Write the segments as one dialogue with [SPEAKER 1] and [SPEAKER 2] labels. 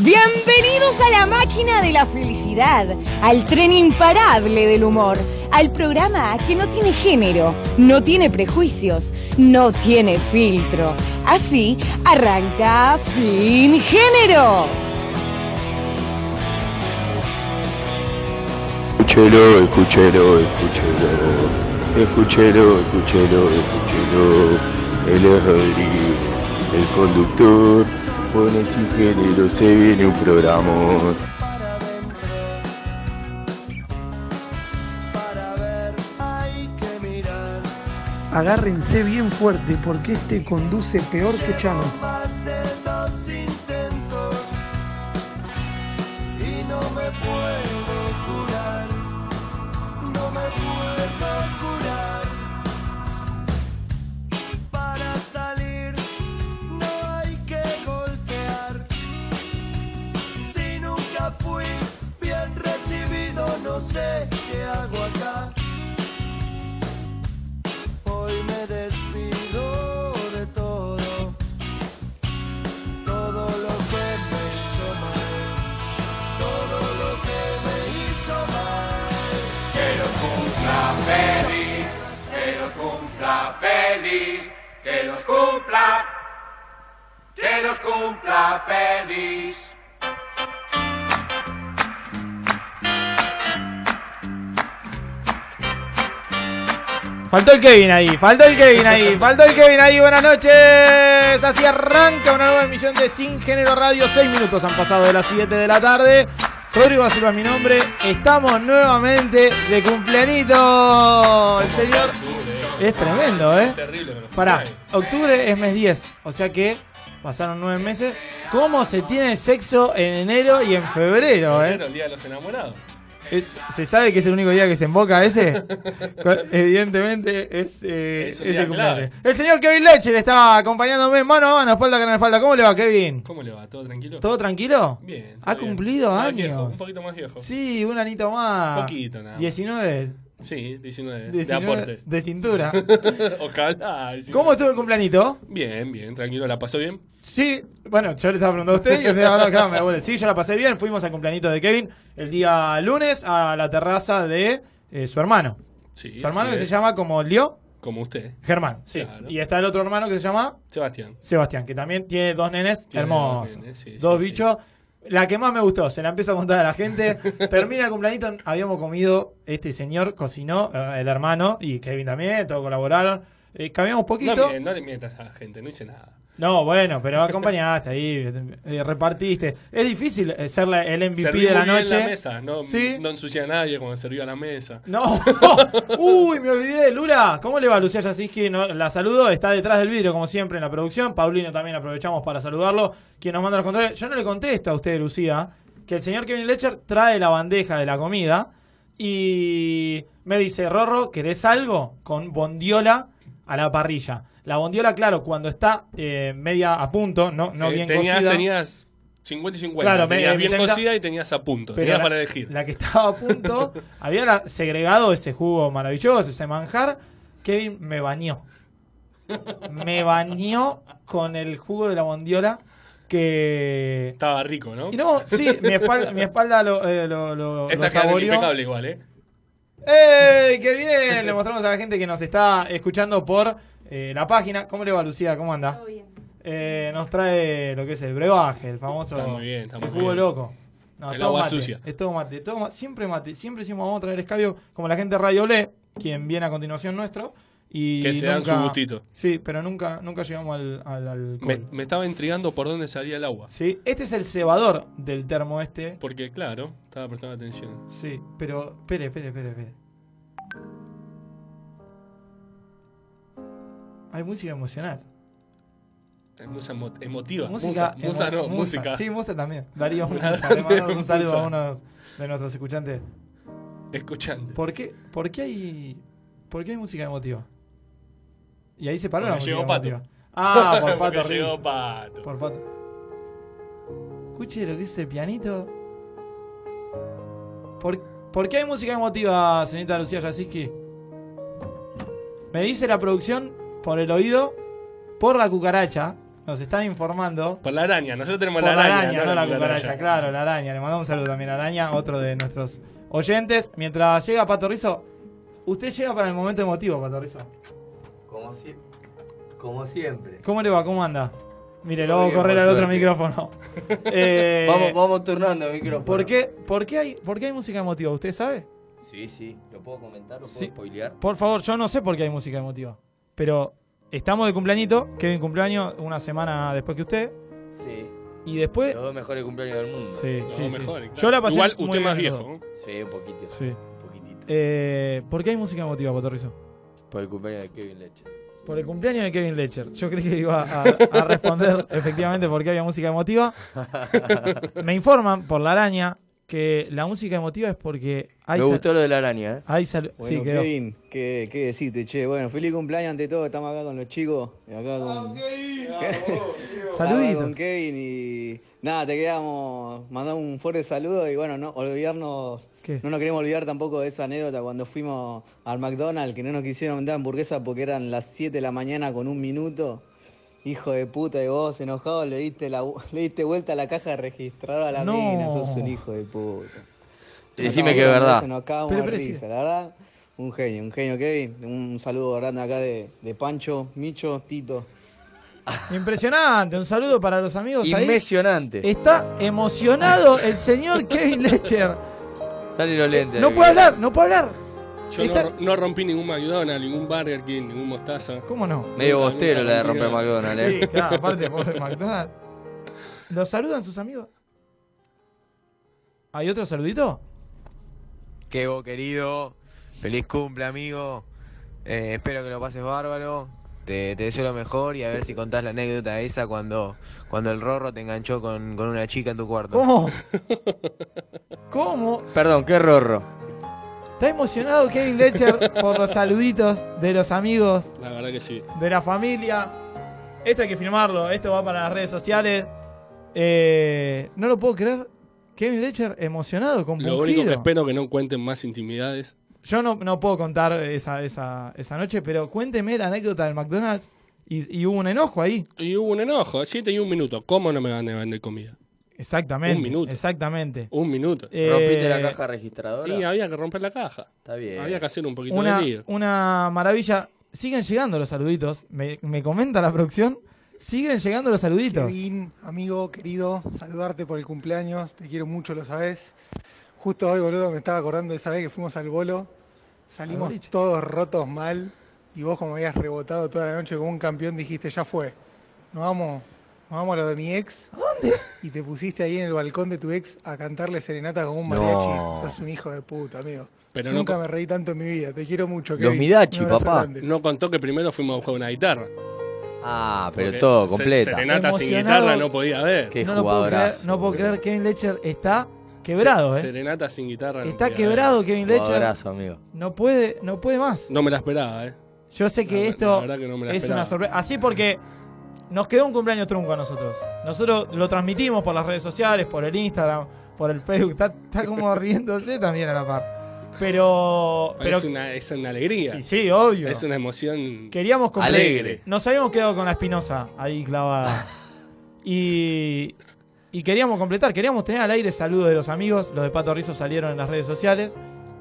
[SPEAKER 1] Bienvenidos a la máquina de la felicidad, al tren imparable del humor, al programa que no tiene género, no tiene prejuicios, no tiene filtro. Así arranca sin género.
[SPEAKER 2] Escúchelo, escúchelo, escúchelo. Escúchelo, escúchelo, escúchelo. Él es Rodríguez, el conductor. Pone sin género, se viene un programa.
[SPEAKER 3] Agárrense bien fuerte porque este conduce peor que Chano.
[SPEAKER 4] más de dos intentos y no me puedo curar, no me puedo curar. Para salir no hay que golpear. Si nunca fui bien recibido, no sé qué hago acá. Hoy me despido de todo todo lo que me hizo mal, todo lo que me hizo mal.
[SPEAKER 5] Que lo cumpla feliz, que lo cumpla feliz, que los cumpla, que los cumpla feliz.
[SPEAKER 6] Faltó el Kevin ahí, faltó el Kevin ahí, faltó el Kevin ahí, buenas noches. Así arranca una nueva emisión de Sin Género Radio. Seis minutos han pasado de las 7 de la tarde. Rodrigo da Silva es mi nombre. Estamos nuevamente de cumpleanito. El señor. Es tremendo, ¿eh? Pará, octubre es mes 10, o sea que pasaron nueve meses. ¿Cómo se tiene sexo en enero y en febrero, eh?
[SPEAKER 7] el día de los enamorados.
[SPEAKER 6] Es- ¿Se sabe que es el único día que se emboca ese? Cu- Evidentemente es, eh,
[SPEAKER 7] Es
[SPEAKER 6] es
[SPEAKER 7] un
[SPEAKER 6] el
[SPEAKER 7] día
[SPEAKER 6] cumpleaños. El señor Kevin Lecher está acompañándome mano a mano, espalda a espalda. ¿Cómo le va, Kevin?
[SPEAKER 7] ¿Cómo le va? ¿Todo tranquilo?
[SPEAKER 6] ¿Todo tranquilo?
[SPEAKER 7] Bien. todo
[SPEAKER 6] ¿Ha
[SPEAKER 7] bien.
[SPEAKER 6] cumplido
[SPEAKER 7] Más
[SPEAKER 6] años?
[SPEAKER 7] viejo, un poquito más viejo.
[SPEAKER 6] Sí, un anito más.
[SPEAKER 7] Poquito, nada más.
[SPEAKER 6] 19,
[SPEAKER 7] Sí, 19. De
[SPEAKER 6] 19
[SPEAKER 7] aportes.
[SPEAKER 6] de cintura.
[SPEAKER 7] Ojalá. 19.
[SPEAKER 6] ¿Cómo estuvo el cumpleañito?
[SPEAKER 7] Bien, bien, tranquilo. ¿La pasó bien?
[SPEAKER 6] Sí, bueno, yo le estaba preguntando a usted y usted ahora, claro, me devuelve. Sí, yo la pasé bien. Fuimos al cumpleañito de Kevin el día lunes a la terraza de eh, su hermano.
[SPEAKER 7] Sí.
[SPEAKER 6] Su hermano
[SPEAKER 7] así
[SPEAKER 6] que se
[SPEAKER 7] es.
[SPEAKER 6] llama como Leo
[SPEAKER 7] Como usted.
[SPEAKER 6] Germán, sí.
[SPEAKER 7] Claro.
[SPEAKER 6] Y está el otro hermano que se llama
[SPEAKER 7] Sebastián.
[SPEAKER 6] Sebastián, que también tiene dos nenes
[SPEAKER 7] Tiene
[SPEAKER 6] hermosos.
[SPEAKER 7] dos nenes, sí,
[SPEAKER 6] dos
[SPEAKER 7] sí,
[SPEAKER 6] bichos. La que más me gustó, se la empiezo a contar a la gente. Termina el cumpleañito, habíamos comido, este señor cocinó, eh, el hermano y Kevin también, todos colaboraron. Eh, cambiamos un poquito.
[SPEAKER 7] No, mire, no le mientas a la gente, no hice nada.
[SPEAKER 6] No, bueno, pero acompañaste ahí, eh, repartiste. Es difícil eh, ser la- el MVP
[SPEAKER 7] Serví
[SPEAKER 6] de la
[SPEAKER 7] muy bien
[SPEAKER 6] noche.
[SPEAKER 7] la mesa, no,
[SPEAKER 6] Sí.
[SPEAKER 7] no ensucié a nadie cuando servía la mesa.
[SPEAKER 6] No, uy, me olvidé. Lula, ¿cómo le va Lucía Yasinski? No, la saludo, está detrás del vidrio, como siempre, en la producción. Paulino también aprovechamos para saludarlo. Quien nos manda los controles. Yo no le contesto a usted, Lucía, que el señor Kevin Lecher trae la bandeja de la comida y me dice, Rorro, ¿querés algo? Con bondiola a la parrilla. La bondiola, claro, cuando está eh, media a punto, no, no
[SPEAKER 7] Eh,
[SPEAKER 6] bien
[SPEAKER 7] tenías,
[SPEAKER 6] cocida.
[SPEAKER 7] tenías 50 y 50.
[SPEAKER 6] Claro, me-
[SPEAKER 7] tenías
[SPEAKER 6] me
[SPEAKER 7] bien
[SPEAKER 6] tenía-
[SPEAKER 7] cocida y tenías a punto.
[SPEAKER 6] Pero
[SPEAKER 7] tenías
[SPEAKER 6] la-
[SPEAKER 7] para elegir.
[SPEAKER 6] La que estaba a punto, había la- segregado ese jugo maravilloso, ese manjar. Kevin me bañó. Me bañó con el jugo de la bondiola que...
[SPEAKER 7] Estaba rico, ¿no?
[SPEAKER 6] Y no, sí, mi espalda, mi espalda lo, eh, lo, lo- lo
[SPEAKER 7] Esta quedó
[SPEAKER 6] saboreó.
[SPEAKER 7] impecable igual, ¿eh?
[SPEAKER 6] ¡Ey, qué bien! Le mostramos a la gente que nos está escuchando por eh, la página. ¿Cómo le va, Lucía? ¿Cómo anda? Eh, nos trae lo que es el brebaje, el famoso.
[SPEAKER 7] Está muy bien, está muy
[SPEAKER 6] el jugo
[SPEAKER 7] bien.
[SPEAKER 6] loco. No,
[SPEAKER 7] El
[SPEAKER 6] todo
[SPEAKER 7] agua
[SPEAKER 6] mate,
[SPEAKER 7] sucia.
[SPEAKER 6] Es todo mate, todo ma- siempre mate. Siempre decimos vamos a traer escabio, como la gente de Radio Le, quien viene a continuación nuestro. Y
[SPEAKER 7] Que se dan su gustito.
[SPEAKER 6] Sí, pero nunca, nunca llegamos al, al alcohol.
[SPEAKER 7] Me, me estaba intrigando por dónde salía el agua.
[SPEAKER 6] Sí, este es el cebador del termo este.
[SPEAKER 7] Porque, claro, estaba prestando atención.
[SPEAKER 6] Sí, pero. Espere, espere, espere, espere. Hay música emocional.
[SPEAKER 7] Es Musa Eh, emo- emotiva.
[SPEAKER 6] Música,
[SPEAKER 7] musa, musa
[SPEAKER 6] emo-
[SPEAKER 7] no, música.
[SPEAKER 6] Sí, Musa también. Darío
[SPEAKER 7] Una
[SPEAKER 6] Musa. Le mandamos
[SPEAKER 7] grande
[SPEAKER 6] un saludo
[SPEAKER 7] Musa.
[SPEAKER 6] a uno de nuestros escuchantes.
[SPEAKER 7] Escuchando.
[SPEAKER 6] ¿Por qué, por qué hay por qué hay música emotiva? Y ahí se paró
[SPEAKER 7] Porque
[SPEAKER 6] la
[SPEAKER 7] llegó
[SPEAKER 6] música
[SPEAKER 7] Pato.
[SPEAKER 6] emotiva. Ah, por
[SPEAKER 7] Porque
[SPEAKER 6] Pato
[SPEAKER 7] llegó
[SPEAKER 6] Reeves.
[SPEAKER 7] pato.
[SPEAKER 6] Por Pato. Escuche lo que es ese pianito. ¿Por, por qué hay música emotiva, señorita Lucía Jasinski? Me dice la producción por el oído, por la cucaracha, nos están informando.
[SPEAKER 7] Por la araña, nosotros tenemos
[SPEAKER 6] Por la araña, no la
[SPEAKER 7] cucaracha.
[SPEAKER 6] cucaracha, claro, la araña. Le mandamos un saludo también a Araña, otro de nuestros oyentes. Mientras llega Pato Rizzo, usted llega para el momento emotivo, Pato Rizzo.
[SPEAKER 2] Como, si- como siempre.
[SPEAKER 6] ¿Cómo le va? ¿Cómo anda? Mire, lo
[SPEAKER 2] Muy
[SPEAKER 6] hago
[SPEAKER 2] bien,
[SPEAKER 6] correr
[SPEAKER 2] por
[SPEAKER 6] al otro
[SPEAKER 2] suerte.
[SPEAKER 6] micrófono. Eh,
[SPEAKER 2] Vamos, vamos turnando el micrófono.
[SPEAKER 6] ¿Por qué, por, qué hay, ¿Por qué hay música emotiva? ¿Usted sabe?
[SPEAKER 2] Sí, sí. ¿Lo puedo comentar? ¿Lo puedo
[SPEAKER 6] Sí.
[SPEAKER 2] spoilear?
[SPEAKER 6] Por favor, yo no sé por qué hay música emotiva. Pero estamos de cumpleañito, Kevin cumpleaños una semana después que usted.
[SPEAKER 2] Sí.
[SPEAKER 6] Y después...
[SPEAKER 2] Los dos mejores cumpleaños del mundo.
[SPEAKER 6] Sí,
[SPEAKER 7] No,
[SPEAKER 6] sí, sí.
[SPEAKER 7] mejor, claro.
[SPEAKER 6] Yo la pasé
[SPEAKER 7] Igual
[SPEAKER 6] muy
[SPEAKER 7] usted
[SPEAKER 6] bien
[SPEAKER 7] más
[SPEAKER 6] en los
[SPEAKER 7] viejo.
[SPEAKER 6] dos.
[SPEAKER 7] ¿no?
[SPEAKER 2] Sí, un poquito.
[SPEAKER 6] Sí.
[SPEAKER 2] Un poquitito.
[SPEAKER 6] Eh, ¿Por qué hay música emotiva, Patorrizo?
[SPEAKER 2] Por el cumpleaños de Kevin Leche.
[SPEAKER 6] Por el cumpleaños de Kevin Lecher. Yo creí que iba a, a responder efectivamente porque había música emotiva. Me informan por la araña que la música emotiva es porque hay
[SPEAKER 2] Me
[SPEAKER 6] sal-
[SPEAKER 2] gustó lo de la araña, ¿eh?
[SPEAKER 6] hay sal-
[SPEAKER 8] Bueno,
[SPEAKER 6] sí, quedó.
[SPEAKER 8] Kevin, ¿qué, ¿qué decirte, che? Bueno, feliz cumpleaños ante todo, estamos acá con los chicos, y acá con, estamos acá
[SPEAKER 6] Saluditos.
[SPEAKER 8] con Kevin y nada, te queríamos mandar un fuerte saludo y bueno, no olvidarnos,
[SPEAKER 6] ¿Qué?
[SPEAKER 8] no nos queremos olvidar tampoco de esa anécdota cuando fuimos al McDonald's, que no nos quisieron vender hamburguesa porque eran las 7 de la mañana con un minuto. Hijo de puta, y vos enojado le diste, la, vu- le diste vuelta a la caja registrada a la
[SPEAKER 6] No.
[SPEAKER 8] mina, sos un hijo de puta.
[SPEAKER 2] Decime
[SPEAKER 8] Nos
[SPEAKER 2] que es
[SPEAKER 8] acabamos
[SPEAKER 2] verdad.
[SPEAKER 8] de nos acabamos
[SPEAKER 6] Pero,
[SPEAKER 8] de
[SPEAKER 6] pero sí.
[SPEAKER 8] risa, la verdad. Un genio, un genio, Kevin. Un saludo grande acá de, de Pancho, Micho, Tito.
[SPEAKER 6] Impresionante. Un saludo para los amigos ahí.
[SPEAKER 2] Impresionante.
[SPEAKER 6] Está emocionado el señor Kevin Lecher.
[SPEAKER 2] Dale los lentes.
[SPEAKER 6] No
[SPEAKER 2] ahí,
[SPEAKER 6] puede
[SPEAKER 2] que-
[SPEAKER 6] hablar, no puede hablar.
[SPEAKER 7] Yo no
[SPEAKER 6] Está-
[SPEAKER 7] ro- no, rompí ningún McDonald's, ningún Burger King, ningún Mostaza.
[SPEAKER 6] ¿Cómo no?
[SPEAKER 2] Medio
[SPEAKER 7] Nunca,
[SPEAKER 2] bostero
[SPEAKER 7] nunca
[SPEAKER 2] la de
[SPEAKER 7] rompí
[SPEAKER 2] romper
[SPEAKER 7] nada.
[SPEAKER 2] McDonald's,
[SPEAKER 6] Sí,
[SPEAKER 2] ¿eh?
[SPEAKER 6] claro, aparte, pobre McDonald's. ¿Los saludan sus amigos? ¿Hay otro saludito?
[SPEAKER 9] Kevo, querido. Feliz cumple, amigo. Eh, espero que lo pases bárbaro. Te, te deseo lo mejor y a ver si contás la anécdota esa cuando, cuando el Rorro te enganchó con, con una chica en tu cuarto.
[SPEAKER 6] ¿Cómo? ¿Cómo?
[SPEAKER 2] Perdón, qué rorro.
[SPEAKER 6] Está emocionado Kevin Lecher por los saluditos de los amigos,
[SPEAKER 7] La verdad que sí.
[SPEAKER 6] de la familia. Esto hay que filmarlo, esto va para las redes sociales. Eh, no lo puedo creer. Kevin Lecher emocionado,
[SPEAKER 7] Lo único que
[SPEAKER 6] compungido.
[SPEAKER 7] espero que no cuenten más intimidades.
[SPEAKER 6] Yo no, no puedo contar esa, esa, esa noche, pero cuénteme la anécdota del McDonald's y, y hubo un enojo ahí.
[SPEAKER 7] Y hubo un enojo, 7 y un minuto. ¿Cómo no me van a vender comida?
[SPEAKER 6] Exactamente.
[SPEAKER 7] Un minuto.
[SPEAKER 6] Exactamente.
[SPEAKER 7] Un minuto.
[SPEAKER 2] ¿Rompiste la
[SPEAKER 6] Eh,
[SPEAKER 2] caja
[SPEAKER 7] Y
[SPEAKER 2] registradora?
[SPEAKER 7] había que romper la caja.
[SPEAKER 2] Está bien.
[SPEAKER 7] Había que hacer un poquito
[SPEAKER 6] una,
[SPEAKER 7] de lío.
[SPEAKER 6] una maravilla. Siguen llegando los saluditos. Me, me comenta la producción. Siguen llegando los saluditos.
[SPEAKER 3] Kevin, amigo, querido, saludarte por el cumpleaños, te quiero mucho, lo sabes. Justo hoy, boludo, me estaba acordando de esa vez que fuimos al bolo, salimos
[SPEAKER 6] Al boliche.
[SPEAKER 3] todos rotos mal y vos como habías rebotado toda la noche como un campeón dijiste, ya fue, nos vamos, nos vamos a lo de mi ex. Y te pusiste ahí en el balcón de tu ex a cantarle serenata como un mariachi. Sos un hijo de puta, amigo.
[SPEAKER 7] Pero no,
[SPEAKER 3] Nunca
[SPEAKER 7] co-
[SPEAKER 3] me reí tanto en mi vida, te quiero mucho,
[SPEAKER 2] Los
[SPEAKER 3] Kevin. Un
[SPEAKER 2] Midachi,
[SPEAKER 3] abrazo
[SPEAKER 2] papá.
[SPEAKER 3] grande.
[SPEAKER 7] no contó que primero fuimos a buscar una guitarra.
[SPEAKER 2] Ah,
[SPEAKER 7] Porque
[SPEAKER 2] pero todo,
[SPEAKER 7] se-
[SPEAKER 2] completa.
[SPEAKER 7] Serenata sin
[SPEAKER 6] Emocionado.
[SPEAKER 7] guitarra no podía haber.
[SPEAKER 2] Qué
[SPEAKER 6] no, lo puedo creer,
[SPEAKER 2] jugadorazo.
[SPEAKER 6] no puedo
[SPEAKER 2] boludo.
[SPEAKER 6] creer. Kevin Lecher está quebrado,
[SPEAKER 7] Se-
[SPEAKER 6] ¿eh?
[SPEAKER 7] Serenata sin guitarra. no
[SPEAKER 6] Está
[SPEAKER 7] podía
[SPEAKER 6] quebrado Kevin Lecher.
[SPEAKER 2] Jugadorazo, amigo.
[SPEAKER 6] No puede, no puede más.
[SPEAKER 7] haber. No me la esperaba, ¿eh?
[SPEAKER 6] Yo sé que
[SPEAKER 7] La- la
[SPEAKER 6] esto
[SPEAKER 7] verdad que no me la
[SPEAKER 6] es una
[SPEAKER 7] esperaba.
[SPEAKER 6] sorpresa. Así porque nos quedó un cumpleaños trunco a nosotros. Nosotros lo transmitimos por las redes sociales, por el Instagram, por el Facebook. Está, está como riéndose también a la par. Pero. pero
[SPEAKER 7] es, una, es una alegría.
[SPEAKER 6] y sí, obvio.
[SPEAKER 7] Es una emoción.
[SPEAKER 6] Queríamos comprar.
[SPEAKER 2] Alegre.
[SPEAKER 6] Nos habíamos quedado con la espinosa ahí clavada. y. Y queríamos completar, queríamos tener al aire saludos de los amigos. Los de Pato Rizzo salieron en las redes sociales.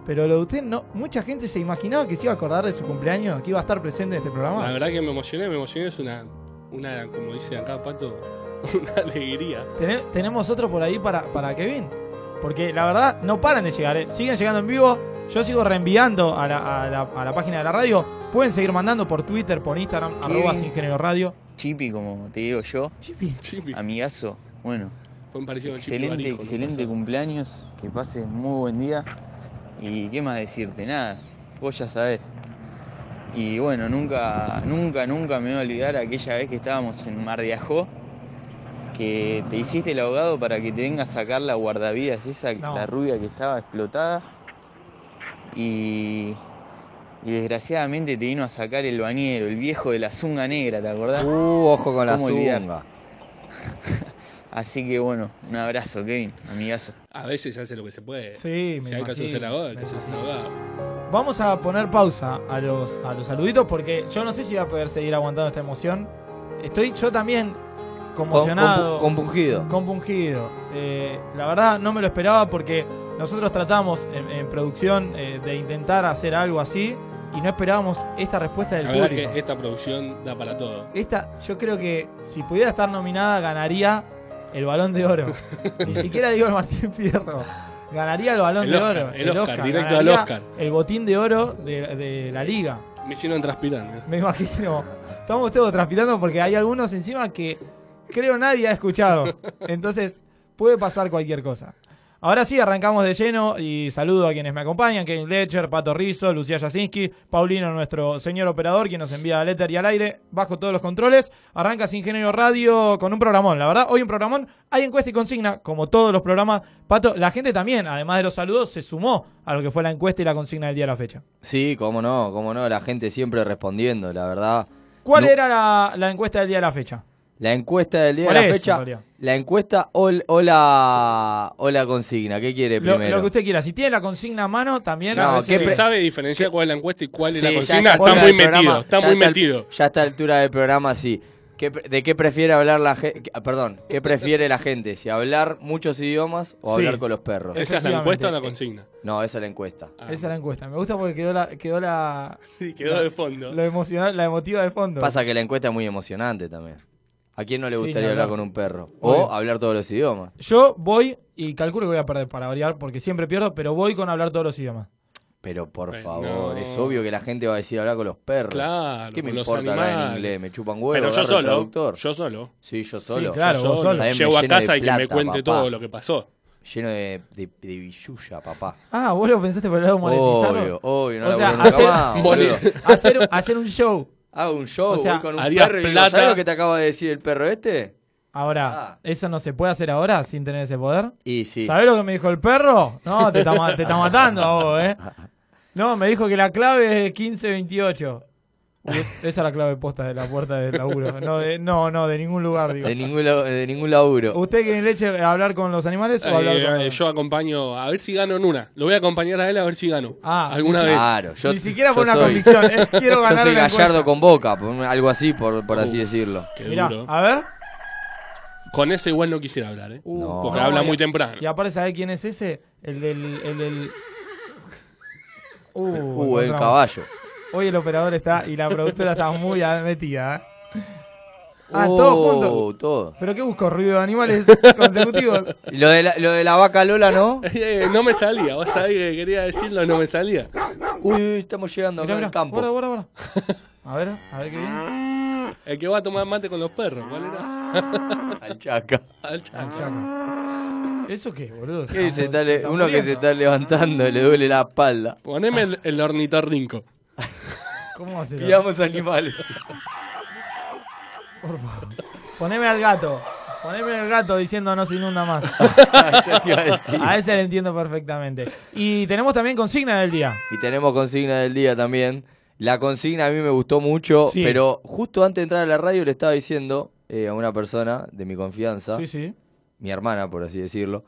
[SPEAKER 6] Pero lo de usted no. Mucha gente se imaginaba que se iba a acordar de su cumpleaños, que iba a estar presente en este
[SPEAKER 7] La
[SPEAKER 6] programa.
[SPEAKER 7] verdad que me emocioné, me emocioné. Es una, una como dice acá Pato, una alegría.
[SPEAKER 6] Tené- tenemos otro por ahí para, para Kevin. Porque la verdad, no paran de llegar, ¿eh? siguen llegando en vivo. Yo sigo reenviando a la, a la- a la página de la radio. Pueden seguir mandando por Twitter, por Instagram, arroba sin género radio.
[SPEAKER 8] Chipi, como te digo yo,
[SPEAKER 7] Chipi.
[SPEAKER 2] Ah,
[SPEAKER 8] amigazo. Bueno,
[SPEAKER 7] Fue un parecido con Chipi Barijo, ¿no? Pasó.
[SPEAKER 8] cumpleaños, que pases muy buen día. Y qué más decirte, nada, vos ya sabés. Y bueno, nunca, nunca, nunca me voy a olvidar aquella vez que estábamos en Mar de Ajó, que Eh, te hiciste el ahogado para que te venga a sacar la guardavidas, esa,
[SPEAKER 6] No.
[SPEAKER 8] la rubia que estaba explotada. Y, y desgraciadamente te vino a sacar el bañero, el viejo de la zunga negra, ¿te acordás?
[SPEAKER 2] Uh, ojo con la
[SPEAKER 8] ¿Cómo olvidar?
[SPEAKER 2] zunga.
[SPEAKER 8] Así que bueno, un abrazo, Kevin, amigazo.
[SPEAKER 7] A veces se hace lo que se puede.
[SPEAKER 6] Sí, me
[SPEAKER 7] Eh, si hay que hacerse
[SPEAKER 6] imagino,
[SPEAKER 7] la boda, hay
[SPEAKER 6] me
[SPEAKER 7] que hacerse la
[SPEAKER 6] imagino.
[SPEAKER 7] boda.
[SPEAKER 6] Vamos a poner pausa a los, a los saluditos porque yo no sé si voy a poder seguir aguantando esta emoción. Estoy yo también conmocionado.
[SPEAKER 2] Con- con- compungido.
[SPEAKER 6] Compungido. Eh, la verdad no me lo esperaba porque nosotros tratamos en, en producción eh, de intentar hacer algo así y no esperábamos esta respuesta del
[SPEAKER 7] La verdad
[SPEAKER 6] público.
[SPEAKER 7] que esta producción da para todo.
[SPEAKER 6] Esta, yo creo que si pudiera estar nominada, ganaría el balón de oro. Ni siquiera digo el Martín Fierro. Ganaría el balón
[SPEAKER 7] El
[SPEAKER 6] de
[SPEAKER 7] Oscar,
[SPEAKER 6] oro.
[SPEAKER 7] el Oscar, directo
[SPEAKER 6] ganaría
[SPEAKER 7] al Oscar.
[SPEAKER 6] El botín de oro de, de la liga.
[SPEAKER 7] Me hicieron transpirar. ¿eh?
[SPEAKER 6] Me imagino. Estamos todos transpirando porque hay algunos encima que creo nadie ha escuchado. Entonces, puede pasar cualquier cosa. Ahora sí, arrancamos de lleno y saludo a quienes me acompañan, Kevin Lecher, Pato Rizzo, Lucía Jasinski, Paulino, nuestro señor operador, quien nos envía la letter y al aire, bajo todos los controles. Arranca Sin Género Radio con un programón, la verdad, hoy un programón, hay encuesta y consigna, como todos los programas. Pato, la gente también, además de los saludos, se sumó a lo que fue la encuesta y la consigna del día de la fecha.
[SPEAKER 2] Sí, cómo no, cómo no, la gente siempre respondiendo, la verdad.
[SPEAKER 6] ¿Cuál
[SPEAKER 2] No-
[SPEAKER 6] era la, la encuesta del día de la fecha?
[SPEAKER 2] La encuesta del día de
[SPEAKER 6] ¿Cuál
[SPEAKER 2] la
[SPEAKER 6] es, en
[SPEAKER 2] fecha.
[SPEAKER 6] realidad?
[SPEAKER 2] La encuesta o, l- o la, o la consigna, ¿qué quiere
[SPEAKER 6] Lo,
[SPEAKER 2] primero?
[SPEAKER 6] lo que usted quiera. Si tiene la consigna a mano, también.
[SPEAKER 2] No,
[SPEAKER 6] a
[SPEAKER 2] ¿qué
[SPEAKER 6] veces-
[SPEAKER 7] Si
[SPEAKER 2] pre-
[SPEAKER 7] sabe diferenciar cuál es la encuesta y cuál es
[SPEAKER 2] Sí,
[SPEAKER 7] la
[SPEAKER 2] ya
[SPEAKER 7] consigna,
[SPEAKER 2] esta
[SPEAKER 7] está,
[SPEAKER 2] altura
[SPEAKER 7] muy
[SPEAKER 2] del programa-
[SPEAKER 7] metido. Está
[SPEAKER 2] ya
[SPEAKER 7] muy
[SPEAKER 2] esta-
[SPEAKER 7] metido.
[SPEAKER 2] Ya está a altura del programa, sí. ¿Qué pre- ¿De qué prefiere hablar la gente? Perdón, ¿qué prefiere la gente? ¿Si hablar muchos idiomas o
[SPEAKER 6] Sí.
[SPEAKER 2] hablar con los perros?
[SPEAKER 7] ¿Esa es la encuesta o la consigna? Ah.
[SPEAKER 2] No, esa es la encuesta.
[SPEAKER 6] Esa es la encuesta. Me gusta porque quedó la. Quedó la
[SPEAKER 7] Sí, quedó
[SPEAKER 6] la-
[SPEAKER 7] de fondo.
[SPEAKER 6] Lo emocional, la emotiva de fondo.
[SPEAKER 2] Pasa que la encuesta es muy emocionante también. ¿A quién no le
[SPEAKER 6] Sí, ni
[SPEAKER 2] gustaría hablar
[SPEAKER 6] hablar.
[SPEAKER 2] con un perro?
[SPEAKER 6] Obvio.
[SPEAKER 2] O hablar todos los idiomas.
[SPEAKER 6] Yo voy y calculo que voy a perder para variar porque siempre pierdo, pero voy con hablar todos los idiomas.
[SPEAKER 2] Pero por
[SPEAKER 6] Pero
[SPEAKER 2] favor,
[SPEAKER 6] no.
[SPEAKER 2] es obvio que la gente va a decir hablar con los perros.
[SPEAKER 7] Claro,
[SPEAKER 2] ¿Qué me
[SPEAKER 7] con los
[SPEAKER 2] importa hablar en
[SPEAKER 7] animales.
[SPEAKER 2] inglés? Me chupan huevos.
[SPEAKER 7] Pero yo
[SPEAKER 2] agarro el
[SPEAKER 7] solo,
[SPEAKER 2] traductor.
[SPEAKER 7] yo solo.
[SPEAKER 2] Sí, yo
[SPEAKER 7] Sí,
[SPEAKER 2] solo.
[SPEAKER 7] claro,
[SPEAKER 2] Yo
[SPEAKER 7] vos solo.
[SPEAKER 2] ¿Sabés? Me
[SPEAKER 7] Llego a
[SPEAKER 2] lleno
[SPEAKER 7] casa
[SPEAKER 2] de
[SPEAKER 7] y que me
[SPEAKER 2] plata,
[SPEAKER 7] cuente
[SPEAKER 2] papá.
[SPEAKER 7] todo lo que pasó.
[SPEAKER 2] Lleno de, de, de billulla, papá.
[SPEAKER 6] Ah, vos lo pensaste por el lado monetizado.
[SPEAKER 2] Obvio, obvio, no
[SPEAKER 6] o
[SPEAKER 2] la
[SPEAKER 6] sea,
[SPEAKER 2] voy a nunca
[SPEAKER 6] hacer,
[SPEAKER 2] más, boludo.
[SPEAKER 6] hacer, hacer un show.
[SPEAKER 2] Hago un show,
[SPEAKER 6] O sea,
[SPEAKER 2] voy con un
[SPEAKER 6] harías
[SPEAKER 2] perro y digo,
[SPEAKER 6] plata.
[SPEAKER 2] ¿sabés lo que te acaba de decir el perro este?
[SPEAKER 6] Ahora, ¿eso no se puede hacer ahora sin tener ese poder?
[SPEAKER 2] Y sí.
[SPEAKER 6] ¿Sabés lo que me dijo el perro? No, te está, ma- te está matando a vos, ¿eh? No, me dijo que la clave es 1528. Y es- esa es la clave posta de la puerta del laburo. No, de, no, no, de ningún lugar, digo.
[SPEAKER 2] De ningún, lau- de ningún laburo.
[SPEAKER 6] ¿Usted quiere leche a hablar con los animales o hablar con.?
[SPEAKER 7] Eh, eh, yo acompaño, a ver si gano en una. Lo voy a acompañar a él a ver si gano.
[SPEAKER 6] Ah,
[SPEAKER 7] alguna
[SPEAKER 6] sí.
[SPEAKER 7] vez.
[SPEAKER 2] Claro, yo,
[SPEAKER 6] Ni siquiera
[SPEAKER 2] yo
[SPEAKER 6] por una
[SPEAKER 2] soy-
[SPEAKER 6] convicción, eh, quiero ganar
[SPEAKER 2] Yo soy
[SPEAKER 6] una
[SPEAKER 2] gallardo
[SPEAKER 6] encuesta. Uh.
[SPEAKER 2] con boca, por- algo así, por, por así decirlo.
[SPEAKER 6] Mirá, ah. a ver.
[SPEAKER 7] Con ese igual no quisiera hablar, ¿eh?
[SPEAKER 2] No.
[SPEAKER 7] Porque habla
[SPEAKER 6] y-
[SPEAKER 7] muy temprano.
[SPEAKER 6] Y aparte, ¿sabés quién es ese? El del. El del... Uh,
[SPEAKER 2] Uh, el
[SPEAKER 6] encontramos.
[SPEAKER 2] caballo.
[SPEAKER 6] Hoy el operador está y la productora está muy metida. ¿eh? Ah, todos juntos.
[SPEAKER 2] Oh, todo.
[SPEAKER 6] ¿Pero qué busco? ¿Ruido de animales consecutivos?
[SPEAKER 2] Y Lo de, la, lo de la vaca Lola, ¿no?
[SPEAKER 7] Eh, no me salía, vos sabés que quería decirlo, no me salía.
[SPEAKER 2] Uy, uy, estamos llegando acá
[SPEAKER 6] Mirá, mirá,
[SPEAKER 2] al campo. Ah.
[SPEAKER 6] guarda, guarda, guarda. A ver, a ver qué viene.
[SPEAKER 7] El que va a tomar mate con los perros, ¿cuál era?
[SPEAKER 2] Al chaca.
[SPEAKER 7] Al chaco.
[SPEAKER 6] ¿Eso qué, boludo?
[SPEAKER 2] Que se está le-
[SPEAKER 6] Estamos-
[SPEAKER 2] uno que se está levantando, le duele la espalda.
[SPEAKER 7] Poneme el, el ornitorrinco.
[SPEAKER 6] ¿Cómo hacer?
[SPEAKER 2] Pidamos animales.
[SPEAKER 6] Por favor. Poneme al gato. Poneme al gato diciendo no se inunda más.
[SPEAKER 2] Ah, Ya te iba a decir.
[SPEAKER 6] A ese le entiendo perfectamente. Y tenemos también consigna del día.
[SPEAKER 2] Y tenemos consigna del día también. La consigna a mí me gustó mucho,
[SPEAKER 6] Sí.
[SPEAKER 2] pero justo antes de entrar a la radio le estaba diciendo eh, a una persona de mi confianza,
[SPEAKER 6] Sí, sí.
[SPEAKER 2] mi hermana, por así decirlo,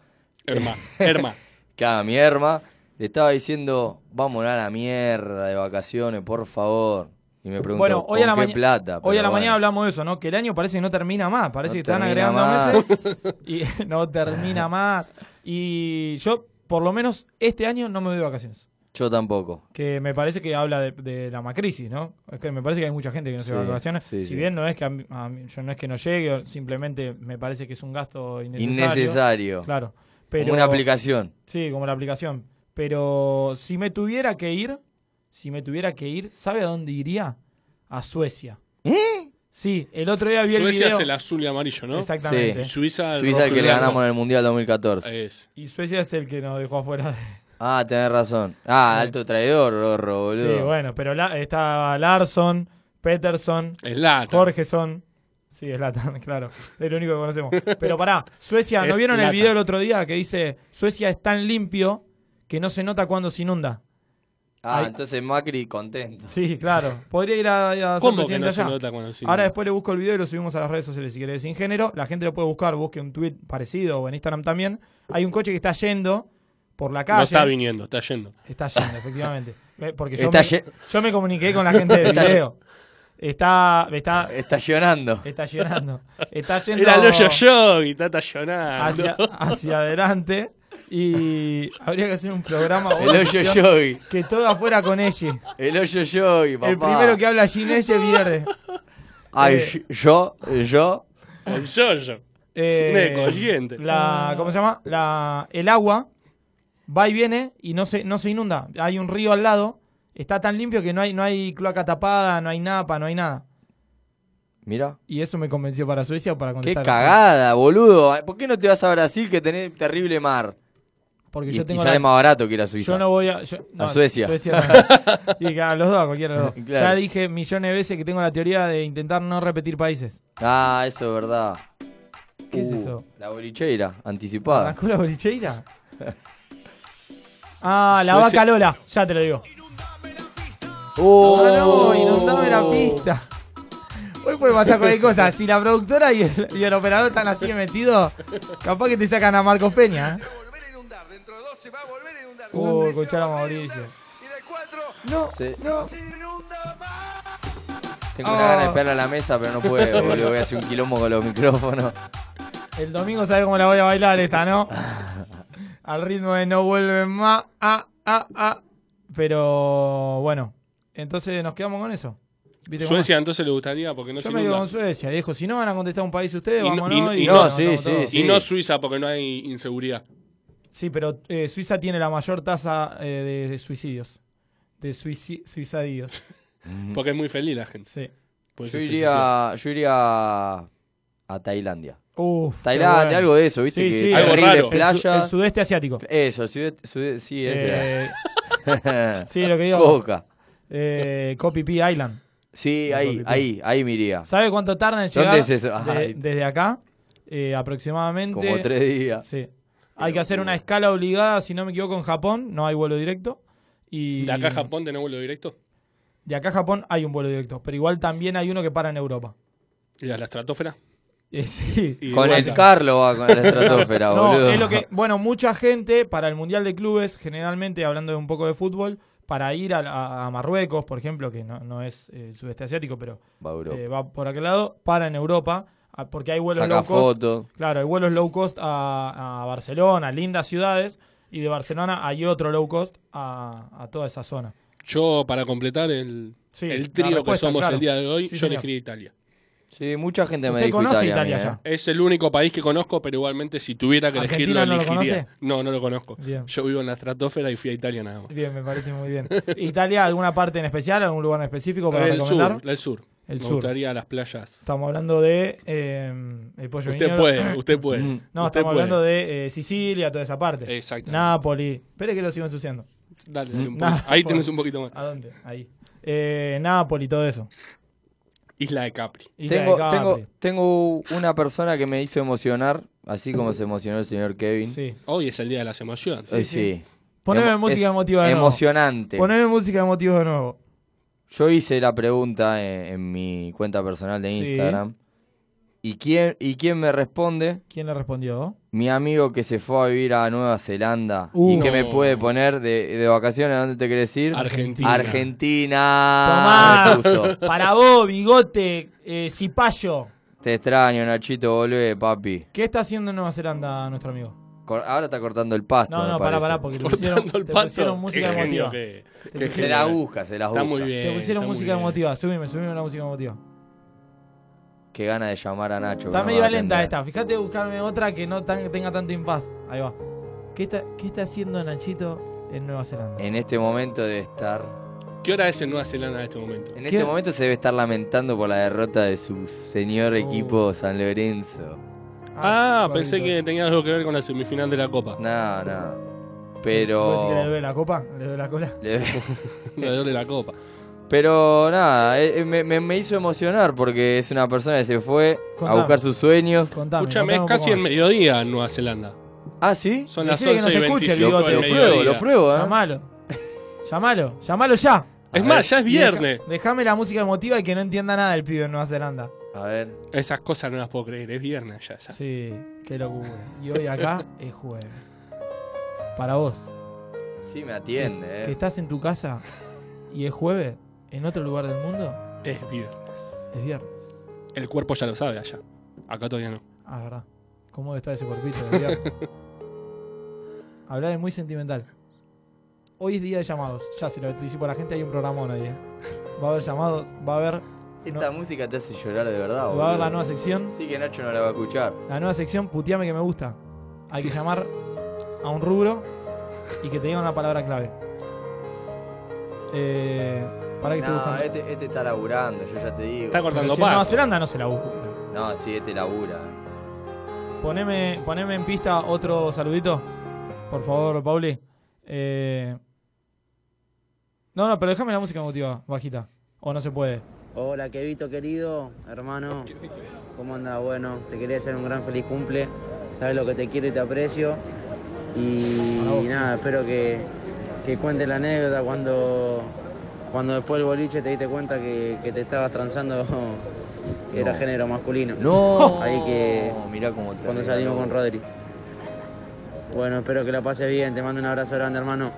[SPEAKER 7] Herma, herma.
[SPEAKER 2] que a mi herma, le estaba diciendo, vamos a la mierda de vacaciones, por favor. Y me preguntó,
[SPEAKER 6] Bueno, hoy a la,
[SPEAKER 2] ¿con qué
[SPEAKER 6] maña-
[SPEAKER 2] plata? Pero
[SPEAKER 6] hoy a la
[SPEAKER 2] bueno,
[SPEAKER 6] mañana hablamos de eso, ¿no? Que el año parece que no termina más.
[SPEAKER 2] No
[SPEAKER 6] Parece que están
[SPEAKER 2] termina
[SPEAKER 6] agregando
[SPEAKER 2] más.
[SPEAKER 6] meses y no termina más. Y yo, por lo menos, este año no me voy de vacaciones.
[SPEAKER 2] Yo tampoco.
[SPEAKER 6] Que me parece que habla de, de la macrisis, ¿no? Es que me parece que hay mucha gente que no se va de
[SPEAKER 2] Sí,
[SPEAKER 6] vacaciones.
[SPEAKER 2] sí,
[SPEAKER 6] si
[SPEAKER 2] sí.
[SPEAKER 6] bien no es que a mí- a mí- yo no es que no llegue, o simplemente me parece que es un gasto innecesario.
[SPEAKER 2] Innecesario.
[SPEAKER 6] Claro.
[SPEAKER 2] Como
[SPEAKER 6] Pero,
[SPEAKER 2] una aplicación.
[SPEAKER 6] Sí, como la aplicación. Pero si me tuviera que ir, si me tuviera que ir, ¿sabe a dónde iría? A Suecia.
[SPEAKER 2] ¿Eh?
[SPEAKER 6] Sí, el otro día vi el
[SPEAKER 7] Suecia
[SPEAKER 6] video.
[SPEAKER 7] es el azul y amarillo, ¿no?
[SPEAKER 6] Exactamente.
[SPEAKER 2] Sí.
[SPEAKER 7] Suiza, Ah, el
[SPEAKER 2] Suiza el
[SPEAKER 7] rojo
[SPEAKER 2] que
[SPEAKER 7] y
[SPEAKER 2] le
[SPEAKER 7] blanco.
[SPEAKER 2] ganamos en el Mundial 2014.
[SPEAKER 7] Es.
[SPEAKER 6] Y Suecia es el que nos dejó afuera. de-
[SPEAKER 2] Ah, tenés razón. Ah, alto traidor, Rorro, boludo.
[SPEAKER 6] Sí, bueno, pero la- estaba Larson, Peterson,
[SPEAKER 7] Zlatan.
[SPEAKER 6] Jorgeson. Sí, es Latan, claro. Es lo único que conocemos. Pero pará, Suecia, ¿no
[SPEAKER 7] Es
[SPEAKER 6] vieron el
[SPEAKER 7] Zlatan.
[SPEAKER 6] video el otro día que dice Suecia es tan limpio que no se nota cuando se inunda?
[SPEAKER 2] Ah,
[SPEAKER 6] Ay.
[SPEAKER 2] entonces Macri contento.
[SPEAKER 6] Sí, claro. Podría ir a, a ser
[SPEAKER 7] ¿Cómo que
[SPEAKER 6] presidente
[SPEAKER 7] no se
[SPEAKER 6] allá.
[SPEAKER 7] nota cuando se
[SPEAKER 6] Ahora
[SPEAKER 7] inunda?
[SPEAKER 6] después le busco el video y lo subimos a las redes sociales si querés sin género. La gente lo puede buscar, busque un tweet parecido o en Instagram también. Hay un coche que está yendo por la calle.
[SPEAKER 7] No está viniendo, está yendo.
[SPEAKER 6] Está yendo, efectivamente. Eh, Porque yo,
[SPEAKER 2] Está
[SPEAKER 6] me,
[SPEAKER 2] ye-
[SPEAKER 6] yo me comuniqué con la gente del
[SPEAKER 2] Está ye-
[SPEAKER 6] video. Está. Está,
[SPEAKER 2] está llorando.
[SPEAKER 6] Está llorando. Está yendo
[SPEAKER 7] Era el hoyo yo y está tallonando.
[SPEAKER 6] hacia, hacia adelante. Y habría que hacer un programa.
[SPEAKER 2] El hoyo yogi.
[SPEAKER 6] Que todo afuera con ella.
[SPEAKER 2] El hoyo yogi, papá.
[SPEAKER 6] El primero que habla Gin ella pierde.
[SPEAKER 2] Ay,
[SPEAKER 6] Eh,
[SPEAKER 2] yo, yo.
[SPEAKER 7] El yoyo.
[SPEAKER 6] Eh,
[SPEAKER 7] Me cociente.
[SPEAKER 6] La, ¿Cómo se llama? La, el agua va y viene y no se, no se inunda. Hay un río al lado. Está tan limpio que no hay, no hay cloaca tapada, no hay napa, no hay nada.
[SPEAKER 2] Mira.
[SPEAKER 6] Y eso me convenció para Suecia o para
[SPEAKER 2] Qué
[SPEAKER 6] contestar.
[SPEAKER 2] cagada, boludo. ¿Por qué no te vas a Brasil que tenés terrible mar?
[SPEAKER 6] Porque
[SPEAKER 2] y,
[SPEAKER 6] yo
[SPEAKER 2] y
[SPEAKER 6] tengo
[SPEAKER 2] sale
[SPEAKER 6] la-
[SPEAKER 2] más barato que ir a Suiza.
[SPEAKER 6] Yo no voy a. yo- no,
[SPEAKER 2] a Suecia.
[SPEAKER 6] no. y a los dos, a cualquiera de los dos.
[SPEAKER 2] Claro.
[SPEAKER 6] Ya dije millones de veces que tengo la teoría de intentar no repetir países.
[SPEAKER 2] Ah, eso es verdad. Uh,
[SPEAKER 6] ¿Qué es eso?
[SPEAKER 2] La bolicheira, anticipada.
[SPEAKER 6] ¿Arrancó la bolicheira? Ah, la
[SPEAKER 2] Suecia-
[SPEAKER 6] vaca Lola, ya te lo digo.
[SPEAKER 2] ¡Oh!
[SPEAKER 6] Ah, no, inundame la pista. Hoy puede pasar cualquier cosa. Si la productora y el, y el operador están así metidos, capaz que te sacan a Marcos Peña. ¿eh? Uh, escuchar a Mauricio. No,
[SPEAKER 2] Sí.
[SPEAKER 6] no.
[SPEAKER 2] Tengo una
[SPEAKER 6] Ah.
[SPEAKER 2] gana de pegarle a la mesa, pero no puedo, boludo. Voy a hacer un quilombo con los micrófonos.
[SPEAKER 6] El domingo sabe cómo la voy a bailar esta, ¿no? Al ritmo de no vuelven más. Ah, ah, ah. Pero bueno, entonces nos quedamos con eso. ¿Viste cómo es?
[SPEAKER 7] Suecia entonces le gustaría porque no
[SPEAKER 6] Yo
[SPEAKER 7] se
[SPEAKER 6] me quedo
[SPEAKER 7] inunda.
[SPEAKER 6] con Suecia, viejo. Si no van a contestar un país
[SPEAKER 7] Y
[SPEAKER 6] ustedes,
[SPEAKER 7] no-
[SPEAKER 6] vámonos.
[SPEAKER 7] y
[SPEAKER 6] y
[SPEAKER 7] no-
[SPEAKER 6] nos
[SPEAKER 7] sí,
[SPEAKER 6] vamos todos.
[SPEAKER 7] Y no Suiza porque no hay inseguridad.
[SPEAKER 6] Sí, pero eh, Suiza tiene la mayor tasa eh, de, de suicidios. De suici- suicidios.
[SPEAKER 7] Porque es muy feliz la gente.
[SPEAKER 6] Sí.
[SPEAKER 7] Pues
[SPEAKER 2] Yo
[SPEAKER 7] eso,
[SPEAKER 2] iría, yo iría a- a Tailandia.
[SPEAKER 6] Uf,
[SPEAKER 2] Tailandia,
[SPEAKER 6] qué bueno.
[SPEAKER 2] algo de eso, ¿viste?
[SPEAKER 6] Sí,
[SPEAKER 2] que
[SPEAKER 6] sí,
[SPEAKER 2] terrible
[SPEAKER 6] algo raro.
[SPEAKER 2] playa.
[SPEAKER 6] El su- el sudeste asiático.
[SPEAKER 2] Eso, el sudeste, sude- sí, ese.
[SPEAKER 6] Eh, sí, lo que digo.
[SPEAKER 2] Coca.
[SPEAKER 6] Eh, Copy P Island.
[SPEAKER 2] Sí,
[SPEAKER 6] El
[SPEAKER 2] ahí,
[SPEAKER 6] Copi P.
[SPEAKER 2] ahí, ahí me iría.
[SPEAKER 6] ¿Sabe cuánto tarda en llegar?
[SPEAKER 2] ¿Dónde es eso?
[SPEAKER 6] de-
[SPEAKER 2] Ay.
[SPEAKER 6] desde acá, eh, aproximadamente.
[SPEAKER 2] Como tres días.
[SPEAKER 6] Sí. Hay que hacer una escala obligada, si no me equivoco, en Japón. No hay vuelo directo. Y
[SPEAKER 7] ¿De acá a Japón tenés vuelo directo?
[SPEAKER 6] De acá a Japón hay un vuelo directo. Pero igual también hay uno que para en Europa.
[SPEAKER 7] ¿Y a la estratosfera?
[SPEAKER 6] Eh, sí.
[SPEAKER 7] Y
[SPEAKER 2] Con
[SPEAKER 7] de
[SPEAKER 2] el
[SPEAKER 7] vuelta.
[SPEAKER 2] Carlo va con la estratosfera,
[SPEAKER 6] No,
[SPEAKER 2] boludo.
[SPEAKER 6] es lo que, bueno, mucha gente para el Mundial de Clubes, generalmente hablando de un poco de fútbol, para ir a, a- a Marruecos, por ejemplo, que no, no es eh, el sudeste asiático, pero
[SPEAKER 2] Va a Europa.
[SPEAKER 6] eh, va por aquel lado, para en Europa, a- porque hay vuelos
[SPEAKER 2] Saca
[SPEAKER 6] low cost.
[SPEAKER 2] fotos.
[SPEAKER 6] Claro, hay vuelos low cost a, a Barcelona, lindas ciudades, y de Barcelona hay otro low cost a, a toda esa zona.
[SPEAKER 7] Yo, para completar el,
[SPEAKER 6] Sí,
[SPEAKER 7] el
[SPEAKER 6] la
[SPEAKER 7] trío que
[SPEAKER 6] respuesta,
[SPEAKER 7] somos
[SPEAKER 6] claro.
[SPEAKER 7] el día de hoy,
[SPEAKER 6] Sí,
[SPEAKER 7] yo
[SPEAKER 6] señor.
[SPEAKER 7] elegiría Italia.
[SPEAKER 2] Sí, mucha gente me
[SPEAKER 6] ¿Usted
[SPEAKER 2] dijo
[SPEAKER 6] conoce
[SPEAKER 2] Italia. a mí,
[SPEAKER 6] Italia
[SPEAKER 2] ¿eh?
[SPEAKER 6] ya?
[SPEAKER 7] Es el único país que conozco, pero igualmente si tuviera que
[SPEAKER 6] ¿Argentina
[SPEAKER 7] elegirlo,
[SPEAKER 6] no lo
[SPEAKER 7] elegiría.
[SPEAKER 6] conoce?
[SPEAKER 7] No, no lo conozco.
[SPEAKER 6] Bien.
[SPEAKER 7] Yo vivo en la estratosfera y fui a Italia nada
[SPEAKER 2] eh.
[SPEAKER 7] más.
[SPEAKER 6] Bien, me parece muy bien. ¿Italia alguna parte en especial, algún lugar en específico para
[SPEAKER 7] El
[SPEAKER 6] recomendar?
[SPEAKER 7] sur, el sur.
[SPEAKER 6] El
[SPEAKER 7] Me
[SPEAKER 6] sur.
[SPEAKER 7] gustaría las playas.
[SPEAKER 6] Estamos hablando de eh, el pollo
[SPEAKER 7] Usted
[SPEAKER 6] viñolo.
[SPEAKER 7] puede, usted puede.
[SPEAKER 6] No,
[SPEAKER 7] usted
[SPEAKER 6] estamos
[SPEAKER 7] puede.
[SPEAKER 6] hablando de eh, Sicilia, toda esa parte.
[SPEAKER 7] Exactamente.
[SPEAKER 6] Nápoles. Espere que lo sigo ensuciando.
[SPEAKER 7] Dale, dale un
[SPEAKER 6] Nah,
[SPEAKER 7] poquito. Ahí
[SPEAKER 6] por-
[SPEAKER 7] tenés un poquito más.
[SPEAKER 6] ¿A dónde? Ahí. Eh, Nápoles, todo eso.
[SPEAKER 7] Isla de Capri.
[SPEAKER 6] Isla de
[SPEAKER 2] Tengo,
[SPEAKER 6] Capri.
[SPEAKER 2] tengo, tengo una persona que me hizo emocionar, así como se emocionó el señor Kevin.
[SPEAKER 6] Sí.
[SPEAKER 7] Hoy es el día de las emociones.
[SPEAKER 2] Eh, sí.
[SPEAKER 6] Poneme
[SPEAKER 2] Emo-
[SPEAKER 6] música
[SPEAKER 2] Em, es
[SPEAKER 6] emotiva de nuevo.
[SPEAKER 2] Emocionante.
[SPEAKER 6] Poneme música de motivos de nuevo.
[SPEAKER 2] Yo hice la pregunta en, en mi cuenta personal de
[SPEAKER 6] Sí.
[SPEAKER 2] Instagram. ¿Y quién, ¿Y quién me responde?
[SPEAKER 6] ¿Quién le respondió?
[SPEAKER 2] Mi amigo que se fue a vivir a Nueva Zelanda. ¿Y
[SPEAKER 6] Uh.
[SPEAKER 2] que me puede poner de, de vacaciones? ¿A dónde te querés ir?
[SPEAKER 7] Argentina.
[SPEAKER 2] Argentina.
[SPEAKER 6] Tomá.
[SPEAKER 2] Ah, puso.
[SPEAKER 6] Para vos, bigote, eh, cipayo.
[SPEAKER 2] Te extraño, Nachito, volvé, papi.
[SPEAKER 6] ¿Qué está haciendo en Nueva Zelanda nuestro amigo?
[SPEAKER 2] Cor- Ahora está cortando el pasto.
[SPEAKER 6] No,
[SPEAKER 2] Ah, me
[SPEAKER 6] no, pará,
[SPEAKER 2] parece.
[SPEAKER 6] pará, porque te pusieron,
[SPEAKER 7] Cortando el
[SPEAKER 6] te
[SPEAKER 7] pato.
[SPEAKER 6] pusieron
[SPEAKER 7] Qué
[SPEAKER 6] música
[SPEAKER 7] genio
[SPEAKER 6] emotiva.
[SPEAKER 7] que-
[SPEAKER 6] Te
[SPEAKER 7] qué
[SPEAKER 6] pusieron-
[SPEAKER 2] Se
[SPEAKER 7] genio.
[SPEAKER 2] la busca, se la
[SPEAKER 7] Está
[SPEAKER 2] busca.
[SPEAKER 7] muy bien.
[SPEAKER 6] Te pusieron
[SPEAKER 7] está muy
[SPEAKER 6] música
[SPEAKER 7] bien.
[SPEAKER 6] emotiva. Subime, subime una música emotiva.
[SPEAKER 2] Qué gana de llamar a Nacho.
[SPEAKER 6] Está
[SPEAKER 2] que no
[SPEAKER 6] medio
[SPEAKER 2] va a
[SPEAKER 6] lenta
[SPEAKER 2] atender.
[SPEAKER 6] esta. Fíjate de buscarme otra que no tan- tenga tanto impas. Ahí va. ¿Qué está, qué está haciendo Nachito en Nueva Zelanda?
[SPEAKER 2] En este momento debe estar.
[SPEAKER 7] ¿Qué hora es en Nueva Zelanda en este momento?
[SPEAKER 2] En
[SPEAKER 6] ¿Qué?
[SPEAKER 2] este momento se debe estar lamentando por la derrota de su señor
[SPEAKER 6] Uh.
[SPEAKER 2] equipo San Lorenzo.
[SPEAKER 7] Ah,
[SPEAKER 6] cuadritos.
[SPEAKER 7] pensé que tenía algo que ver con la semifinal de la Copa.
[SPEAKER 2] No, no.
[SPEAKER 6] ¿Vos decís que le
[SPEAKER 2] Pero.
[SPEAKER 6] duele la copa? ¿Le duele la cola?
[SPEAKER 2] le-
[SPEAKER 7] Alrededor de la Copa.
[SPEAKER 2] Pero nada, eh, eh, me, me- me hizo emocionar porque es una persona que se fue
[SPEAKER 6] Contame.
[SPEAKER 2] a buscar sus sueños.
[SPEAKER 6] Contame.
[SPEAKER 7] Escúchame, es casi el
[SPEAKER 6] en
[SPEAKER 7] mediodía en Nueva Zelanda.
[SPEAKER 2] Ah, sí.
[SPEAKER 7] Son
[SPEAKER 6] Decile
[SPEAKER 7] las
[SPEAKER 6] que no
[SPEAKER 7] 11
[SPEAKER 6] se
[SPEAKER 7] y
[SPEAKER 6] escuche el
[SPEAKER 7] 25
[SPEAKER 6] bigote.
[SPEAKER 7] del
[SPEAKER 2] Lo
[SPEAKER 7] mediodía.
[SPEAKER 2] pruebo, lo pruebo, ¿eh?
[SPEAKER 6] Llamalo. Llamalo. Llamalo ya.
[SPEAKER 7] Es
[SPEAKER 6] Ah,
[SPEAKER 7] más,
[SPEAKER 6] ¿eh?
[SPEAKER 7] ya es viernes.
[SPEAKER 6] Déjame la música emotiva y que no entienda nada el pibe en Nueva Zelanda.
[SPEAKER 2] A ver.
[SPEAKER 7] Esas cosas no las puedo creer, es viernes ya. ya.
[SPEAKER 6] Sí, qué locura. Y hoy acá es jueves. Para vos,
[SPEAKER 2] Sí, me atiende,
[SPEAKER 6] que
[SPEAKER 2] eh.
[SPEAKER 6] estás en tu casa y es jueves en otro lugar del mundo,
[SPEAKER 7] Es viernes.
[SPEAKER 6] Es viernes.
[SPEAKER 7] El cuerpo ya lo sabe allá. Acá todavía no.
[SPEAKER 6] Ah, es verdad. ¿Cómo debe estar ese cuerpito de viernes? Hablar es muy sentimental. Hoy es día de llamados. Ya se lo anticipo a la gente, hay un programón hoy. eh. Va a haber llamados, va a haber
[SPEAKER 2] Esta música te hace llorar de verdad,
[SPEAKER 6] Va a
[SPEAKER 2] boludo.
[SPEAKER 6] haber la nueva sección.
[SPEAKER 2] Sí, que Nacho no la va a escuchar.
[SPEAKER 6] la nueva sección Puteame que me gusta. Hay que llamar a un rubro y que te diga una palabra clave. Eh, para que te
[SPEAKER 2] No,
[SPEAKER 6] buscan.
[SPEAKER 2] este, este está laburando, yo ya te digo.
[SPEAKER 6] Pero si en Nueva Zelanda no se la busca.
[SPEAKER 2] No, sí, este labura.
[SPEAKER 6] Poneme, poneme en pista otro saludito. Por favor, Pauli. Eh, No, no, pero déjame la música emotiva, bajita. O no se puede.
[SPEAKER 10] Hola, Kevito querido, hermano. ¿Cómo anda? Bueno, te quería hacer un gran feliz cumple. Sabes lo que te quiero y te aprecio. Y, nada, espero que, que cuentes la anécdota cuando, cuando después del boliche te diste cuenta que, que te estabas transando que era
[SPEAKER 2] No.
[SPEAKER 10] género masculino.
[SPEAKER 2] No.
[SPEAKER 10] Ahí que
[SPEAKER 2] Mirá cómo te
[SPEAKER 10] cuando
[SPEAKER 2] regaló.
[SPEAKER 10] salimos con Rodri. Bueno, espero que la pases bien. Te mando un abrazo grande, hermano.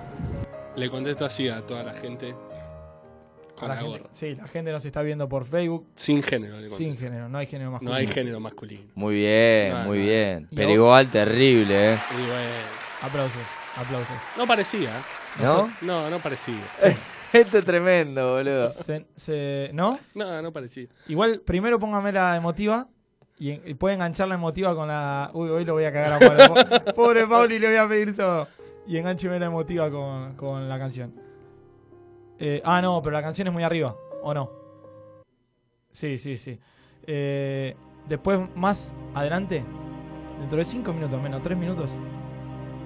[SPEAKER 7] Le contesto así a toda la gente.
[SPEAKER 6] A
[SPEAKER 7] Con
[SPEAKER 6] la
[SPEAKER 7] la,
[SPEAKER 6] gente-
[SPEAKER 7] gorra.
[SPEAKER 6] sí, la gente nos está viendo por Facebook.
[SPEAKER 7] Sin género, le
[SPEAKER 6] Sin género, no hay género masculino.
[SPEAKER 7] No hay género masculino.
[SPEAKER 2] Muy bien,
[SPEAKER 7] No,
[SPEAKER 2] muy
[SPEAKER 7] no.
[SPEAKER 2] bien.
[SPEAKER 7] ¿Y
[SPEAKER 2] Pero
[SPEAKER 7] vos?
[SPEAKER 2] igual terrible, eh.
[SPEAKER 7] Y bueno,
[SPEAKER 6] Aplausos, aplausos.
[SPEAKER 7] no parecía. ¿eh?
[SPEAKER 2] ¿No?
[SPEAKER 7] No, no parecía.
[SPEAKER 6] Eh.
[SPEAKER 2] Este es tremendo, boludo.
[SPEAKER 6] Se- se- ¿No?
[SPEAKER 7] No, no parecía.
[SPEAKER 6] Igual, primero póngame la emotiva. Y, en- y puede enganchar la emotiva con la. Uy, hoy lo voy a cagar a Pablo. Pobre Pauli, le voy a pedir todo. Y engancheme la emotiva con, con la canción. Eh, ah, no, pero la canción es muy arriba, ¿o no? Sí, sí, sí. Eh, después, más adelante, dentro de 5 minutos, menos 3 minutos,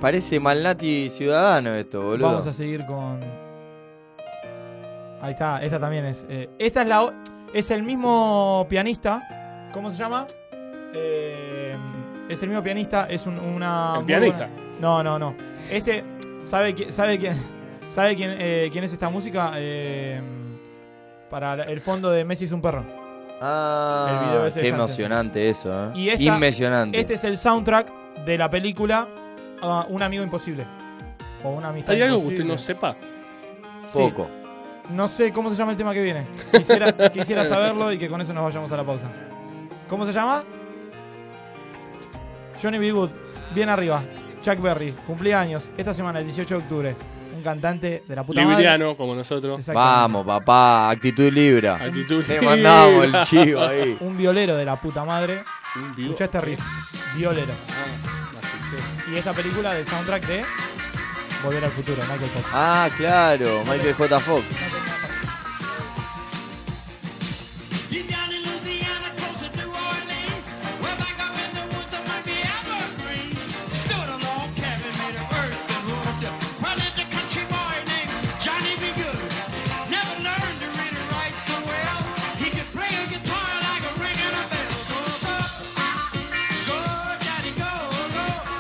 [SPEAKER 2] Parece Malnati ciudadano esto, boludo.
[SPEAKER 6] Vamos a seguir con. Ahí está, esta también es. eh, esta es la. o- Es el mismo pianista. ¿Cómo se llama? Eh, es el mismo pianista, es un- una.
[SPEAKER 7] ¿El
[SPEAKER 6] muy
[SPEAKER 7] pianista?
[SPEAKER 6] buena- No, no, no. Este. ¿Sabe, qui- sabe quién, sabe quién, eh, quién es esta música? Eh, para la- el fondo de Messi es un perro.
[SPEAKER 2] Ah,
[SPEAKER 6] El video ese
[SPEAKER 2] qué
[SPEAKER 6] ya se-
[SPEAKER 2] emocionante eso, eh.
[SPEAKER 6] Y esta-
[SPEAKER 2] Inmesionante.
[SPEAKER 6] Este es el soundtrack de la película ah, Un amigo imposible. O una amistad
[SPEAKER 7] ¿Hay algo que usted
[SPEAKER 6] imposible.
[SPEAKER 7] no sepa?
[SPEAKER 6] Sí.
[SPEAKER 2] Poco.
[SPEAKER 6] No sé cómo se llama el tema que viene. Quisiera, quisiera saberlo y que con eso nos vayamos a la pausa. ¿Cómo se llama? Johnny B. Good. Bien arriba. Chuck Berry. Cumplía años. Esta semana, el 18 de octubre. Un cantante de la puta madre.
[SPEAKER 7] Libriano, como nosotros.
[SPEAKER 2] Vamos, papá. Actitud libra.
[SPEAKER 7] Actitud
[SPEAKER 2] Te
[SPEAKER 7] libra.
[SPEAKER 2] mandamos el chivo ahí.
[SPEAKER 6] Un violero de la puta madre.
[SPEAKER 7] viol- Ah,
[SPEAKER 6] Escuchá este riff. Violero. Y esta película del soundtrack de Volver al futuro, Michael Fox.
[SPEAKER 2] Ah, claro. Michael J. Fox.
[SPEAKER 4] Go, go, go, go.
[SPEAKER 11] Oh,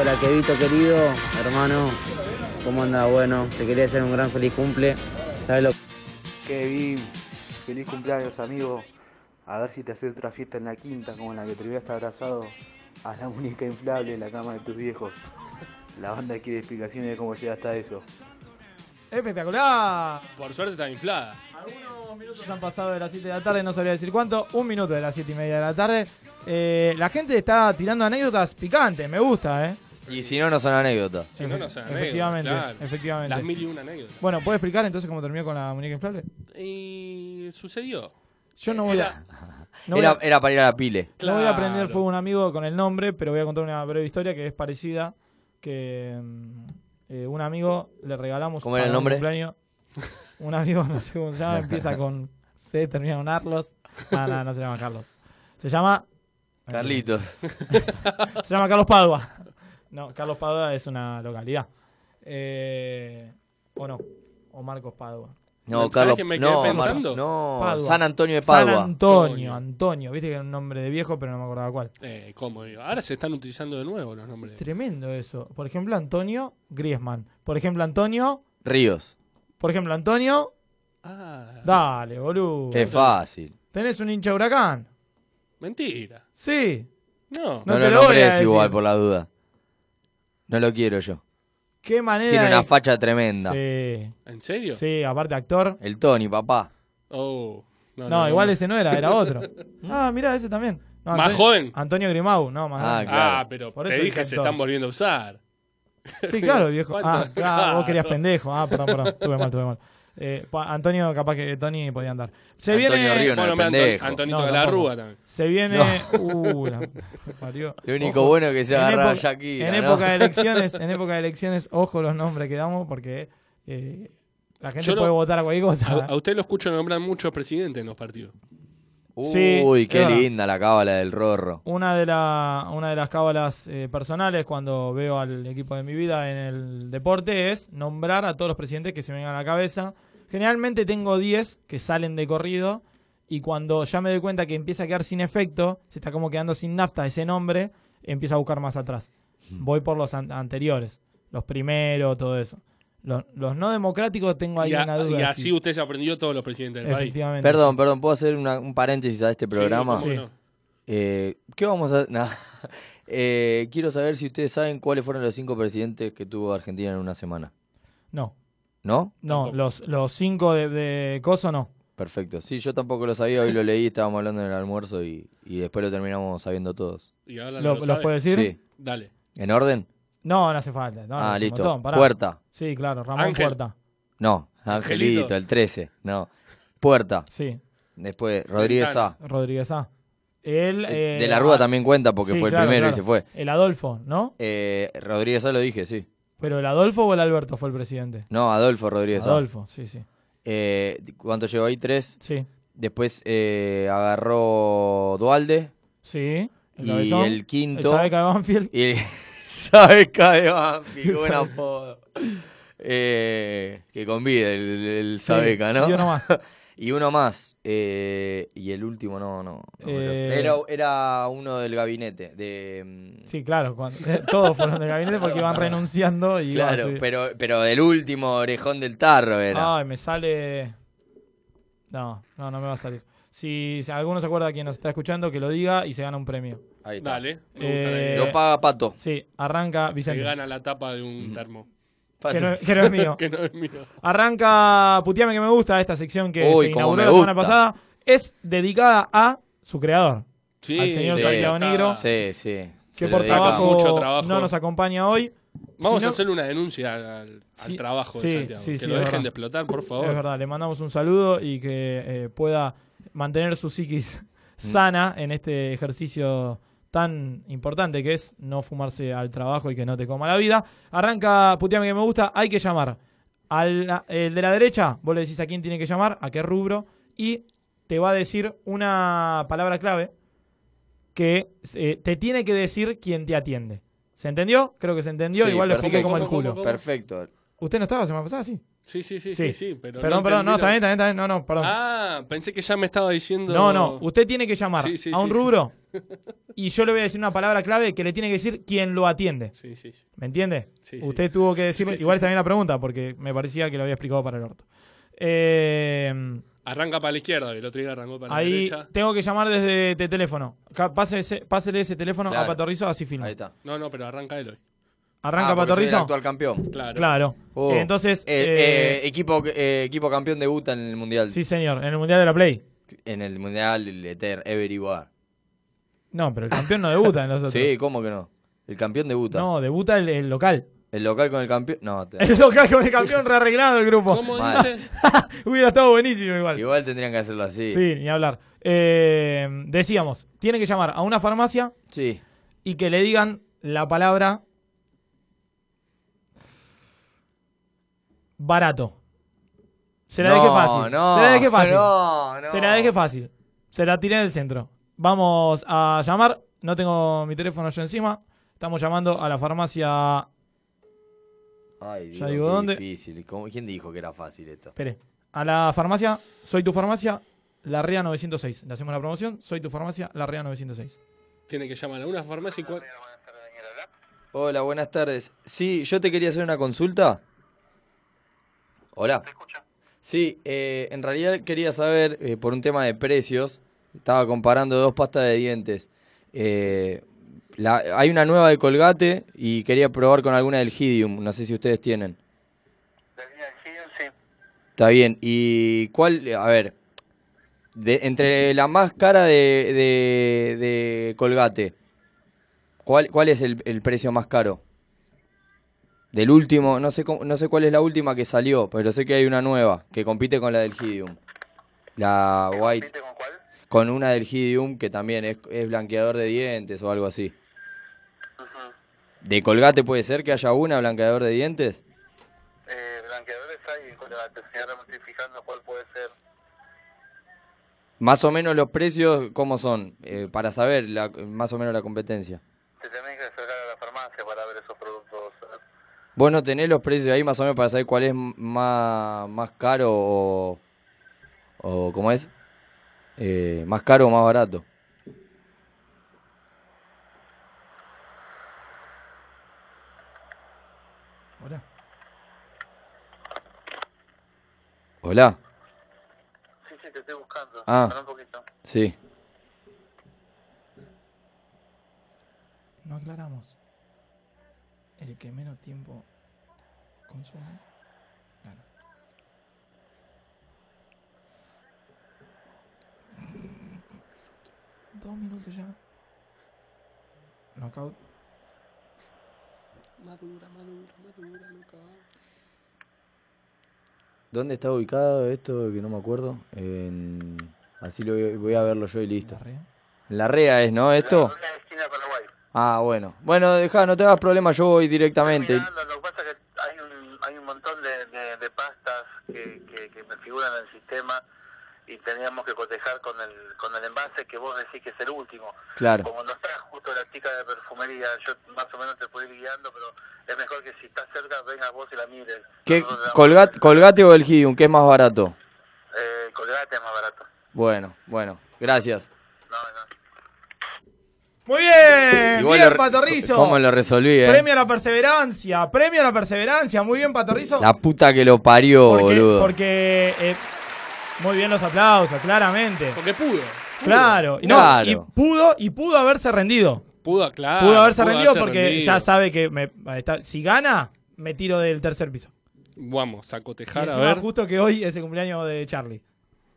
[SPEAKER 10] Hola, Kevito querido, hermano. ¿Cómo anda? Bueno, te quería hacer un gran feliz cumple. ¿Sabes lo
[SPEAKER 12] Kevin, feliz cumpleaños amigo. A ver si te haces otra fiesta en la quinta como en la que te hasta abrazado a la muñeca inflable en la cama de tus viejos. La banda quiere explicaciones de cómo llegaste a eso.
[SPEAKER 6] ¡Espectacular!
[SPEAKER 7] Por suerte está inflada.
[SPEAKER 6] Algunos minutos han pasado de las 7 de la tarde, no sabría decir cuánto. Un minuto de las 7 y media de la tarde. Eh, la gente está tirando anécdotas picantes, me gusta, ¿eh?
[SPEAKER 2] Y si no, no son anécdotas.
[SPEAKER 7] Si no, no son anécdotas,
[SPEAKER 6] Efectivamente,
[SPEAKER 7] claro.
[SPEAKER 6] efectivamente.
[SPEAKER 7] Las mil y una anécdotas.
[SPEAKER 6] Bueno, ¿puedes explicar entonces cómo terminó con la muñeca inflable?
[SPEAKER 7] Y sucedió.
[SPEAKER 6] Yo no voy
[SPEAKER 7] Eh, Era-
[SPEAKER 6] a. no voy
[SPEAKER 2] era,
[SPEAKER 6] a-
[SPEAKER 2] era para ir a la pile.
[SPEAKER 6] No voy a aprender fuego a un amigo con el nombre, pero voy a contar una breve historia que es parecida. Que mm, eh, un amigo le regalamos
[SPEAKER 2] ¿Cómo era
[SPEAKER 6] para
[SPEAKER 2] el nombre?
[SPEAKER 6] un cumpleaños. Un amigo, no sé cómo se llama, empieza con C, termina con Arlos. Ah, no, no se llama Carlos. Se llama.
[SPEAKER 2] Carlitos.
[SPEAKER 6] se llama Carlos Padua. No, Carlos Padua es una localidad. Eh, o no, o Marcos Padua.
[SPEAKER 2] No, Carlos-
[SPEAKER 7] que me quedé
[SPEAKER 2] no,
[SPEAKER 7] pensando?
[SPEAKER 2] Mar- no, San Antonio de Padua.
[SPEAKER 6] San Antonio, Antonio. Viste que era un nombre de viejo, pero no me acordaba cuál.
[SPEAKER 7] Eh, ¿Cómo? digo? Ahora se están utilizando de nuevo los nombres.
[SPEAKER 6] Tremendo eso. Por ejemplo, Antonio Griezmann. Por ejemplo, Antonio.
[SPEAKER 2] Ríos.
[SPEAKER 6] Por ejemplo, Antonio.
[SPEAKER 7] Ah,
[SPEAKER 6] Dale, boludo.
[SPEAKER 2] Qué fácil.
[SPEAKER 6] Tenés un hincha huracán.
[SPEAKER 7] Mentira.
[SPEAKER 6] Sí.
[SPEAKER 7] No.
[SPEAKER 2] No, lo
[SPEAKER 6] te lo voy a
[SPEAKER 2] nombres
[SPEAKER 6] decir.
[SPEAKER 2] igual, por la duda. No lo quiero yo.
[SPEAKER 6] Qué manera.
[SPEAKER 2] Tiene una
[SPEAKER 6] de-
[SPEAKER 2] facha tremenda.
[SPEAKER 6] Sí.
[SPEAKER 7] ¿En serio?
[SPEAKER 6] Sí, aparte actor.
[SPEAKER 2] El Tony, papá.
[SPEAKER 7] Oh.
[SPEAKER 6] No, igual ese no era, era otro. ah, mirá, ese también. No,
[SPEAKER 7] Más
[SPEAKER 6] Antonio-
[SPEAKER 7] joven.
[SPEAKER 6] Antonio Grimau, no, más
[SPEAKER 7] Ah,
[SPEAKER 6] grande.
[SPEAKER 7] pero
[SPEAKER 6] Por
[SPEAKER 7] te
[SPEAKER 6] eso
[SPEAKER 7] dije,
[SPEAKER 6] dije
[SPEAKER 7] se
[SPEAKER 6] todo.
[SPEAKER 7] están volviendo a usar.
[SPEAKER 6] Sí, claro, viejo. Ah,
[SPEAKER 7] ¿Cuánto?
[SPEAKER 6] claro, vos querías
[SPEAKER 7] Claro.
[SPEAKER 6] pendejo. Ah, perdón, perdón. Tuve mal, tuve mal. Eh, pa- Antonio, capaz que Tony podía andar. Se
[SPEAKER 2] Antonio
[SPEAKER 6] viene.
[SPEAKER 2] Río no era Bueno, me- pendejo.
[SPEAKER 7] Antonito de la
[SPEAKER 6] tampoco.
[SPEAKER 7] Rúa también.
[SPEAKER 6] Se viene.
[SPEAKER 2] No.
[SPEAKER 6] Uh, la- parió.
[SPEAKER 2] Lo único bueno es que se
[SPEAKER 6] en
[SPEAKER 2] agarra a
[SPEAKER 6] época-
[SPEAKER 2] Shakira,
[SPEAKER 6] En
[SPEAKER 2] ¿no?
[SPEAKER 6] época de elecciones, en época de elecciones, ojo los nombres que damos porque eh, la gente
[SPEAKER 7] Yo lo-
[SPEAKER 6] puede votar a cualquier cosa.
[SPEAKER 7] A, a usted lo escucho nombrar muchos presidentes en los partidos.
[SPEAKER 6] Sí,
[SPEAKER 2] Uy, qué
[SPEAKER 6] es verdad.
[SPEAKER 2] linda la cábala del Rorro.
[SPEAKER 6] Una de, la, una de las cábalas eh, personales cuando veo al equipo de mi vida en el deporte es nombrar a todos los presidentes que se me vengan a la cabeza. Generalmente tengo 10 que salen de corrido y cuando ya me doy cuenta que empieza a quedar sin efecto, se está como quedando sin nafta ese nombre, empiezo a buscar más atrás. Voy por los an- anteriores, los primeros, todo eso. Los, los no democráticos tengo ahí
[SPEAKER 7] Y, a-
[SPEAKER 6] una duda.
[SPEAKER 7] y
[SPEAKER 6] si-
[SPEAKER 7] así usted se aprendió todos los presidentes del país.
[SPEAKER 6] Efectivamente.
[SPEAKER 2] Perdón, perdón, ¿puedo hacer una- un paréntesis a este programa?
[SPEAKER 7] cómo no.
[SPEAKER 2] Eh, ¿Qué vamos a...? nah. Eh, quiero saber si ustedes saben cuáles fueron los cinco presidentes que tuvo Argentina en una semana.
[SPEAKER 6] No.
[SPEAKER 2] ¿No?
[SPEAKER 6] No, los, los cinco de, de Coso no.
[SPEAKER 2] Perfecto. Sí, yo tampoco lo sabía, hoy lo leí, estábamos hablando en el almuerzo y, y después lo terminamos sabiendo todos.
[SPEAKER 7] Y ahora no
[SPEAKER 6] ¿Lo- los
[SPEAKER 7] sabe.
[SPEAKER 6] puede decir?
[SPEAKER 2] Sí.
[SPEAKER 7] Dale.
[SPEAKER 2] ¿En orden?
[SPEAKER 6] No, no hace falta. No,
[SPEAKER 2] Ah,
[SPEAKER 6] es un
[SPEAKER 2] listo.
[SPEAKER 6] montón, pará.
[SPEAKER 2] Puerta.
[SPEAKER 6] Sí, claro, Ramón
[SPEAKER 7] Ángel.
[SPEAKER 6] Puerta.
[SPEAKER 2] No, Angelito,
[SPEAKER 6] Angelito.
[SPEAKER 2] el 13. No. Puerta.
[SPEAKER 6] Sí.
[SPEAKER 2] Después, Rodríguez A. Eh,
[SPEAKER 6] Rodríguez A. Él, eh,
[SPEAKER 2] De la Rúa también cuenta porque
[SPEAKER 6] Sí,
[SPEAKER 2] fue el
[SPEAKER 6] claro,
[SPEAKER 2] primero y
[SPEAKER 6] claro.
[SPEAKER 2] se fue.
[SPEAKER 6] El Adolfo, ¿no?
[SPEAKER 2] Eh, Rodríguez A lo dije, sí.
[SPEAKER 6] Pero el Adolfo o el Alberto fue el presidente.
[SPEAKER 2] No, Adolfo Rodríguez A.
[SPEAKER 6] Adolfo, sí, sí.
[SPEAKER 2] Eh, ¿Cuánto llegó ahí? Tres.
[SPEAKER 6] Sí.
[SPEAKER 2] Después eh, agarró Dualde.
[SPEAKER 6] Sí. El
[SPEAKER 2] y
[SPEAKER 6] Cabezón.
[SPEAKER 2] el quinto.
[SPEAKER 6] El Sabeca de Banfield.
[SPEAKER 2] Y el Sabeca de Banfield.
[SPEAKER 6] El
[SPEAKER 2] Buen
[SPEAKER 6] Sabeca.
[SPEAKER 2] apodo. Eh, que convide el, el
[SPEAKER 6] Sí,
[SPEAKER 2] Sabeca, ¿no?
[SPEAKER 6] y uno más.
[SPEAKER 2] y uno más. Eh, y el último, no, no. no me lo sé.
[SPEAKER 6] Eh,
[SPEAKER 2] era, era uno del gabinete. De, mm,
[SPEAKER 6] Sí, claro. cuando- todos fueron del gabinete porque iban renunciando y iban
[SPEAKER 2] claro,
[SPEAKER 6] subiendo.
[SPEAKER 2] pero, pero del último orejón del tarro era.
[SPEAKER 6] Ay, me sale. No, no, no me va a salir. Si, si alguno se acuerda quien nos está escuchando, que lo diga y se gana un premio.
[SPEAKER 2] Ahí está.
[SPEAKER 7] Dale, me gusta
[SPEAKER 6] Eh,
[SPEAKER 2] Lo paga Pato.
[SPEAKER 6] Sí, arranca
[SPEAKER 7] Se
[SPEAKER 6] Vicente.
[SPEAKER 7] gana la tapa de un termo.
[SPEAKER 6] Que no, que no es mío.
[SPEAKER 7] que no es mío.
[SPEAKER 6] Arranca Puteame que me gusta, esta sección que
[SPEAKER 2] Uy,
[SPEAKER 6] se
[SPEAKER 2] cómo
[SPEAKER 6] inauguró
[SPEAKER 2] me
[SPEAKER 6] la semana
[SPEAKER 2] gusta.
[SPEAKER 6] pasada. Es dedicada a su creador,
[SPEAKER 7] Sí,
[SPEAKER 6] al señor
[SPEAKER 2] sí,
[SPEAKER 6] Santiago
[SPEAKER 2] está.
[SPEAKER 6] Negro,
[SPEAKER 2] Ah, Sí, sí.
[SPEAKER 6] que
[SPEAKER 2] Se
[SPEAKER 6] por
[SPEAKER 2] le dedica
[SPEAKER 6] trabajo,
[SPEAKER 2] mucho
[SPEAKER 6] no nos acompaña hoy.
[SPEAKER 7] Vamos
[SPEAKER 6] Si
[SPEAKER 7] a
[SPEAKER 6] no-
[SPEAKER 7] hacer una denuncia al, al
[SPEAKER 6] Sí,
[SPEAKER 7] trabajo
[SPEAKER 6] sí,
[SPEAKER 7] de Santiago.
[SPEAKER 6] sí,
[SPEAKER 7] que
[SPEAKER 6] sí,
[SPEAKER 7] lo
[SPEAKER 6] es
[SPEAKER 7] dejen
[SPEAKER 6] verdad.
[SPEAKER 7] de explotar, por favor.
[SPEAKER 6] Es verdad, le mandamos un saludo y que eh, pueda mantener su psiquis
[SPEAKER 2] Mm.
[SPEAKER 6] sana en este ejercicio tan importante que es no fumarse al trabajo y que no te coma la vida. Arranca, puteame que me gusta, hay que llamar. Al el de la derecha, vos le decís a quién tiene que llamar, a qué rubro, y te va a decir una palabra clave que eh, te tiene que decir quién te atiende. ¿Se entendió? Creo que se entendió.
[SPEAKER 2] Sí,
[SPEAKER 6] Igual lo expliqué
[SPEAKER 2] perfecto.
[SPEAKER 6] como el culo.
[SPEAKER 2] Perfecto.
[SPEAKER 6] ¿Usted no estaba la semana pasada? Sí.
[SPEAKER 7] Sí, sí, sí, sí,
[SPEAKER 6] Sí.
[SPEAKER 7] sí, pero
[SPEAKER 6] Perdón, perdón,
[SPEAKER 7] entendí
[SPEAKER 6] no,
[SPEAKER 7] lo-
[SPEAKER 6] está bien, está bien, está bien, no, no, perdón.
[SPEAKER 7] Ah, pensé que ya me estaba diciendo...
[SPEAKER 6] No, no, usted tiene que llamar
[SPEAKER 7] Sí, sí,
[SPEAKER 6] a un
[SPEAKER 7] sí.
[SPEAKER 6] rubro y yo le voy a decir una palabra clave que le tiene que decir quien lo atiende.
[SPEAKER 7] Sí, sí, sí.
[SPEAKER 6] ¿Me entiende?
[SPEAKER 7] Sí, sí.
[SPEAKER 6] Usted tuvo que decir,
[SPEAKER 7] Sí, sí.
[SPEAKER 6] igual está bien la pregunta porque me parecía que lo había explicado para el orto. Eh,
[SPEAKER 7] Arranca para la izquierda y el otro día arrancó para la
[SPEAKER 6] ahí
[SPEAKER 7] derecha.
[SPEAKER 6] tengo que llamar desde este teléfono. Ca- Pásele ese, pásele ese teléfono
[SPEAKER 7] Claro.
[SPEAKER 6] a Patorrizo, así filma.
[SPEAKER 2] Ahí está.
[SPEAKER 7] No, no, pero arranca él hoy.
[SPEAKER 6] Arranca
[SPEAKER 2] Ah, porque soy
[SPEAKER 6] Patorrizo.
[SPEAKER 2] el actual campeón.
[SPEAKER 7] Claro.
[SPEAKER 6] Claro.
[SPEAKER 2] Oh.
[SPEAKER 6] Eh, entonces,
[SPEAKER 2] Eh,
[SPEAKER 6] eh,
[SPEAKER 2] eh, equipo, eh, equipo campeón debuta en el Mundial.
[SPEAKER 6] Sí, señor, en el Mundial de la Play.
[SPEAKER 2] En el Mundial el Eter, Everywhere.
[SPEAKER 6] No, pero el campeón no debuta en los otros.
[SPEAKER 2] Sí, ¿cómo que no? El campeón debuta.
[SPEAKER 6] No, debuta el, el local.
[SPEAKER 2] El local con el campeón. No, te-
[SPEAKER 6] El local con el campeón rearreglado el grupo.
[SPEAKER 2] ¿Cómo Mal.
[SPEAKER 6] Hubiera estado buenísimo igual.
[SPEAKER 2] Igual tendrían que hacerlo así.
[SPEAKER 6] Sí, ni hablar. Eh, decíamos, tiene que llamar a una farmacia
[SPEAKER 2] Sí.
[SPEAKER 6] y que le digan la palabra barato. Se la
[SPEAKER 2] No,
[SPEAKER 6] deje fácil.
[SPEAKER 2] no,
[SPEAKER 6] se la deje fácil.
[SPEAKER 2] no, no.
[SPEAKER 6] Se la deje fácil. Se la tiré en el centro. Vamos a llamar. No tengo mi teléfono yo encima. Estamos llamando a la farmacia.
[SPEAKER 2] Ay,
[SPEAKER 6] Ya
[SPEAKER 2] Dios,
[SPEAKER 6] digo
[SPEAKER 2] qué
[SPEAKER 6] dónde.
[SPEAKER 2] difícil. ¿Cómo- ¿Quién dijo que era fácil esto?
[SPEAKER 6] Espere. A la farmacia. Soy tu farmacia. La E REA 906. Le hacemos la promoción. Soy tu farmacia. La E REA 906.
[SPEAKER 7] Tiene que llamar a una farmacia y cual-
[SPEAKER 2] Hola, buenas tardes. Sí, yo te quería hacer una consulta. Hola. Sí, eh, en realidad quería saber, eh, por un tema de precios, estaba comparando dos pastas de dientes. Eh, la- hay una nueva de Colgate y quería probar con alguna del Hidium, no sé si ustedes tienen. Está bien, y cuál, a ver, de- entre la más cara de, de- de Colgate, ¿cuál, cuál es el, el precio más caro? Del último, no sé, cómo- no sé cuál es la última que salió, pero sé que hay una nueva que compite con la del Hidium. La White. con una del Hidium que también es, es blanqueador de dientes o algo así. ¿De Colgate puede ser que haya una blanqueador de dientes? Más o menos los precios, ¿cómo son? Eh, para saber la- más o menos la competencia. Te tenés que acercar a la farmacia para ver esos productos. Vos no tenés los precios ahí más o menos para saber cuál es m- más, más caro o, o ¿cómo es? Eh, más caro o más barato.
[SPEAKER 6] Hola.
[SPEAKER 2] Hola.
[SPEAKER 13] Sí, sí, te estoy buscando.
[SPEAKER 2] Ah.
[SPEAKER 13] Pará un poquito.
[SPEAKER 2] Sí.
[SPEAKER 6] No aclaramos. El que menos tiempo consume. Dos minutos ya. Knockout.
[SPEAKER 7] Madura, madura, madura, loca.
[SPEAKER 2] ¿Dónde está ubicado esto? Que no me acuerdo. En- Así lo voy- voy a verlo yo y listo. La REA es, ¿no? Esto. Ah, bueno. Bueno, deja, no te hagas problema, yo voy directamente.
[SPEAKER 13] Que, que, que me figuran en el sistema y teníamos que cotejar con el, con el envase que vos decís que es el último.
[SPEAKER 2] Claro.
[SPEAKER 13] Como no está justo la chica de perfumería, yo más o menos te puedo ir guiando, pero es mejor que si estás cerca vengas vos y la mires.
[SPEAKER 2] ¿Qué, colgate, colgate o el Hidium? ¿Qué es más barato?
[SPEAKER 13] Eh, colgate es más barato.
[SPEAKER 2] Bueno, bueno, gracias.
[SPEAKER 6] Muy bien.
[SPEAKER 2] Igual
[SPEAKER 6] Eh, bien,
[SPEAKER 2] lo re-
[SPEAKER 6] Patorrizo.
[SPEAKER 2] ¿Cómo lo resolví, eh?
[SPEAKER 6] Premio a la perseverancia. Premio a la perseverancia. Muy bien, Patorrizo.
[SPEAKER 2] La puta que lo parió,
[SPEAKER 6] porque,
[SPEAKER 2] boludo.
[SPEAKER 6] porque, eh, muy bien los aplausos, claramente.
[SPEAKER 7] Porque pudo.
[SPEAKER 6] Claro, y no,
[SPEAKER 2] Claro.
[SPEAKER 6] y pudo y pudo haberse rendido.
[SPEAKER 7] Pudo, claro.
[SPEAKER 6] pudo haberse rendido porque
[SPEAKER 7] rendido.
[SPEAKER 6] ya sabe que me- está- si gana, me tiro del tercer piso.
[SPEAKER 7] Vamos a
[SPEAKER 6] Y
[SPEAKER 7] cotejar, a
[SPEAKER 6] encima
[SPEAKER 7] ver.
[SPEAKER 6] justo que hoy es el cumpleaños de Charlie.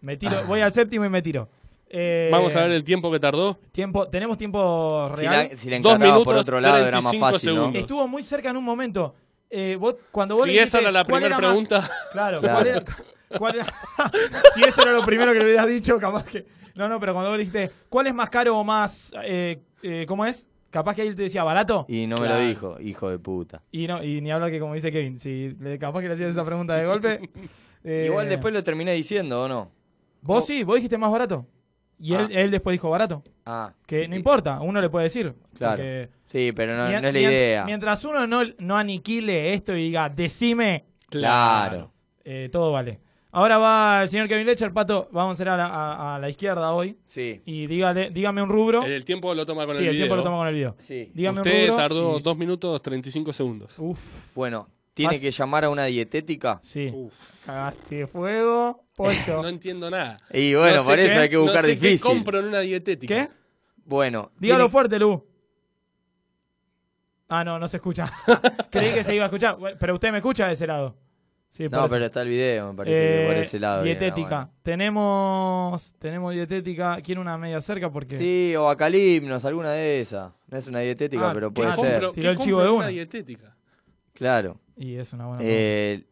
[SPEAKER 6] Me tiro, voy al séptimo y me tiro. Eh,
[SPEAKER 7] Vamos a ver el tiempo que tardó.
[SPEAKER 6] tiempo. Tenemos tiempo
[SPEAKER 2] Si
[SPEAKER 6] real.
[SPEAKER 2] la- si la encargaba
[SPEAKER 7] Dos
[SPEAKER 2] por
[SPEAKER 7] minutos,
[SPEAKER 2] otro lado era más
[SPEAKER 7] 35
[SPEAKER 2] fácil,
[SPEAKER 7] segundos.
[SPEAKER 6] Estuvo muy cerca en un momento. Eh, vos- cuando vos
[SPEAKER 7] Si
[SPEAKER 6] le dijiste,
[SPEAKER 7] esa era la
[SPEAKER 6] ¿cuál
[SPEAKER 7] primera
[SPEAKER 6] más-
[SPEAKER 7] pregunta.
[SPEAKER 6] Claro,
[SPEAKER 7] Claro.
[SPEAKER 6] ¿cuál era- cuál era- si eso era lo primero que le hubieras dicho, capaz que. No, no, pero cuando vos le dijiste, ¿cuál es más caro o más. eh, eh, ¿Cómo es? Capaz que ahí te decía barato.
[SPEAKER 2] Y no me
[SPEAKER 6] Claro.
[SPEAKER 2] lo dijo, hijo de puta.
[SPEAKER 6] Y, no, y ni hablar que, como dice Kevin, si le- capaz que le hacías esa pregunta de golpe. eh,
[SPEAKER 2] Igual después lo terminé diciendo, ¿o no?
[SPEAKER 6] Vos sí, vos dijiste más barato. Y él, él después dijo barato.
[SPEAKER 2] Ah.
[SPEAKER 6] Que no importa, uno le puede decir.
[SPEAKER 2] Claro.
[SPEAKER 6] porque-
[SPEAKER 2] Sí, pero no,
[SPEAKER 6] Mien-
[SPEAKER 2] no es la
[SPEAKER 6] mien-
[SPEAKER 2] idea.
[SPEAKER 6] Mientras uno no, no aniquile esto y diga, decime.
[SPEAKER 2] Claro.
[SPEAKER 6] Eh, todo vale. Ahora va el señor Kevin Lecher, Pato, vamos a ir a la, a- a la izquierda hoy.
[SPEAKER 2] Sí.
[SPEAKER 6] Y dígale, dígame un rubro.
[SPEAKER 7] El, el tiempo lo Eh, toma con
[SPEAKER 6] Sí,
[SPEAKER 7] el video.
[SPEAKER 6] el tiempo lo toma con el video. Sí. Dígame un
[SPEAKER 7] Usted
[SPEAKER 6] rubro
[SPEAKER 7] tardó
[SPEAKER 6] y-
[SPEAKER 7] 2 minutos 35 segundos.
[SPEAKER 6] Uf.
[SPEAKER 2] Bueno, ¿tiene
[SPEAKER 7] Pas-
[SPEAKER 2] que llamar a una dietética?
[SPEAKER 6] Sí. Cagaste fuego, pollo.
[SPEAKER 7] Eh, no entiendo nada.
[SPEAKER 2] Y bueno,
[SPEAKER 7] No sé
[SPEAKER 2] por eso
[SPEAKER 7] qué-
[SPEAKER 2] hay que
[SPEAKER 7] no
[SPEAKER 2] buscar
[SPEAKER 7] sé
[SPEAKER 2] difícil.
[SPEAKER 7] Qué compro en una dietética.
[SPEAKER 6] ¿Qué?
[SPEAKER 2] Bueno,
[SPEAKER 6] Dígalo
[SPEAKER 2] tiene-
[SPEAKER 6] fuerte, Lu. Ah, no, no se escucha. Creí que se iba a escuchar. Bueno, Pero usted me escucha de ese lado. Sí, por
[SPEAKER 2] No,
[SPEAKER 6] eso.
[SPEAKER 2] pero está el video, me parece que por
[SPEAKER 6] Eh,
[SPEAKER 2] ese lado. viene la
[SPEAKER 6] Dietética.
[SPEAKER 2] mano.
[SPEAKER 6] Tenemos tenemos dietética. Quiero una media cerca porque.
[SPEAKER 2] Sí, o Acalimnos, alguna de esas. No es una dietética,
[SPEAKER 6] Ah,
[SPEAKER 2] pero
[SPEAKER 6] ¿qué
[SPEAKER 2] puede
[SPEAKER 6] compro?
[SPEAKER 2] ser.
[SPEAKER 6] ¿Qué Tiró el compro chivo de en una una.
[SPEAKER 7] dietética.
[SPEAKER 2] Eh, Claro.
[SPEAKER 6] Y es una buena
[SPEAKER 2] Eh,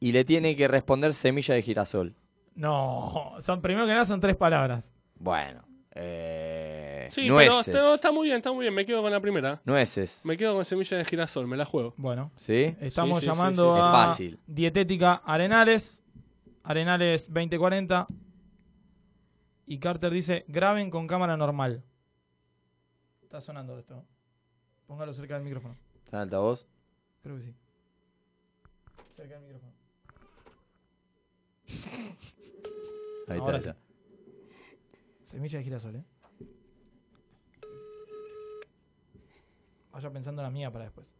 [SPEAKER 2] y le tiene que responder semilla de girasol.
[SPEAKER 6] No, son primero que nada son tres palabras.
[SPEAKER 2] Bueno. eh,
[SPEAKER 7] Sí,
[SPEAKER 2] nueces.
[SPEAKER 7] pero está, está muy bien, está muy bien. Me quedo con la primera.
[SPEAKER 2] Nueces.
[SPEAKER 7] Me quedo con semilla de girasol, me la juego.
[SPEAKER 6] Bueno.
[SPEAKER 2] ¿Sí?
[SPEAKER 6] Estamos
[SPEAKER 7] Sí, sí, sí,
[SPEAKER 6] llamando
[SPEAKER 7] sí, sí.
[SPEAKER 6] a
[SPEAKER 7] Es fácil.
[SPEAKER 6] Dietética Arenales. Arenales 2040. Y Carter dice, graben con cámara normal. Está sonando esto. Póngalo cerca del micrófono.
[SPEAKER 2] ¿Está en altavoz?
[SPEAKER 6] Creo que sí. Cerca del micrófono.
[SPEAKER 2] Ahí está,
[SPEAKER 6] Ahora
[SPEAKER 2] ahí está.
[SPEAKER 6] Semilla de girasol, ¿eh? Vaya pensando la mía para después.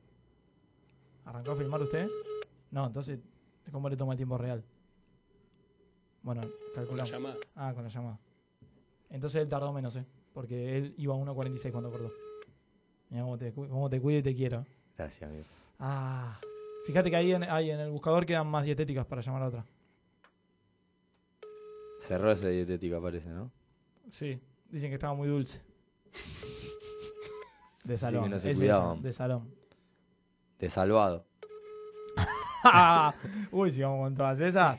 [SPEAKER 6] ¿Arrancó a filmar usted? No, entonces, ¿cómo le toma el tiempo real? Bueno, calculamos.
[SPEAKER 7] llamada.
[SPEAKER 6] Ah, con la llamada. Entonces él tardó menos, ¿eh? Porque él iba a 1.46 cuando acordó. Mira cómo te, cu- cómo te cuido y te quiero.
[SPEAKER 2] Gracias, amigo.
[SPEAKER 6] Ah. Fíjate que ahí en, ahí en el buscador quedan más dietéticas para llamar a otra.
[SPEAKER 2] Cerró esa dietética, parece, ¿no?
[SPEAKER 6] Sí, dicen que estaba muy dulce. De
[SPEAKER 2] Así
[SPEAKER 6] salón.
[SPEAKER 2] que no se
[SPEAKER 6] es
[SPEAKER 2] cuidaban.
[SPEAKER 6] esa, de salón.
[SPEAKER 2] De salvado.
[SPEAKER 6] Ah, Uy, si vamos con todas esas.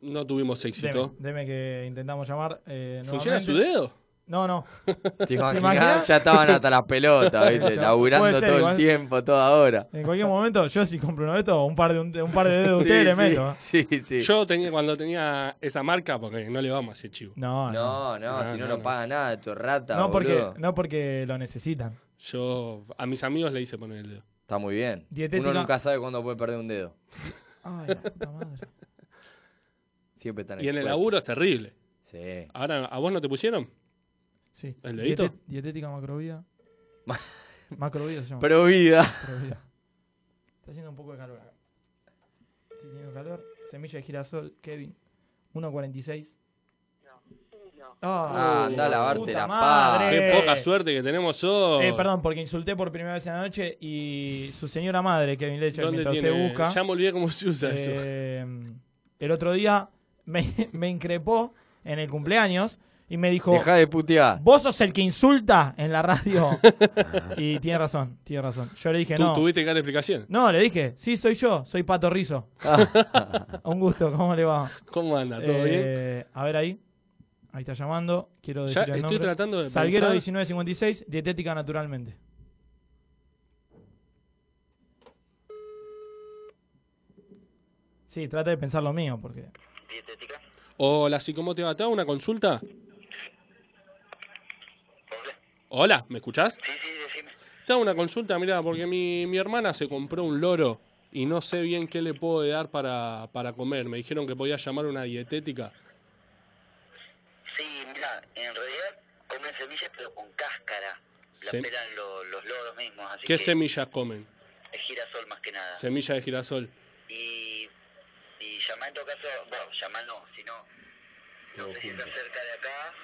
[SPEAKER 7] No tuvimos éxito.
[SPEAKER 6] Deme, deme que intentamos llamar. eh,
[SPEAKER 7] ¿Funciona
[SPEAKER 6] nuevamente.
[SPEAKER 7] su dedo?
[SPEAKER 6] No, no.
[SPEAKER 2] ¿Te
[SPEAKER 6] imaginas?
[SPEAKER 2] imaginas? Ya estaban hasta las pelotas, ¿viste?
[SPEAKER 6] Ya,
[SPEAKER 2] Laburando
[SPEAKER 6] puede ser,
[SPEAKER 2] todo
[SPEAKER 6] igual.
[SPEAKER 2] el tiempo, toda hora.
[SPEAKER 6] En cualquier momento, yo si compro uno de estos, un par de, un, un par de dedos de ustedes le meto. ¿eh?
[SPEAKER 2] Sí, sí.
[SPEAKER 7] Yo tenía, cuando tenía esa marca, porque no le vamos a hacer chivo.
[SPEAKER 6] No,
[SPEAKER 2] No, no, si no, no paga nada, tu rata,
[SPEAKER 6] Ah, No porque,
[SPEAKER 2] boludo.
[SPEAKER 6] no porque lo necesitan.
[SPEAKER 7] Yo a mis amigos le hice poner el dedo.
[SPEAKER 2] Está muy bien.
[SPEAKER 6] Dietética.
[SPEAKER 2] Uno nunca sabe cuándo puede perder un dedo.
[SPEAKER 6] Ay, la puta madre.
[SPEAKER 2] Siempre están
[SPEAKER 7] Y en el
[SPEAKER 2] expuestos.
[SPEAKER 7] laburo es terrible.
[SPEAKER 2] Sí.
[SPEAKER 7] Ahora, ¿a vos no te pusieron?
[SPEAKER 6] Sí.
[SPEAKER 7] ¿El dedito?
[SPEAKER 6] Dietet- dietética macrovida. macrovida se llama.
[SPEAKER 2] Provida.
[SPEAKER 6] Provida. Está haciendo un poco de calor acá. Está teniendo calor. Semilla de girasol, Kevin. 1.46.
[SPEAKER 2] Ah, anda a lavarte
[SPEAKER 6] puta
[SPEAKER 2] la
[SPEAKER 6] madre.
[SPEAKER 2] pata.
[SPEAKER 7] Qué poca suerte que tenemos hoy.
[SPEAKER 6] Ah, Eh, perdón, porque insulté por primera vez en la noche y su señora madre, Kevin Lecher,
[SPEAKER 7] ¿Dónde
[SPEAKER 6] mientras
[SPEAKER 7] tiene?
[SPEAKER 6] usted busca.
[SPEAKER 7] Ya me olvidé cómo se usa eso.
[SPEAKER 6] eh, El otro día me, me increpó en el cumpleaños y me dijo:
[SPEAKER 2] Deja de putear.
[SPEAKER 6] Vos sos el que insulta en la radio. y tiene razón, tiene razón. Yo le dije:
[SPEAKER 7] ¿Tú
[SPEAKER 6] No.
[SPEAKER 7] tuviste que dar explicación?
[SPEAKER 6] No, le dije: Sí, soy yo, soy Pato Rizo. Un gusto, ¿cómo le va?
[SPEAKER 7] ¿Cómo anda? Ah.
[SPEAKER 6] Eh,
[SPEAKER 7] ¿Todo
[SPEAKER 6] bien? A ver ahí. Ahí está llamando. Quiero
[SPEAKER 7] Ya
[SPEAKER 6] decir el
[SPEAKER 7] estoy
[SPEAKER 6] nombre.
[SPEAKER 7] tratando de
[SPEAKER 6] Salguero
[SPEAKER 7] pensar.
[SPEAKER 6] 1956, dietética naturalmente. Sí, trata de pensar lo mío, porque.
[SPEAKER 7] Hola, sí, ¿cómo te va? ¿Te hago una consulta? Hola, ¿me escuchás? Sí, sí, decime. Te hago una consulta, mira, porque mi, mi hermana se compró un loro y no sé bien qué le puedo dar para, para comer. Me dijeron que podía llamar a una dietética.
[SPEAKER 14] Sí, mira, en realidad comen semillas pero con cáscara. La
[SPEAKER 7] Sem-
[SPEAKER 14] pelan lo- los loros mismos, así
[SPEAKER 7] ¿Qué
[SPEAKER 14] que
[SPEAKER 7] semillas comen?
[SPEAKER 14] es girasol más que nada.
[SPEAKER 7] Semilla de girasol.
[SPEAKER 14] Y, y llamá en todo caso, bueno, llamá no, sino
[SPEAKER 7] Todo junto.
[SPEAKER 14] cerca de acá,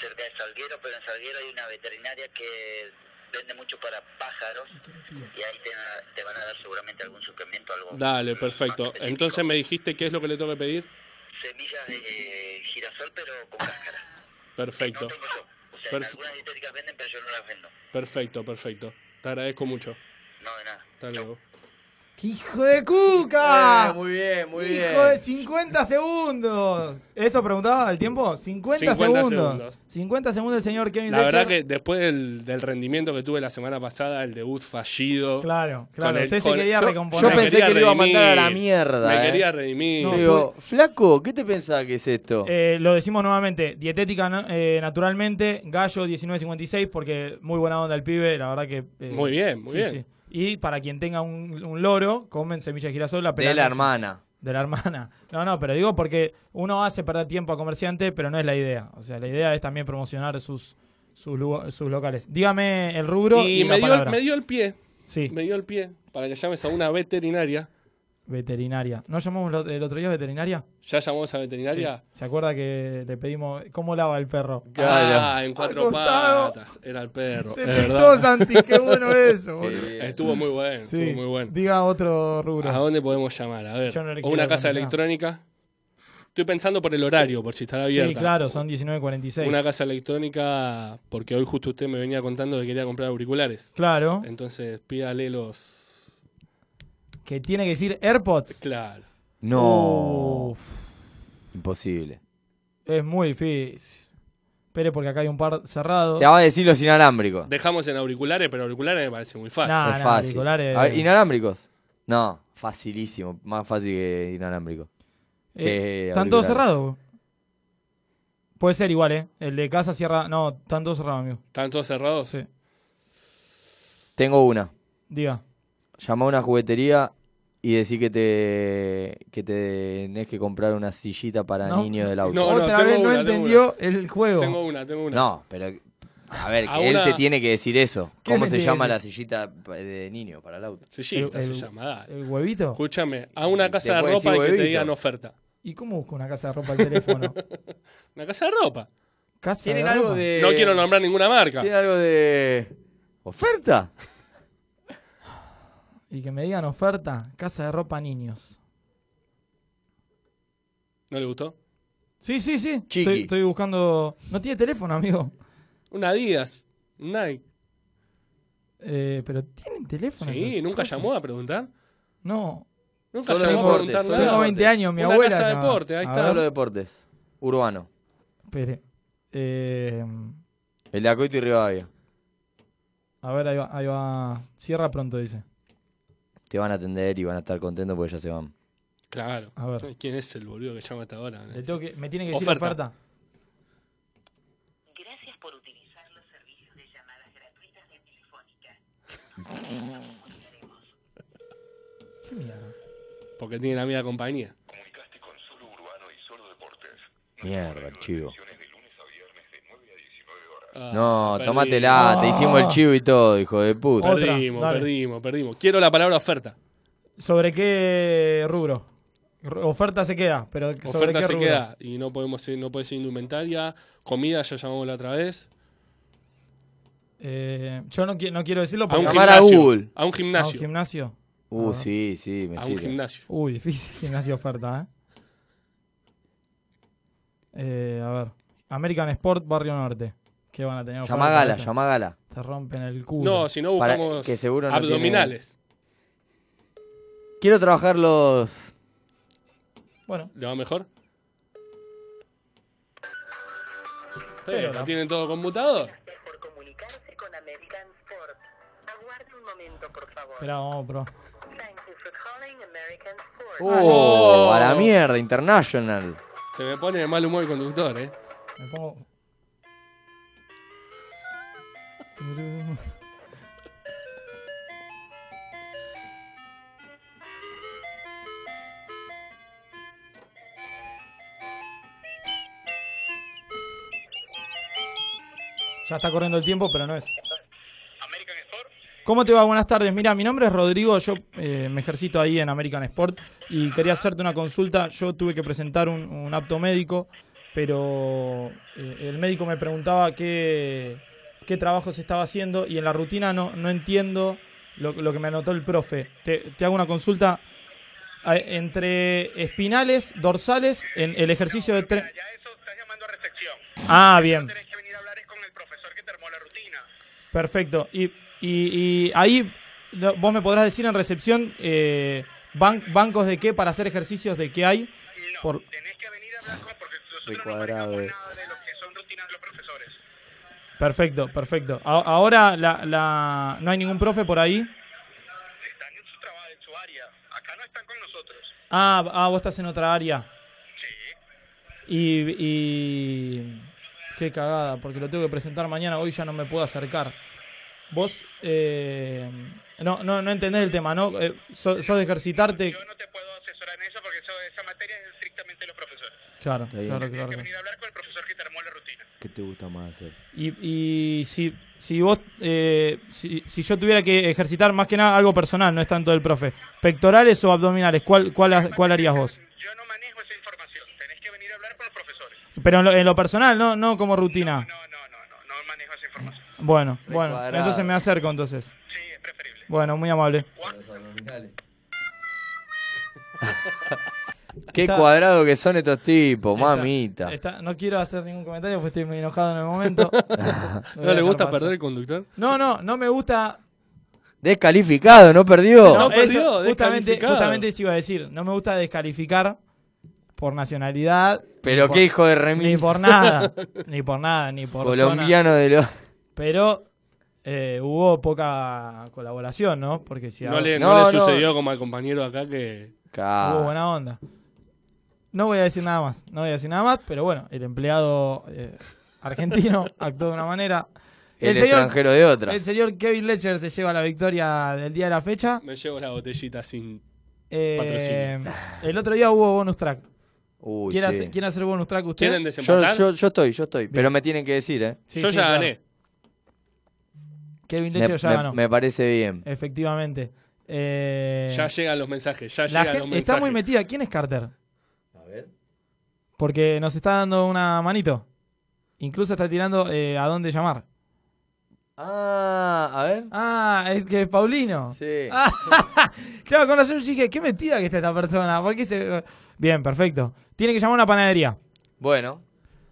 [SPEAKER 14] cerca de Salguero, pero en Salguero hay una veterinaria que vende mucho para pájaros y ahí te, te van a dar seguramente algún suplemento, algo.
[SPEAKER 7] Dale, perfecto. Entonces me dijiste qué es lo que le tengo que pedir.
[SPEAKER 14] Semillas de eh, girasol pero con cáscara.
[SPEAKER 7] Perfecto.
[SPEAKER 14] O sea, en
[SPEAKER 7] Perf-
[SPEAKER 14] algunas dietéticas venden, pero yo no las vendo.
[SPEAKER 7] perfecto, perfecto. Te agradezco mucho.
[SPEAKER 14] No, de nada.
[SPEAKER 7] Hasta luego.
[SPEAKER 6] ¡Qué hijo de cuca!
[SPEAKER 2] Eh, muy bien, muy bien.
[SPEAKER 6] Ah. ¡Hijo de 50 segundos! ¿Eso preguntaba el tiempo? 50,
[SPEAKER 7] 50
[SPEAKER 6] segundos.
[SPEAKER 7] segundos.
[SPEAKER 6] 50 segundos el señor Kevin
[SPEAKER 7] La verdad
[SPEAKER 6] Lecher.
[SPEAKER 7] que después del, del rendimiento que tuve la semana pasada, el debut fallido.
[SPEAKER 6] Claro, claro, usted se
[SPEAKER 7] con
[SPEAKER 6] quería
[SPEAKER 7] yo-
[SPEAKER 6] recomponer.
[SPEAKER 2] Yo
[SPEAKER 7] me
[SPEAKER 2] pensé
[SPEAKER 7] quería
[SPEAKER 2] que lo iba a mandar a la
[SPEAKER 7] redimir.
[SPEAKER 2] mierda.
[SPEAKER 7] Me
[SPEAKER 2] eh.
[SPEAKER 7] quería redimir.
[SPEAKER 2] Yo digo, flaco, ¿qué te pensás que es esto?
[SPEAKER 6] Eh, lo decimos nuevamente, dietética na- eh, naturalmente, Gallo 1956, porque muy buena onda el pibe, la verdad que... eh,
[SPEAKER 7] Muy bien, muy bien.
[SPEAKER 6] Y para quien tenga un, un loro, comen semillas de girasol. La
[SPEAKER 2] De
[SPEAKER 6] pelan-
[SPEAKER 2] la hermana.
[SPEAKER 6] De la hermana. No, no, pero digo porque uno hace perder tiempo a comerciante, pero no es la idea. O sea, la idea es también promocionar sus, sus, lu- sus locales. Dígame el rubro y,
[SPEAKER 7] Y
[SPEAKER 6] la
[SPEAKER 7] me dio,
[SPEAKER 6] palabra.
[SPEAKER 7] me dio el pie.
[SPEAKER 6] Sí.
[SPEAKER 7] Me dio el pie para que llames a una veterinaria.
[SPEAKER 6] Veterinaria. ¿No llamamos lo- el otro día veterinaria?
[SPEAKER 7] ¿Ya llamamos a veterinaria?
[SPEAKER 6] Sí. ¿Se acuerda que le pedimos cómo lava el perro?
[SPEAKER 7] Ah, en cuatro
[SPEAKER 6] Acostado.
[SPEAKER 7] patas. Era el perro.
[SPEAKER 6] Se
[SPEAKER 7] es
[SPEAKER 6] pintó,
[SPEAKER 7] verdad.
[SPEAKER 6] Santi, qué bueno eso, boludo.
[SPEAKER 7] Estuvo muy bueno,
[SPEAKER 6] Sí.
[SPEAKER 7] estuvo muy bueno.
[SPEAKER 6] Diga otro rubro.
[SPEAKER 7] ¿A dónde podemos llamar? A ver.
[SPEAKER 6] Yo no le
[SPEAKER 7] o
[SPEAKER 6] quiero
[SPEAKER 7] una casa
[SPEAKER 6] contestar.
[SPEAKER 7] electrónica. Estoy pensando por el horario, por si está abierta.
[SPEAKER 6] Sí, claro, son 19.46.
[SPEAKER 7] Una casa electrónica, porque hoy justo usted me venía contando que quería comprar auriculares.
[SPEAKER 6] Claro.
[SPEAKER 7] Entonces, pídale los.
[SPEAKER 6] Que tiene que decir AirPods.
[SPEAKER 7] Claro.
[SPEAKER 2] No. Imposible.
[SPEAKER 6] Es muy difícil. Espere, porque acá hay un par cerrado.
[SPEAKER 2] Te va a decir los inalámbricos.
[SPEAKER 7] Dejamos en auriculares, pero auriculares me parece muy fácil.
[SPEAKER 6] Nah,
[SPEAKER 2] es
[SPEAKER 6] nah,
[SPEAKER 2] fácil. Ah,
[SPEAKER 6] auriculares-
[SPEAKER 2] A ver, inalámbricos. No, facilísimo. Más fácil que inalámbrico.
[SPEAKER 6] Eh,
[SPEAKER 2] Que
[SPEAKER 6] ¿Están todos
[SPEAKER 2] auriculares.
[SPEAKER 6] cerrados? Puede ser igual, ¿eh? El de casa cierra. No, están todos cerrados, amigo.
[SPEAKER 7] ¿Están todos cerrados?
[SPEAKER 6] Sí.
[SPEAKER 2] Tengo una.
[SPEAKER 6] Diga.
[SPEAKER 2] Llama a una juguetería y decir que te que te tenés que comprar una sillita para
[SPEAKER 6] No.
[SPEAKER 2] niños del auto.
[SPEAKER 7] No, no,
[SPEAKER 6] Otra
[SPEAKER 7] tengo
[SPEAKER 6] vez no
[SPEAKER 7] una, tengo
[SPEAKER 6] entendió
[SPEAKER 7] una.
[SPEAKER 6] el juego.
[SPEAKER 7] Tengo una, tengo una.
[SPEAKER 2] No, pero a ver, que
[SPEAKER 7] A
[SPEAKER 2] él
[SPEAKER 7] una-
[SPEAKER 2] te tiene que decir eso.
[SPEAKER 7] ¿Qué
[SPEAKER 2] ¿Cómo
[SPEAKER 7] me
[SPEAKER 2] se
[SPEAKER 7] tiene
[SPEAKER 2] llama
[SPEAKER 7] que
[SPEAKER 2] la
[SPEAKER 7] decir?
[SPEAKER 2] sillita de niño para el auto?
[SPEAKER 7] Sillita se llama, dale.
[SPEAKER 6] ¿El huevito?
[SPEAKER 7] Escúchame, a una casa de
[SPEAKER 2] puede decir
[SPEAKER 7] ropa y que te
[SPEAKER 2] huevito.
[SPEAKER 7] digan oferta.
[SPEAKER 6] ¿Y cómo busco una casa de ropa al teléfono?
[SPEAKER 7] Una casa de ropa.
[SPEAKER 6] ¿Casa
[SPEAKER 2] Tienen
[SPEAKER 6] de
[SPEAKER 2] algo
[SPEAKER 6] ropa?
[SPEAKER 2] de-
[SPEAKER 7] No quiero nombrar ninguna marca.
[SPEAKER 2] Tiene algo de oferta.
[SPEAKER 6] Y que me digan oferta. Casa de ropa niños.
[SPEAKER 7] ¿No le gustó?
[SPEAKER 6] Sí, sí, sí.
[SPEAKER 7] Chiqui.
[SPEAKER 6] Estoy, estoy buscando. No tiene teléfono, amigo.
[SPEAKER 7] Una Adidas, un Nike.
[SPEAKER 6] Eh, pero tienen teléfono.
[SPEAKER 7] Sí,
[SPEAKER 6] esas
[SPEAKER 7] nunca
[SPEAKER 6] cosas?
[SPEAKER 7] llamó a preguntar.
[SPEAKER 6] No.
[SPEAKER 7] Nunca llamó a preguntar nada.
[SPEAKER 6] Tengo 20 años, mi
[SPEAKER 7] Una
[SPEAKER 6] abuela.
[SPEAKER 7] casa de
[SPEAKER 6] llamaba.
[SPEAKER 7] deporte, ahí
[SPEAKER 6] A
[SPEAKER 7] está.
[SPEAKER 6] ver,
[SPEAKER 2] Solo deportes. Urbano.
[SPEAKER 6] Espere. Eh,
[SPEAKER 2] El de Acoito y Rivadavia.
[SPEAKER 6] a ver, ahí va, ahí va. Cierra pronto, dice.
[SPEAKER 2] Te van a atender y van a estar contentos porque ya se van.
[SPEAKER 7] Claro.
[SPEAKER 6] A ver.
[SPEAKER 7] ¿Quién es el boludo que llama hasta ahora?
[SPEAKER 6] Le tengo que- me tiene que decir oferta. ¿Qué mierda?
[SPEAKER 7] Porque tiene la misma compañía.
[SPEAKER 2] Mierda, el chivo.
[SPEAKER 7] Ah,
[SPEAKER 2] No,
[SPEAKER 7] perdimos.
[SPEAKER 2] tomátela, te hicimos el chivo y todo, hijo de puta.
[SPEAKER 7] Perdimos,
[SPEAKER 6] dale.
[SPEAKER 7] perdimos, perdimos. Quiero la palabra oferta.
[SPEAKER 6] ¿Sobre qué rubro? Ru- Oferta se queda, pero ¿sobre
[SPEAKER 7] Oferta
[SPEAKER 6] qué
[SPEAKER 7] se
[SPEAKER 6] rubro?
[SPEAKER 7] queda y no podemos ser- no puede ser indumentaria. Comida ya llamamos la otra vez.
[SPEAKER 6] Eh, yo no, qui- no quiero decirlo
[SPEAKER 7] A un
[SPEAKER 6] porque...
[SPEAKER 7] Llamar a gimnasio. Google. A un gimnasio.
[SPEAKER 6] ¿A un gimnasio?
[SPEAKER 2] Uh, sí, sí, me
[SPEAKER 7] A un
[SPEAKER 2] sirve.
[SPEAKER 7] gimnasio.
[SPEAKER 6] Uy, difícil gimnasio oferta, ¿eh? Eh, A ver. American Sport Barrio Norte. ¿Qué van a tener?
[SPEAKER 2] Llama
[SPEAKER 6] oferta,
[SPEAKER 2] Gala,
[SPEAKER 6] viste?
[SPEAKER 2] llama Gala.
[SPEAKER 6] Te rompen el culo.
[SPEAKER 7] No, si no
[SPEAKER 2] Para-
[SPEAKER 7] buscamos
[SPEAKER 2] que seguro no
[SPEAKER 7] abdominales.
[SPEAKER 2] Quiero trabajar los.
[SPEAKER 6] Bueno.
[SPEAKER 7] ¿Le va mejor?
[SPEAKER 6] Pero
[SPEAKER 7] Pero,
[SPEAKER 6] no.
[SPEAKER 7] ¿Tienen todo conmutado?
[SPEAKER 6] Esperá, vamos, bro.
[SPEAKER 2] Oh,
[SPEAKER 7] Ah, no.
[SPEAKER 2] a la mierda, International.
[SPEAKER 7] Se me pone de mal humor el conductor, ¿eh?
[SPEAKER 6] Me pongo... Ya está corriendo el tiempo, pero no es. ¿Cómo te va? Buenas tardes. Mira, mi nombre es Rodrigo, yo eh, me ejercito ahí en American Sport y quería hacerte una consulta. Yo tuve que presentar un, un apto médico, pero eh, el médico me preguntaba qué, qué trabajo se estaba haciendo y en la rutina no, no entiendo lo, lo que me anotó el profe. Te, te hago una consulta A- entre espinales, dorsales, en el ejercicio de... tre- Ah, bien. Perfecto. Y, y- y ahí lo- vos me podrás decir en recepción eh, ban- bancos de qué para hacer ejercicios de qué hay. Por-
[SPEAKER 2] Recuadrado.
[SPEAKER 6] Perfecto, perfecto. A- ahora la, la- no hay ningún profe por ahí. Están en su área. Acá no están con nosotros. Ah, ah, vos estás en otra área. Sí. Y, y- Qué cagada, porque lo tengo que presentar mañana. Hoy ya no me puedo acercar. Vos eh, no, no, no entendés el tema, ¿no? Eh, so- sos de ejercitarte. Claro,
[SPEAKER 2] Está bien.
[SPEAKER 6] claro, claro.
[SPEAKER 2] ¿Qué te gusta más hacer?
[SPEAKER 6] Y, y si, si vos, eh, si, si yo tuviera que ejercitar más que nada algo personal, no es tanto del profe, pectorales o abdominales, ¿cuál, cuál, ha- cuál harías vos? Yo no manejo esa información, tenés que venir a hablar con el profesor. Pero en lo, en lo personal, no, no como rutina. No, no, no, no, manejo esa información. Bueno, bueno,
[SPEAKER 2] Recuadrado.
[SPEAKER 6] entonces me acerco entonces. Sí, es preferible. Bueno, muy amable.
[SPEAKER 2] Qué
[SPEAKER 6] Está-
[SPEAKER 2] cuadrado que son estos tipos,
[SPEAKER 6] Está-
[SPEAKER 2] mamita.
[SPEAKER 6] está- no quiero hacer ningún comentario porque estoy muy enojado en el momento.
[SPEAKER 2] ¿No
[SPEAKER 6] Lo voy a
[SPEAKER 2] le gusta
[SPEAKER 6] dejar pasar.
[SPEAKER 2] perder el
[SPEAKER 7] conductor?
[SPEAKER 6] No, no, no me gusta.
[SPEAKER 2] Descalificado, no perdió.
[SPEAKER 6] no, eso, justamente, justamente eso iba a decir. No me gusta descalificar por nacionalidad.
[SPEAKER 2] Pero
[SPEAKER 6] ni por-
[SPEAKER 2] qué hijo de remil.
[SPEAKER 6] Ni por nada. ni por nada, ni por zona.
[SPEAKER 2] Colombiano de los.
[SPEAKER 6] Pero eh, hubo poca colaboración, ¿no? Porque si
[SPEAKER 7] No
[SPEAKER 6] ahora-
[SPEAKER 7] le, no le sucedió como al compañero acá que.
[SPEAKER 6] Hubo buena onda. No voy a decir nada más, no voy a decir nada más, pero bueno, el empleado eh, argentino actuó de una manera.
[SPEAKER 2] El extranjero de otra.
[SPEAKER 6] El señor Kevin Lecher se lleva la victoria del día de la fecha.
[SPEAKER 7] Me llevo la botellita sin
[SPEAKER 6] Eh,
[SPEAKER 7] patrocinio.
[SPEAKER 6] el otro día hubo bonus track.
[SPEAKER 2] Uy,
[SPEAKER 6] ¿Quiere,
[SPEAKER 2] sí.
[SPEAKER 6] hacer, quiere hacer bonus track usted?
[SPEAKER 7] ¿Quieren
[SPEAKER 2] Yo, yo, yo estoy, yo estoy. Pero me tienen que decir, ¿eh?
[SPEAKER 6] Sí, Yo sí, ya claro. gané. Kevin
[SPEAKER 2] Me-
[SPEAKER 6] Lecher ya
[SPEAKER 2] me-
[SPEAKER 6] ganó.
[SPEAKER 2] me parece bien.
[SPEAKER 6] Efectivamente. Eh,
[SPEAKER 7] Ya llegan los mensajes, ya
[SPEAKER 6] la
[SPEAKER 7] llegan
[SPEAKER 6] gente
[SPEAKER 7] los
[SPEAKER 6] Está
[SPEAKER 7] mensajes.
[SPEAKER 6] muy metida. ¿Quién es Carter?
[SPEAKER 2] A ver.
[SPEAKER 6] Porque nos está dando una manito. Incluso está tirando eh, a dónde llamar.
[SPEAKER 2] Ah, a ver.
[SPEAKER 6] Ah, es que es Paulino.
[SPEAKER 2] Sí.
[SPEAKER 6] Ah, claro, con razón yo dije, qué metida que está esta persona. ¿Por qué se... Bien, perfecto. Tiene que llamar a una panadería.
[SPEAKER 2] Bueno.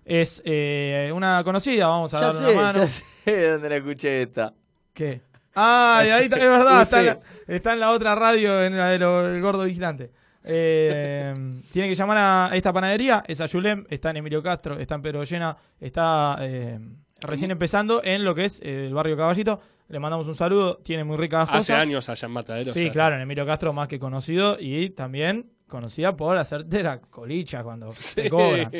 [SPEAKER 6] Es eh, una conocida, vamos a
[SPEAKER 2] Ya
[SPEAKER 6] darle
[SPEAKER 2] sé,
[SPEAKER 6] una mano.
[SPEAKER 2] ya sé dónde la escuché esta.
[SPEAKER 6] ¿Qué? Ay, ahí está, es verdad,
[SPEAKER 2] Sí.
[SPEAKER 6] está en, la, está en la otra radio, en la del gordo vigilante. Eh, tiene que llamar a esta panadería, es Ayulem, está en Emilio Castro, está en Pedro Llena, está eh, recién empezando en lo que es eh, el barrio Caballito. Le mandamos un saludo, tiene muy ricas cosas.
[SPEAKER 7] Hace años allá en ¿eh? Matadero.
[SPEAKER 6] Sí,
[SPEAKER 7] ya.
[SPEAKER 6] claro, en Emilio Castro más que conocido y también conocida por hacerte la colicha cuando te cobra.
[SPEAKER 7] Mm.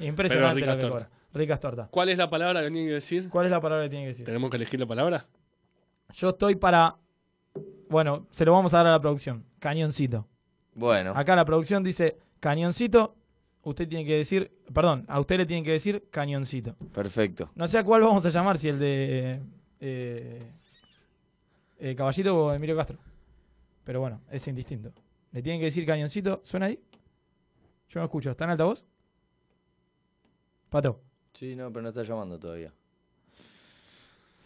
[SPEAKER 7] Pero
[SPEAKER 6] Impresionante
[SPEAKER 7] ricas
[SPEAKER 6] lo que
[SPEAKER 7] tortas.
[SPEAKER 6] cobra. Ricas tortas.
[SPEAKER 7] ¿Cuál es la palabra que tiene que decir?
[SPEAKER 6] ¿Cuál es la palabra que tiene que decir?
[SPEAKER 7] ¿Tenemos que elegir la palabra?
[SPEAKER 6] Yo estoy para. Bueno, se lo vamos a dar a la producción. Cañoncito.
[SPEAKER 2] Bueno.
[SPEAKER 6] Acá la producción dice cañoncito. Usted tiene que decir. Perdón, a usted le tienen que decir cañoncito.
[SPEAKER 2] Perfecto.
[SPEAKER 6] No sé a cuál vamos a llamar, si el de. eh, eh, Caballito o Emilio Castro. Pero bueno, es indistinto. Le tienen que decir cañoncito. ¿Suena ahí? Yo no escucho. ¿Está en altavoz? Pato.
[SPEAKER 2] Sí, no, pero no está llamando todavía.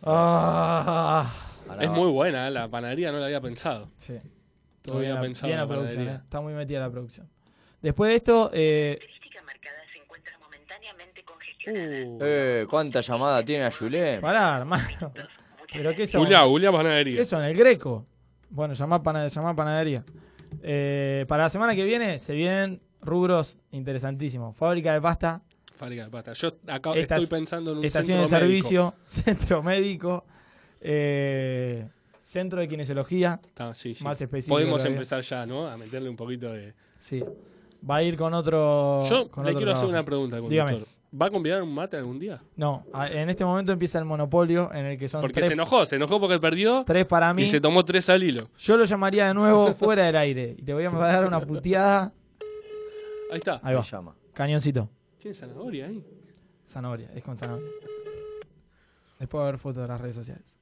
[SPEAKER 6] Ah.
[SPEAKER 7] es muy buena, ¿eh? la panadería no la había pensado.
[SPEAKER 6] Sí.
[SPEAKER 7] No había
[SPEAKER 6] Bien la-
[SPEAKER 7] pensado
[SPEAKER 6] bien
[SPEAKER 7] en
[SPEAKER 6] la
[SPEAKER 7] la
[SPEAKER 6] producción,
[SPEAKER 7] panadería.
[SPEAKER 6] eh. Está muy metida la producción. Después de esto. Eh,
[SPEAKER 7] Uh.
[SPEAKER 2] Eh, ¿cuánta llamada tiene a Yulem?
[SPEAKER 6] pará, hermano. ¿Pero qué son?
[SPEAKER 7] Julia, Julia Panadería.
[SPEAKER 6] ¿Qué son? ¿El Greco? Bueno, llamá, pana- llamá panadería. Eh, para la semana que viene se vienen rubros interesantísimos. Fábrica de pasta.
[SPEAKER 7] Fábrica de pasta. Yo acá
[SPEAKER 6] Estas-
[SPEAKER 7] estoy pensando en un
[SPEAKER 6] Estación de
[SPEAKER 7] centro médico.
[SPEAKER 6] servicio, centro médico, eh, centro de kinesiología,
[SPEAKER 7] Está, sí, sí.
[SPEAKER 6] más específico.
[SPEAKER 7] Podemos
[SPEAKER 6] todavía.
[SPEAKER 7] empezar ya, ¿no? A meterle un poquito de.
[SPEAKER 6] Sí. Va a ir con otro.
[SPEAKER 7] Yo
[SPEAKER 6] con
[SPEAKER 7] le
[SPEAKER 6] otro
[SPEAKER 7] quiero hacer
[SPEAKER 6] trabajo.
[SPEAKER 7] una pregunta, al
[SPEAKER 6] Dígame.
[SPEAKER 7] conductor. ¿Va a convidar un mate algún día?
[SPEAKER 6] No, a- en este momento empieza el monopolio en el que son
[SPEAKER 7] Porque
[SPEAKER 6] tres,
[SPEAKER 7] se enojó, se enojó porque perdió.
[SPEAKER 6] tres para mí.
[SPEAKER 7] Y se tomó tres al hilo.
[SPEAKER 6] Yo lo llamaría de nuevo fuera del aire. Y te voy a dar una puteada.
[SPEAKER 7] Ahí está.
[SPEAKER 6] Ahí va. Cañoncito.
[SPEAKER 7] Tiene zanahoria ahí.
[SPEAKER 6] Zanahoria, es con zanahoria. Después va a ver fotos de las redes sociales.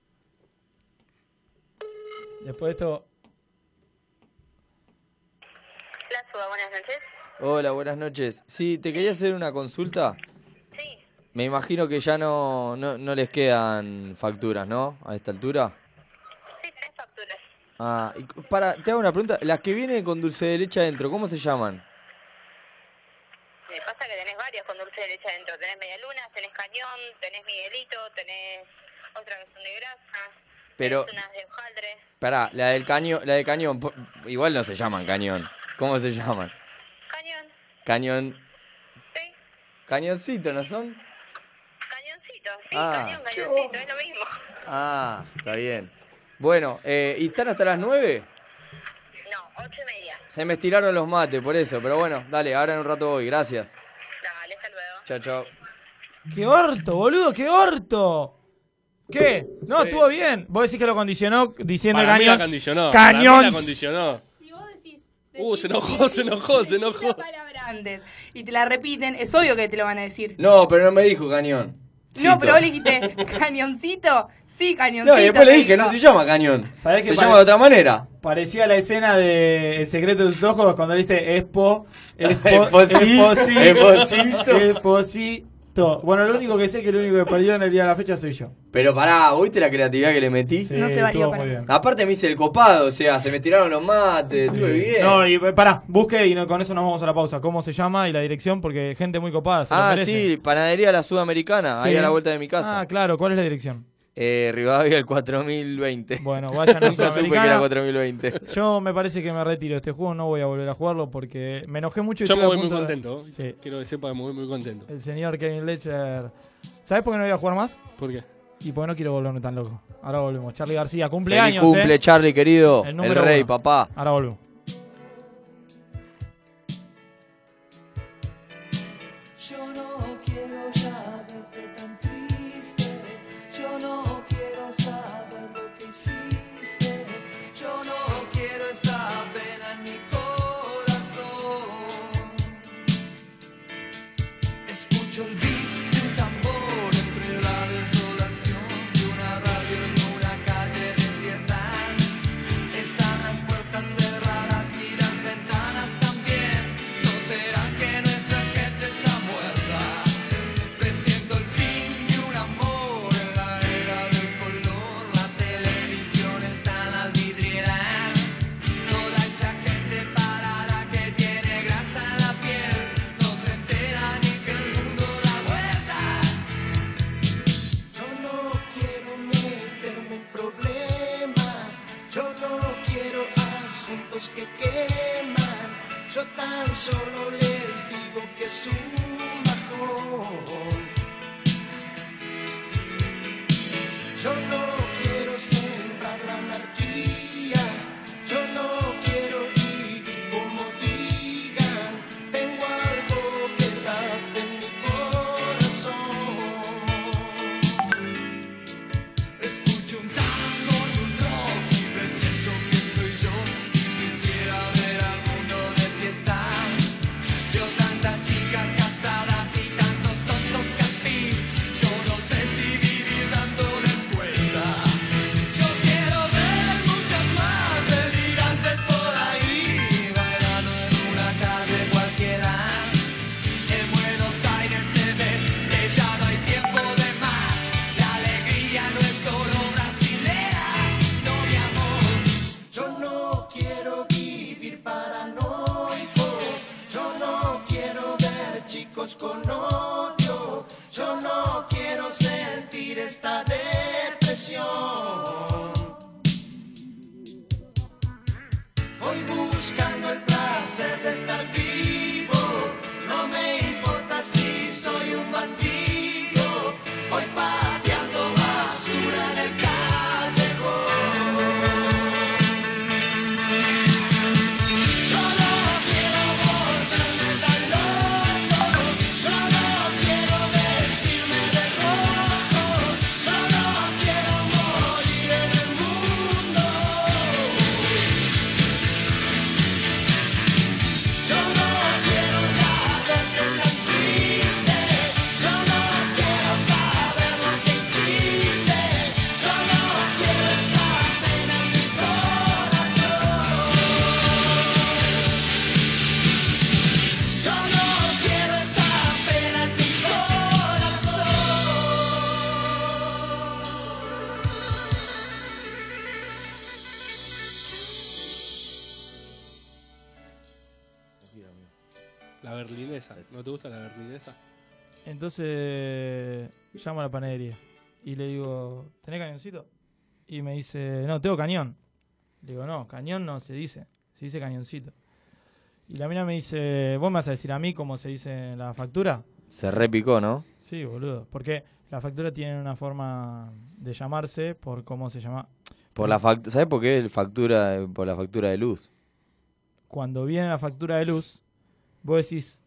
[SPEAKER 6] Después de esto,
[SPEAKER 2] Hola, buenas noches. Sí, te quería hacer una consulta. Me imagino que ya no, no, no les quedan facturas, ¿no? A esta altura. Ah, y cu- para, te hago una pregunta. Las que vienen con dulce de leche adentro, ¿cómo se llaman?
[SPEAKER 15] Me pasa que tenés varias con dulce de leche adentro. Tenés medialunas, tenés cañón, tenés miguelito, tenés otra que son de grasa,
[SPEAKER 2] Pero,
[SPEAKER 15] unas de hojaldre.
[SPEAKER 2] pará, la del cañón, la de cañón, po- igual no se llaman cañón. ¿Cómo se llaman? Cañón. Cañón. Cañoncito, ¿no son?
[SPEAKER 15] Cañoncito, sí,
[SPEAKER 2] Ah.
[SPEAKER 15] cañón, cañoncito, es lo mismo.
[SPEAKER 2] Ah, está bien. Bueno, eh, ¿y están hasta las nueve?
[SPEAKER 15] No, ocho y media.
[SPEAKER 2] Se me estiraron los mates, por eso. Pero bueno, dale, ahora en un rato voy. Gracias. Dale, hasta luego. Chao, chao.
[SPEAKER 6] ¡Qué orto, boludo! ¡Qué orto! ¿Qué? No, estuvo bien. Vos decís que lo condicionó diciendo
[SPEAKER 7] Para mí
[SPEAKER 6] cañón.
[SPEAKER 7] la condicionó. para mí
[SPEAKER 6] Cañón.
[SPEAKER 7] la condicionó. Uh, se enojó, se enojó, se enojó.
[SPEAKER 11] palabra antes y te la repiten, es obvio que te lo van a decir.
[SPEAKER 2] No, pero no me dijo cañón.
[SPEAKER 11] No, pero vos le dijiste, cañoncito. Sí, cañoncito.
[SPEAKER 2] No, y después le
[SPEAKER 11] te
[SPEAKER 2] dije,
[SPEAKER 11] dijo.
[SPEAKER 2] no se llama cañón.
[SPEAKER 6] ¿Sabés qué
[SPEAKER 2] se
[SPEAKER 6] pare-
[SPEAKER 2] llama de otra manera.
[SPEAKER 6] Parecía la escena de El secreto de sus ojos cuando dice Expo. Expo.
[SPEAKER 2] Esposito,
[SPEAKER 6] Exposito.
[SPEAKER 2] esposito.
[SPEAKER 6] Exposito. Bueno, lo único que sé es que el único que perdió en el día de la fecha soy yo.
[SPEAKER 2] Pero pará, ¿viste la creatividad que le metí?
[SPEAKER 6] No se valió, estuvo pará. muy bien.
[SPEAKER 2] Aparte me hice el copado, o sea, se me tiraron los mates, estuve bien.
[SPEAKER 6] No, y eh, pará, busque y no- con eso nos vamos a la pausa. ¿Cómo se llama y la dirección? Porque gente muy copada. Se lo
[SPEAKER 2] ah,
[SPEAKER 6] merece.
[SPEAKER 2] sí, panadería La Sudamericana, ahí
[SPEAKER 6] Sí.
[SPEAKER 2] a la vuelta de mi casa.
[SPEAKER 6] Ah, claro, ¿cuál es la dirección?
[SPEAKER 2] Eh, Rivadavia, el 4020.
[SPEAKER 6] Bueno, vayan a
[SPEAKER 2] No supe que
[SPEAKER 6] Sudamericana.
[SPEAKER 2] era 4020.
[SPEAKER 6] Yo me parece que me retiro de este juego, no voy a volver a jugarlo porque me enojé mucho y
[SPEAKER 7] Yo me
[SPEAKER 6] estuve a
[SPEAKER 7] voy muy
[SPEAKER 6] punto de-
[SPEAKER 7] contento. ¿eh? Quiero que sepa, me voy muy contento.
[SPEAKER 6] El señor Kevin Lecher. ¿Sabes por qué no voy a jugar más?
[SPEAKER 7] ¿Por qué?
[SPEAKER 6] Y porque no quiero volverme tan loco. Ahora volvemos. Charlie García,
[SPEAKER 2] Feliz
[SPEAKER 6] cumpleaños.
[SPEAKER 2] cumple,
[SPEAKER 6] eh.
[SPEAKER 2] Charlie, querido. El,
[SPEAKER 6] número
[SPEAKER 2] rey,
[SPEAKER 6] uno.
[SPEAKER 2] papá.
[SPEAKER 6] Ahora volvemos.
[SPEAKER 4] Yo no quiero ya verte tan triste, yo no quiero saber lo que hiciste, yo no quiero esta pena en mi corazón. Escucho el beat de un tambor entre la desolación de una radio en una calle desierta. Están las puertas cerradas y las ventanas también. ¿No será que nuestra gente está muerta? Presiento el fin de un amor en la era del color. La televisión está en las vidrieras. Toda esa gente parada que tiene grasa en la piel. No se entera ni que el mundo da vueltas. Yo no quiero meterme en problemas, yo no quiero asuntos que queman, yo tan solo les digo que es un bajón. Yo no quiero sembrar la anarquía, yo no quiero ir como digan, tengo algo que late en mi corazón. Escucho un tango y un rock y presiento que soy yo y quisiera ver al mundo de fiesta. Yo tantas chicas castradas y tantos tontos que al fin yo no sé si vivir dándoles cuesta. Yo quiero ver muchas más delirantes por ahí, bailando en una calle cualquiera. En Buenos Aires se ve que ya no hay tiempo de más. La alegría no es solo brasilera, no mi amor. Yo no quiero vivir paranoico. Yo no quiero ver chicos con odio. Yo no quiero sentir esta depresión. Voy buscando el placer de estar vivo. No me importa si soy un bandido. Voy pateando basura en el callejón. Yo no quiero volverme tan loco. Yo no quiero vestirme de rojo. Yo no quiero morir en el mundo. Yo no quiero saberte tan triste, yo no quiero saber lo que hiciste, yo no quiero esta pena en mi corazón. Yo no quiero esta pena en mi corazón.
[SPEAKER 7] La berlinesa. ¿No te gusta la berlinesa?
[SPEAKER 6] Entonces llamo a la panadería y le digo, ¿tenés cañoncito? Y me dice, no, tengo cañón. Le digo, no, cañón no se dice, se dice cañoncito. Y la mina me dice, ¿vos me vas a decir a mí cómo se dice en la factura?
[SPEAKER 2] Se repicó, ¿no?
[SPEAKER 6] Sí, boludo, porque la factura tiene una forma de llamarse por cómo se llama.
[SPEAKER 2] Por la factura, ¿sabes por qué el factura eh, por la factura de luz?
[SPEAKER 6] Cuando viene la factura de luz, vos decís,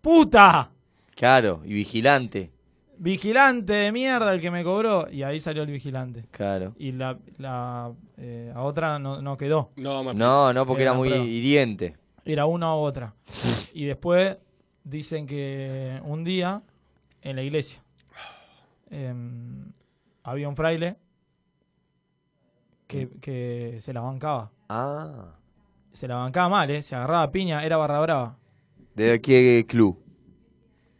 [SPEAKER 6] ¡puta!
[SPEAKER 2] Claro, y vigilante.
[SPEAKER 6] vigilante de mierda el que me cobró. Y ahí salió el vigilante.
[SPEAKER 2] Claro.
[SPEAKER 6] Y la, la, eh, a otra no, no quedó.
[SPEAKER 7] No,
[SPEAKER 2] me- No, no, porque era
[SPEAKER 6] una
[SPEAKER 2] muy
[SPEAKER 6] prueba.
[SPEAKER 2] hiriente.
[SPEAKER 6] Era una u otra. y después dicen que un día en la iglesia em, había un fraile que, que se la bancaba.
[SPEAKER 2] Ah.
[SPEAKER 6] Se la bancaba mal, ¿eh? Se agarraba a piña, era barra brava.
[SPEAKER 2] ¿De qué club?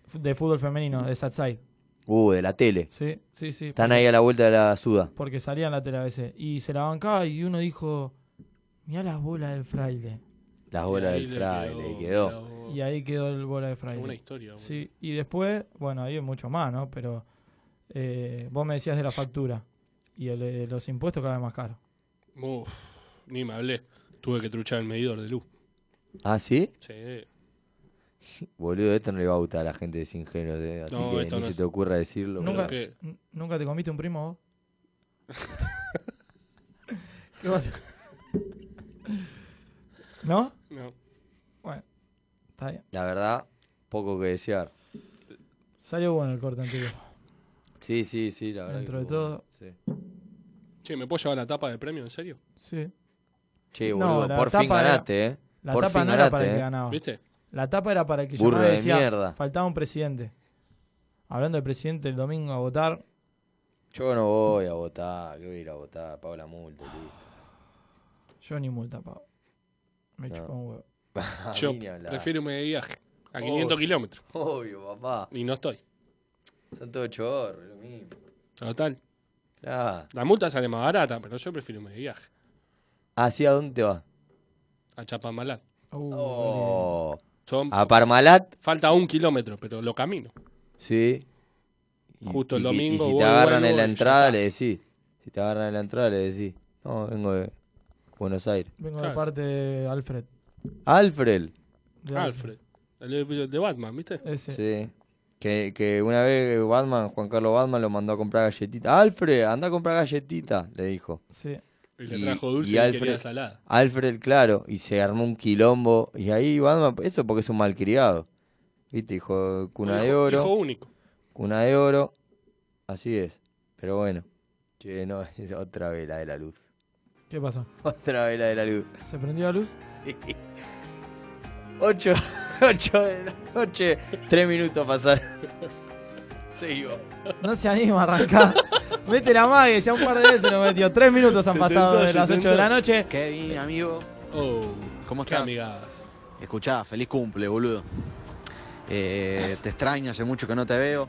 [SPEAKER 6] f- De fútbol femenino, de Satsai.
[SPEAKER 2] Uh, de la tele.
[SPEAKER 6] Sí, sí, sí.
[SPEAKER 2] Están ahí a la vuelta de la suda.
[SPEAKER 6] Porque salía en la tele a veces. Y se la bancaba y uno dijo, mirá las bolas del fraile.
[SPEAKER 2] Las bolas
[SPEAKER 6] ahí
[SPEAKER 2] del
[SPEAKER 6] le
[SPEAKER 2] fraile,
[SPEAKER 6] quedó-
[SPEAKER 2] y quedó.
[SPEAKER 6] Y ahí quedó el bola de fraile.
[SPEAKER 7] Una historia, boludo.
[SPEAKER 6] Sí, y después, bueno, hay mucho más, ¿no? Pero eh, vos me decías de la factura. Y el, eh, los impuestos cada vez más caros.
[SPEAKER 7] Uf, ni me hablé. Tuve que truchar el medidor de luz.
[SPEAKER 2] ¿Ah, sí?
[SPEAKER 7] Sí.
[SPEAKER 2] Boludo, esto no le va a gustar a la gente de Sin Género, eh, así
[SPEAKER 7] No,
[SPEAKER 2] que ni
[SPEAKER 7] esto no
[SPEAKER 2] se
[SPEAKER 7] es-
[SPEAKER 2] te ocurra decirlo.
[SPEAKER 6] ¿Nunca,
[SPEAKER 2] boludo.
[SPEAKER 6] n- ¿Nunca te comiste un primo vos? ¿Qué pasa? ¿No?
[SPEAKER 7] No.
[SPEAKER 6] Bueno, está bien.
[SPEAKER 2] La verdad, poco que desear.
[SPEAKER 6] Salió bueno el corte anterior.
[SPEAKER 2] Sí, sí, sí, la verdad.
[SPEAKER 6] Dentro
[SPEAKER 2] que
[SPEAKER 6] de
[SPEAKER 2] fue bueno.
[SPEAKER 6] todo.
[SPEAKER 2] Sí.
[SPEAKER 7] Che, ¿me puedo llevar la tapa de premio, en serio?
[SPEAKER 6] Sí.
[SPEAKER 2] Che,
[SPEAKER 6] No,
[SPEAKER 2] boludo,
[SPEAKER 6] la
[SPEAKER 2] por fin
[SPEAKER 6] tapa era-
[SPEAKER 2] ganaste, eh.
[SPEAKER 6] La
[SPEAKER 2] por
[SPEAKER 6] tapa
[SPEAKER 2] fin
[SPEAKER 6] no era
[SPEAKER 2] ganaste,
[SPEAKER 6] para el
[SPEAKER 2] eh.
[SPEAKER 6] que ganaba.
[SPEAKER 7] ¿Viste?
[SPEAKER 6] La tapa era para el que
[SPEAKER 2] Burro
[SPEAKER 6] llamaba y
[SPEAKER 2] de
[SPEAKER 6] decía,
[SPEAKER 2] mierda.
[SPEAKER 6] faltaba un presidente. Hablando del presidente el domingo a votar,
[SPEAKER 2] Yo no voy a votar, que voy a ir a votar, pago la multa, listo.
[SPEAKER 6] yo ni multa, pago. Me
[SPEAKER 2] No.
[SPEAKER 6] chupa un huevo.
[SPEAKER 2] A
[SPEAKER 7] Yo
[SPEAKER 2] mí ni hablar.
[SPEAKER 7] prefiero irme de viaje a
[SPEAKER 2] Obvio.
[SPEAKER 7] 500 kilómetros.
[SPEAKER 2] Obvio, papá.
[SPEAKER 7] Y no estoy.
[SPEAKER 2] Son todos chorros, lo mismo.
[SPEAKER 7] Total.
[SPEAKER 2] Ah.
[SPEAKER 7] La multa sale más barata, pero yo prefiero irme de viaje
[SPEAKER 6] Ah,
[SPEAKER 2] ¿Así a dónde te vas?
[SPEAKER 7] a Chapamalal.
[SPEAKER 6] Uh,
[SPEAKER 2] Oh.
[SPEAKER 7] Son-
[SPEAKER 2] ¿A Parmalat?
[SPEAKER 7] Falta un kilómetro, pero lo camino.
[SPEAKER 2] Sí. Y-
[SPEAKER 7] Justo el
[SPEAKER 2] y- y-
[SPEAKER 7] domingo
[SPEAKER 2] Y, si
[SPEAKER 7] vuelvo,
[SPEAKER 2] te agarran
[SPEAKER 7] vuelvo
[SPEAKER 2] en la
[SPEAKER 7] y ya
[SPEAKER 2] entrada,
[SPEAKER 7] está.
[SPEAKER 2] le decís. Si te agarran en la entrada, le decís. No, vengo de Buenos Aires.
[SPEAKER 6] Vengo de
[SPEAKER 7] Claro.
[SPEAKER 6] parte de Alfred.
[SPEAKER 2] Alfred.
[SPEAKER 6] De
[SPEAKER 7] Alfred. El de Batman, ¿viste?
[SPEAKER 6] Ese.
[SPEAKER 2] Sí. Que, que una vez Batman, Juan Carlos Batman lo mandó a comprar galletitas. Alfred, anda a comprar galletitas, le dijo.
[SPEAKER 6] Sí.
[SPEAKER 7] Y le trajo dulce y quería salada.
[SPEAKER 2] Alfred, claro, y se armó un quilombo. Y ahí Batman, eso porque es un malcriado. Viste, hijo, cuna de
[SPEAKER 7] Hijo-
[SPEAKER 2] oro.
[SPEAKER 7] hijo único.
[SPEAKER 2] Cuna de oro. Así es. Pero bueno. Che, no, es otra vela de la luz.
[SPEAKER 6] ¿Qué pasó?
[SPEAKER 2] Otra vela de la luz.
[SPEAKER 6] ¿Se prendió la luz?
[SPEAKER 2] Sí. Ocho, ocho de la noche. Tres minutos pasaron. Seguimos.
[SPEAKER 6] No se anima a arrancar. Mete la mague, ya un par de veces lo metió. Tres minutos han
[SPEAKER 8] Se
[SPEAKER 6] pasado
[SPEAKER 8] tentó,
[SPEAKER 6] de
[SPEAKER 8] se
[SPEAKER 6] las 8 de la
[SPEAKER 8] tentó.
[SPEAKER 6] noche.
[SPEAKER 8] Kevin, amigo.
[SPEAKER 7] Oh,
[SPEAKER 8] ¿Cómo estás? Escuchá, feliz cumple, boludo. Eh, te extraño, hace mucho que no te veo.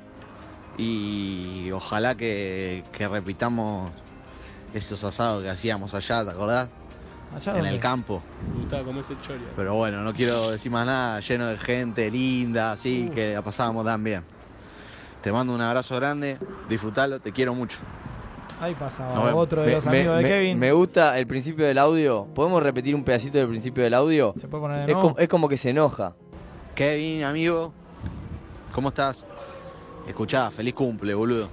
[SPEAKER 8] Y ojalá que, que repitamos esos asados que hacíamos allá, ¿te acordás?
[SPEAKER 6] Allá
[SPEAKER 8] en
[SPEAKER 6] dónde?
[SPEAKER 8] el campo.
[SPEAKER 7] Me gustaba comer ese chorio.
[SPEAKER 8] Pero bueno, no quiero decir más nada, lleno de gente linda, así que la pasábamos tan bien. Te mando un abrazo grande, disfrutalo, te quiero mucho.
[SPEAKER 6] Ahí pasaba
[SPEAKER 8] Nos vemos.
[SPEAKER 6] otro de
[SPEAKER 8] Me-
[SPEAKER 6] los
[SPEAKER 8] me-
[SPEAKER 6] amigos de
[SPEAKER 2] me,
[SPEAKER 6] Kevin.
[SPEAKER 2] me gusta el principio del audio. ¿Podemos repetir un pedacito del principio del audio?
[SPEAKER 6] ¿Se puede poner de
[SPEAKER 2] es,
[SPEAKER 6] nuevo?
[SPEAKER 2] como, es como que se enoja.
[SPEAKER 8] Kevin, amigo, ¿cómo estás? Escuchá, feliz cumple, boludo.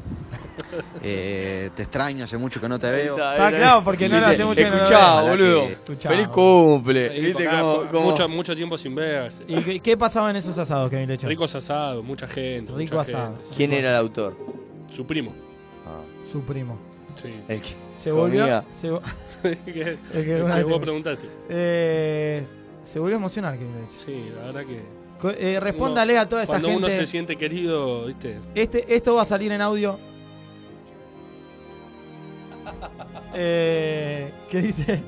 [SPEAKER 8] Eh, te extraño, hace mucho que no te veo.
[SPEAKER 2] está, Está era- Ah, claro, porque no lo hace mucho que no lo
[SPEAKER 8] Escuchá,
[SPEAKER 2] veo.
[SPEAKER 8] boludo.
[SPEAKER 2] Escuchá. Feliz cumple.
[SPEAKER 7] Sí,
[SPEAKER 2] Eh, ¿Viste
[SPEAKER 7] tocaba
[SPEAKER 2] cómo-
[SPEAKER 7] po-
[SPEAKER 2] cómo-
[SPEAKER 7] Mucho, mucho tiempo sin verse.
[SPEAKER 6] ¿Y qué, qué pasaba en esos asados, Kevin Leche?
[SPEAKER 7] Ricos asados, mucha gente.
[SPEAKER 6] Rico
[SPEAKER 7] mucha
[SPEAKER 6] asado.
[SPEAKER 7] gente.
[SPEAKER 2] ¿Quién era el autor?
[SPEAKER 7] Su primo.
[SPEAKER 6] Su primo.
[SPEAKER 7] Sí.
[SPEAKER 2] El que
[SPEAKER 6] Se volvió.
[SPEAKER 2] comía.
[SPEAKER 6] Se, vo-
[SPEAKER 7] que,
[SPEAKER 6] El que
[SPEAKER 7] el
[SPEAKER 6] una
[SPEAKER 7] que
[SPEAKER 6] vez
[SPEAKER 7] vos
[SPEAKER 6] te-
[SPEAKER 7] preguntaste.
[SPEAKER 6] Eh, se volvió a emocionar, Kevin Leche.
[SPEAKER 7] Sí, la verdad que.
[SPEAKER 6] Co- eh, respóndale
[SPEAKER 7] uno-
[SPEAKER 6] a toda esa
[SPEAKER 7] cuando
[SPEAKER 6] gente.
[SPEAKER 7] uno se siente querido, ¿viste?
[SPEAKER 6] Este, esto va a salir en audio. Eh, ¿Qué dice?
[SPEAKER 7] ¿Qué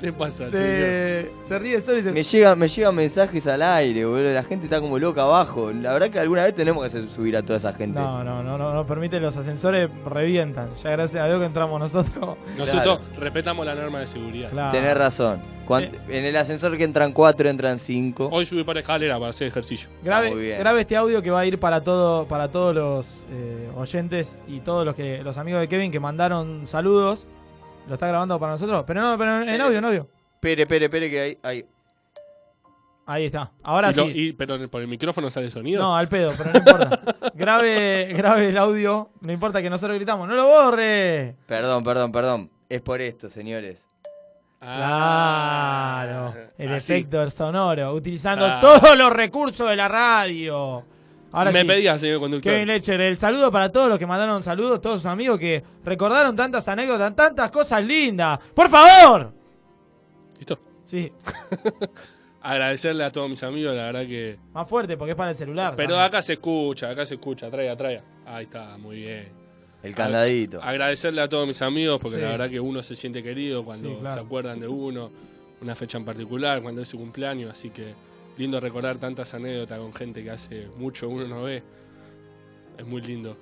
[SPEAKER 7] le pasa,
[SPEAKER 6] Se, se ríe solo y se...
[SPEAKER 2] Me llega, me llegan mensajes al aire, boludo. La gente está como loca abajo. La verdad que alguna vez tenemos que hacer subir a toda esa gente.
[SPEAKER 6] No, no, no, no, no permite, los ascensores revientan. Ya gracias a Dios que entramos nosotros.
[SPEAKER 7] Nosotros respetamos la norma de seguridad.
[SPEAKER 6] Claro.
[SPEAKER 2] Tenés razón. Cuan- En el ascensor que entran cuatro, entran cinco.
[SPEAKER 7] Hoy subí para escalera para hacer ejercicio.
[SPEAKER 2] Está muy
[SPEAKER 6] Grabe,
[SPEAKER 2] bien.
[SPEAKER 6] grabe este audio que va a ir para todo, para todos los eh, oyentes y todos los que los amigos de Kevin que mandaron saludos. Lo está grabando para nosotros, pero no, pero en audio, en audio.
[SPEAKER 2] Pere, pere, pere, que ahí. ahí.
[SPEAKER 6] Ahí está. Ahora
[SPEAKER 7] Y lo-
[SPEAKER 6] sí.
[SPEAKER 7] y- pero por el micrófono sale sonido.
[SPEAKER 6] No, al pedo, pero no importa. Grabe, grabe el audio, no importa que nosotros gritamos, ¡no lo borre!
[SPEAKER 2] Perdón, perdón, perdón. Es por esto, señores.
[SPEAKER 6] Claro, el
[SPEAKER 7] Ah.
[SPEAKER 2] Así.
[SPEAKER 6] efecto sonoro, utilizando
[SPEAKER 2] Ah.
[SPEAKER 6] todos los recursos de la radio. Ahora
[SPEAKER 7] Me
[SPEAKER 6] sí.
[SPEAKER 7] pedías, señor conductor.
[SPEAKER 6] Kevin Lecher, el saludo para todos los que mandaron saludos, todos sus amigos que recordaron tantas anécdotas, tantas cosas lindas. ¡Por favor!
[SPEAKER 7] ¿Listo?
[SPEAKER 6] Sí.
[SPEAKER 7] Agradecerle a todos mis amigos, la verdad que.
[SPEAKER 6] Más fuerte porque es para el celular.
[SPEAKER 7] Pero
[SPEAKER 6] Ah, también.
[SPEAKER 7] acá se escucha, acá se escucha, traiga, traiga. Ahí está, muy bien.
[SPEAKER 2] El candadito.
[SPEAKER 7] Ag- Agradecerle a todos mis amigos porque
[SPEAKER 2] Sí.
[SPEAKER 7] la verdad que uno se siente querido cuando
[SPEAKER 2] Sí, claro.
[SPEAKER 7] se acuerdan de uno, una fecha en particular, cuando es su cumpleaños, así que lindo recordar tantas anécdotas con gente que hace mucho uno no ve. Es muy lindo.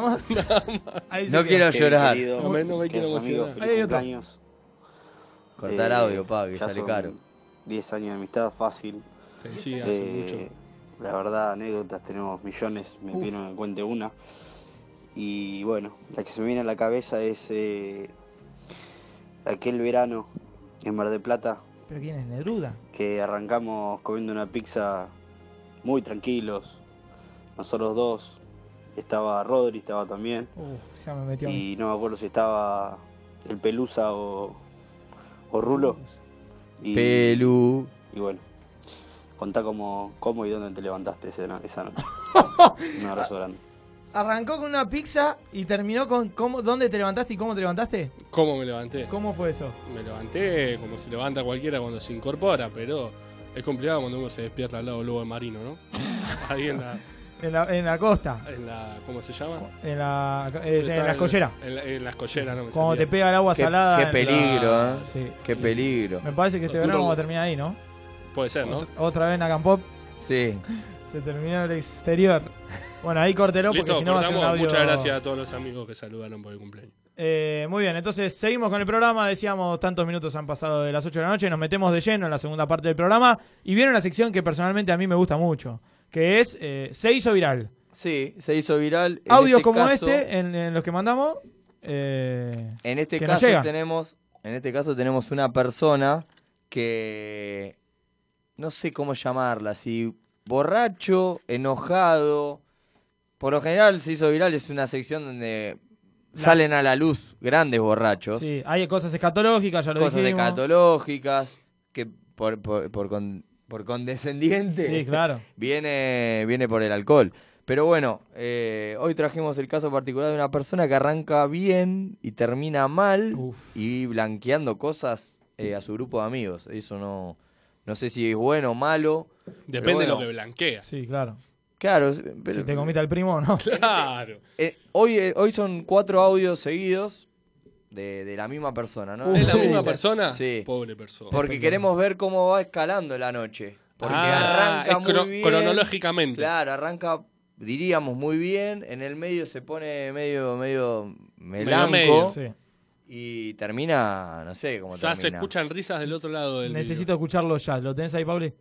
[SPEAKER 6] más. Ahí se
[SPEAKER 2] No
[SPEAKER 6] queda.
[SPEAKER 2] quiero
[SPEAKER 7] Qué
[SPEAKER 2] llorar.
[SPEAKER 7] querido, No me- no me quiero
[SPEAKER 2] queridos
[SPEAKER 7] emocionar.
[SPEAKER 2] amigos,
[SPEAKER 6] Ahí hay otro.
[SPEAKER 2] Cortar audio, pa, que
[SPEAKER 12] Eh, ya
[SPEAKER 2] sale
[SPEAKER 12] son
[SPEAKER 2] caro.
[SPEAKER 12] 10 años de amistad fácil.
[SPEAKER 7] sí, hace
[SPEAKER 12] Eh, La verdad, anécdotas tenemos millones, me
[SPEAKER 7] Uf.
[SPEAKER 12] pidieron que cuente una. Y bueno, la que se me viene a la cabeza es eh, aquel verano en Mar del Plata
[SPEAKER 6] ¿Pero quién es? ¿Neruda?
[SPEAKER 12] que arrancamos comiendo una pizza muy tranquilos, nosotros dos. Estaba Rodri, estaba también.
[SPEAKER 6] Uh, ya me metió.
[SPEAKER 12] Y no me acuerdo si estaba el Pelusa o, o Rulo. Y,
[SPEAKER 2] Pelu.
[SPEAKER 12] y bueno, contá cómo, cómo y dónde te levantaste ese- esa noche. Un abrazo grande.
[SPEAKER 6] Arrancó con una pizza y terminó con cómo, dónde te levantaste y cómo te levantaste.
[SPEAKER 7] ¿Cómo me levanté?
[SPEAKER 6] ¿Cómo fue eso?
[SPEAKER 7] Me levanté como se levanta cualquiera cuando se incorpora, pero es complicado cuando uno se despierta al lado del lobo de marino, ¿no? Ahí en la,
[SPEAKER 6] En la, en la costa,
[SPEAKER 7] en la. ¿Cómo se llama?
[SPEAKER 6] en la, eh,
[SPEAKER 7] Está
[SPEAKER 6] en la escollera.
[SPEAKER 7] En, la- en la escollera, no me
[SPEAKER 6] Cuando
[SPEAKER 7] salía.
[SPEAKER 6] te pega el agua
[SPEAKER 2] Qué-
[SPEAKER 6] salada.
[SPEAKER 2] Qué
[SPEAKER 6] en-
[SPEAKER 2] peligro, ¿eh?
[SPEAKER 6] Sí.
[SPEAKER 2] Qué
[SPEAKER 6] Sí, sí.
[SPEAKER 2] peligro.
[SPEAKER 6] Me parece que este verano
[SPEAKER 7] Duro.
[SPEAKER 6] vamos a terminar ahí, ¿no?
[SPEAKER 7] Puede ser, ¿no?
[SPEAKER 6] Otra- Otra vez en Pop
[SPEAKER 2] Sí.
[SPEAKER 6] se terminó el exterior. Bueno, ahí cortelo porque
[SPEAKER 7] Listo,
[SPEAKER 6] si no va a ser un
[SPEAKER 7] cortamos.
[SPEAKER 6] audio.
[SPEAKER 7] Muchas gracias a todos los amigos que saludaron por el cumpleaños.
[SPEAKER 6] Eh, muy bien, entonces seguimos con el programa. Decíamos, tantos minutos han pasado de las 8 de la noche. Nos metemos de lleno en la segunda parte del programa. Y viene una sección que personalmente a mí me gusta mucho. Que es eh, Se hizo viral.
[SPEAKER 2] Sí, se hizo viral. En
[SPEAKER 6] Audios
[SPEAKER 2] este
[SPEAKER 6] como
[SPEAKER 2] caso-
[SPEAKER 6] este, en, en los que mandamos. eh,
[SPEAKER 2] En este
[SPEAKER 6] que nos
[SPEAKER 2] caso
[SPEAKER 6] llegan.
[SPEAKER 2] tenemos, en este caso tenemos una persona que no sé cómo llamarla, si borracho, enojado. Por lo general se hizo viral es una sección donde salen a la luz grandes borrachos,
[SPEAKER 6] Sí, hay cosas escatológicas, ya lo
[SPEAKER 2] cosas
[SPEAKER 6] dijimos.
[SPEAKER 2] escatológicas que por por, por con- por condescendiente
[SPEAKER 6] Sí, claro.
[SPEAKER 2] viene viene por el alcohol. Pero bueno, eh, hoy trajimos el caso particular de una persona que arranca bien y termina mal y blanqueando cosas eh, a su grupo de amigos. Eso no, no sé si es bueno o malo. pero
[SPEAKER 7] Depende de
[SPEAKER 2] bueno,
[SPEAKER 7] lo que blanquea.
[SPEAKER 6] Sí, claro.
[SPEAKER 2] Claro, es- pero-
[SPEAKER 6] si te comita el primo, ¿no?
[SPEAKER 7] Claro.
[SPEAKER 2] eh, hoy, eh, hoy son cuatro audios seguidos de, de la misma persona, ¿no?
[SPEAKER 7] ¿Es la misma persona?
[SPEAKER 2] Sí.
[SPEAKER 7] Pobre persona.
[SPEAKER 2] Porque queremos ver cómo va escalando la noche. Porque
[SPEAKER 7] Ah,
[SPEAKER 2] arranca
[SPEAKER 7] es
[SPEAKER 2] muy
[SPEAKER 7] cro-
[SPEAKER 2] bien.
[SPEAKER 7] cronológicamente.
[SPEAKER 2] Claro, arranca, diríamos, muy bien. En el medio se pone medio, medio melanco.
[SPEAKER 7] medio,
[SPEAKER 6] sí.
[SPEAKER 2] Y termina, no sé cómo
[SPEAKER 7] Ya
[SPEAKER 2] termina.
[SPEAKER 7] se escuchan risas del otro lado del
[SPEAKER 6] Necesito escucharlo ya. ¿Lo tenés ahí, Pauli?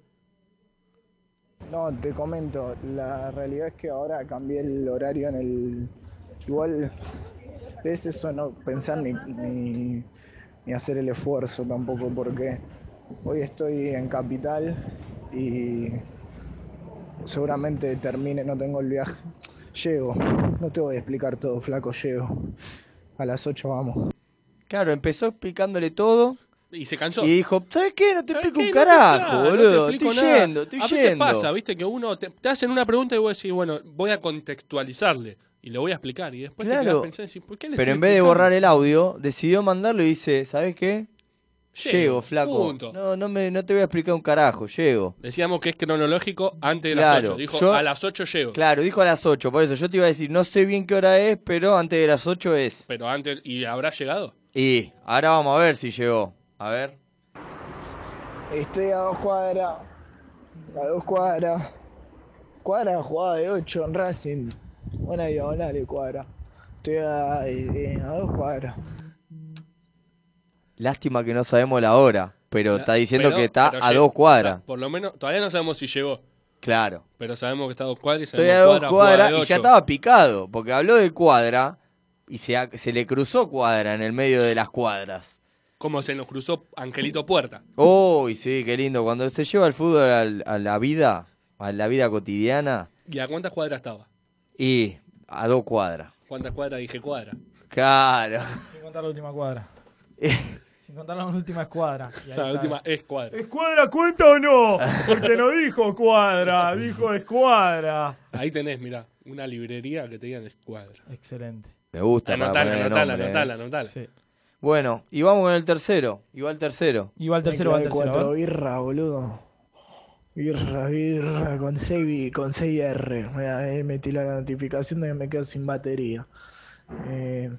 [SPEAKER 16] No, te comento, la realidad es que ahora cambié el horario en el... Igual es eso, no pensar ni, ni, ni hacer el esfuerzo tampoco, porque hoy estoy en Capital y seguramente termine, no tengo el viaje. Llego, no te voy a explicar todo, flaco, llego. A las 8 vamos.
[SPEAKER 2] Claro, empezó explicándole todo.
[SPEAKER 7] video. Y se cansó.
[SPEAKER 2] Y dijo, ¿sabes qué? No te
[SPEAKER 7] ¿Sabés
[SPEAKER 2] explico un
[SPEAKER 7] qué? No te-
[SPEAKER 2] carajo,
[SPEAKER 7] claro, no te
[SPEAKER 2] boludo.
[SPEAKER 7] explico
[SPEAKER 2] estoy
[SPEAKER 7] nada.
[SPEAKER 2] yendo, estoy
[SPEAKER 7] A veces
[SPEAKER 2] yendo.
[SPEAKER 7] pasa, viste, que uno te, te hacen una pregunta y vos decís, bueno, voy a contextualizarle y lo voy a explicar. Y después te quedás
[SPEAKER 2] Claro.
[SPEAKER 7] pensando y decís, ¿por qué le
[SPEAKER 2] Pero
[SPEAKER 7] estoy
[SPEAKER 2] en vez de
[SPEAKER 7] explicando?
[SPEAKER 2] borrar el audio, decidió mandarlo y dice, ¿sabes qué?
[SPEAKER 7] Llego,
[SPEAKER 2] Llego, flaco.
[SPEAKER 7] punto.
[SPEAKER 2] No, no, me, no te voy a explicar un carajo, llego.
[SPEAKER 7] Decíamos que es cronológico antes de las
[SPEAKER 2] Claro,
[SPEAKER 7] 8. Dijo,
[SPEAKER 2] yo-
[SPEAKER 7] a las 8 llego.
[SPEAKER 2] Claro, dijo a las 8, por eso yo te iba a decir, no sé bien qué hora es, pero antes de las 8 es.
[SPEAKER 7] Pero antes, ¿y habrá llegado?
[SPEAKER 2] Y ahora vamos a ver si llegó. A ver.
[SPEAKER 16] Estoy a dos cuadras. A dos cuadras. Cuadra jugada de 8 en Racing. Buena diagonal de cuadra. Estoy a, eh, a dos cuadras.
[SPEAKER 2] Lástima que no sabemos la hora, pero está diciendo
[SPEAKER 7] Pero-
[SPEAKER 2] que está
[SPEAKER 7] pero
[SPEAKER 2] a
[SPEAKER 7] llegó.
[SPEAKER 2] dos
[SPEAKER 7] O
[SPEAKER 2] cuadras.
[SPEAKER 7] sea, por lo menos, todavía no sabemos si llegó.
[SPEAKER 2] Claro.
[SPEAKER 7] Pero sabemos que está a dos cuadras y
[SPEAKER 2] Estoy
[SPEAKER 7] sabemos
[SPEAKER 2] a dos
[SPEAKER 7] cuadra, jugada
[SPEAKER 2] cuadras
[SPEAKER 7] de
[SPEAKER 2] y
[SPEAKER 7] ocho.
[SPEAKER 2] ya estaba picado, porque habló de cuadra y se, a- se le cruzó cuadra en el medio de las cuadras.
[SPEAKER 7] Como se nos cruzó Angelito Puerta.
[SPEAKER 2] Uy, sí, qué lindo. Cuando se lleva el fútbol al- a la vida, a la vida cotidiana,
[SPEAKER 7] ¿Y a cuántas cuadras estaba?
[SPEAKER 2] y a dos cuadras.
[SPEAKER 7] ¿Cuántas cuadras dije cuadra?
[SPEAKER 2] Claro.
[SPEAKER 6] Voy a contar la última cuadra. Sin contar la última escuadra. Y ahí
[SPEAKER 7] La
[SPEAKER 6] está.
[SPEAKER 7] última escuadra.
[SPEAKER 6] ¿Escuadra cuenta o no? Porque no dijo cuadra, dijo escuadra.
[SPEAKER 7] Ahí tenés, mirá, una librería que te digan escuadra.
[SPEAKER 6] Excelente.
[SPEAKER 2] Me gusta. para
[SPEAKER 7] Anotala,
[SPEAKER 2] ponerle
[SPEAKER 7] anotala,
[SPEAKER 2] nombre, eh.
[SPEAKER 7] anotala, anotala.
[SPEAKER 2] Bueno, y vamos con el tercero. Y va el tercero.
[SPEAKER 6] Y va el ¿eh?
[SPEAKER 16] Mezcla de cuatro birra, boludo. Birra, birra, con 6, con 6R. Mirá, ahí eh, metí la notificación de que me quedo sin batería. Eh,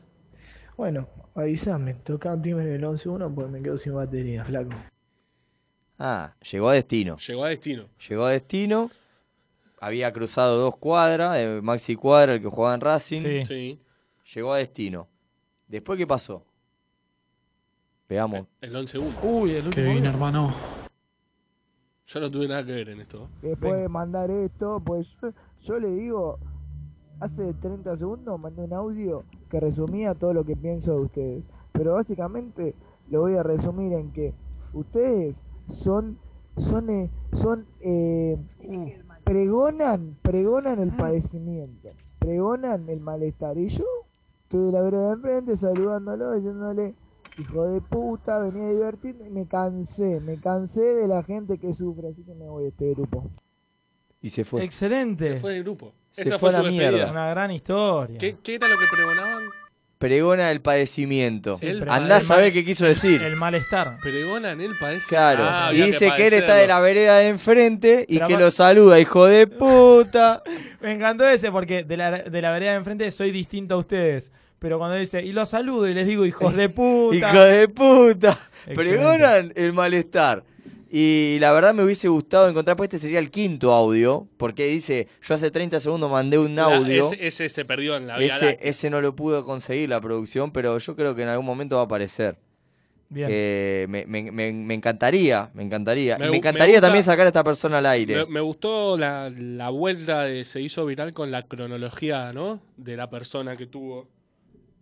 [SPEAKER 16] bueno, avísame, toca un timbre en el 11-1 porque me quedo sin batería, flaco.
[SPEAKER 2] Ah, llegó a destino.
[SPEAKER 7] Llegó a destino.
[SPEAKER 2] Llegó a destino. Había cruzado dos cuadras, eh, Maxi Cuadra, el que jugaba en Racing.
[SPEAKER 7] Sí.
[SPEAKER 2] Llegó a destino. ¿Después qué pasó? Veamos.
[SPEAKER 7] El 11-1.
[SPEAKER 6] Uy, el
[SPEAKER 2] último bien, gol.
[SPEAKER 7] hermano. Yo no tuve nada que ver en esto. ¿eh?
[SPEAKER 16] Después de mandar esto, pues yo, yo le digo, hace 30 segundos mandé un audio que resumía todo lo que pienso de ustedes. Pero básicamente lo voy a resumir en que ustedes son, son, eh, son, eh, pregonan, pregonan el padecimiento, pregonan el malestar. Y yo estoy de la vereda de enfrente saludándolo, diciéndole, hijo de puta, venía a divertirme. Y me cansé, me cansé de la gente que sufre, así que me voy de este grupo.
[SPEAKER 2] Y se fue.
[SPEAKER 6] Excelente.
[SPEAKER 7] Se fue del grupo.
[SPEAKER 2] Se
[SPEAKER 7] Esa
[SPEAKER 2] fue
[SPEAKER 7] fue,
[SPEAKER 2] a
[SPEAKER 7] su
[SPEAKER 2] la
[SPEAKER 7] despedida.
[SPEAKER 2] mierda.
[SPEAKER 6] Una gran historia.
[SPEAKER 7] ¿Qué, qué era lo que pregonaban?
[SPEAKER 2] Pregona el padecimiento.
[SPEAKER 7] Sí, pero-
[SPEAKER 2] Andá a
[SPEAKER 7] el
[SPEAKER 2] saber
[SPEAKER 7] mal-
[SPEAKER 2] qué quiso decir.
[SPEAKER 6] El malestar.
[SPEAKER 7] Pregonan el país.
[SPEAKER 2] Claro.
[SPEAKER 7] Ah,
[SPEAKER 2] y
[SPEAKER 7] había
[SPEAKER 2] dice que él
[SPEAKER 7] padecerlo.
[SPEAKER 2] está de la vereda de enfrente y
[SPEAKER 6] Pero
[SPEAKER 2] que
[SPEAKER 6] más-
[SPEAKER 2] lo saluda, hijo de puta.
[SPEAKER 6] Me encantó ese porque de la, de la vereda de enfrente soy distinto a ustedes. Pero cuando dice, y los saludo y les digo, hijos de puta.
[SPEAKER 2] Hijo de puta.
[SPEAKER 6] Excelente.
[SPEAKER 2] Pregonan el malestar. Y la verdad me hubiese gustado encontrar, pues este sería el quinto audio, porque dice, yo hace 30 segundos mandé un
[SPEAKER 7] Era-
[SPEAKER 2] audio.
[SPEAKER 7] Ese, ese se perdió en la vía
[SPEAKER 2] Ese,
[SPEAKER 7] láctea.
[SPEAKER 2] ese no lo pudo conseguir la producción, pero yo creo que en algún momento va a aparecer.
[SPEAKER 6] Bien.
[SPEAKER 2] Eh, me, me- me- me encantaría, me encantaría.
[SPEAKER 7] Me
[SPEAKER 2] Me,
[SPEAKER 7] gu- me
[SPEAKER 2] encantaría
[SPEAKER 7] gusta-
[SPEAKER 2] también sacar a esta persona al aire.
[SPEAKER 7] Me, me gustó la, la vuelta de se hizo viral con la cronología, ¿no? De la persona que tuvo.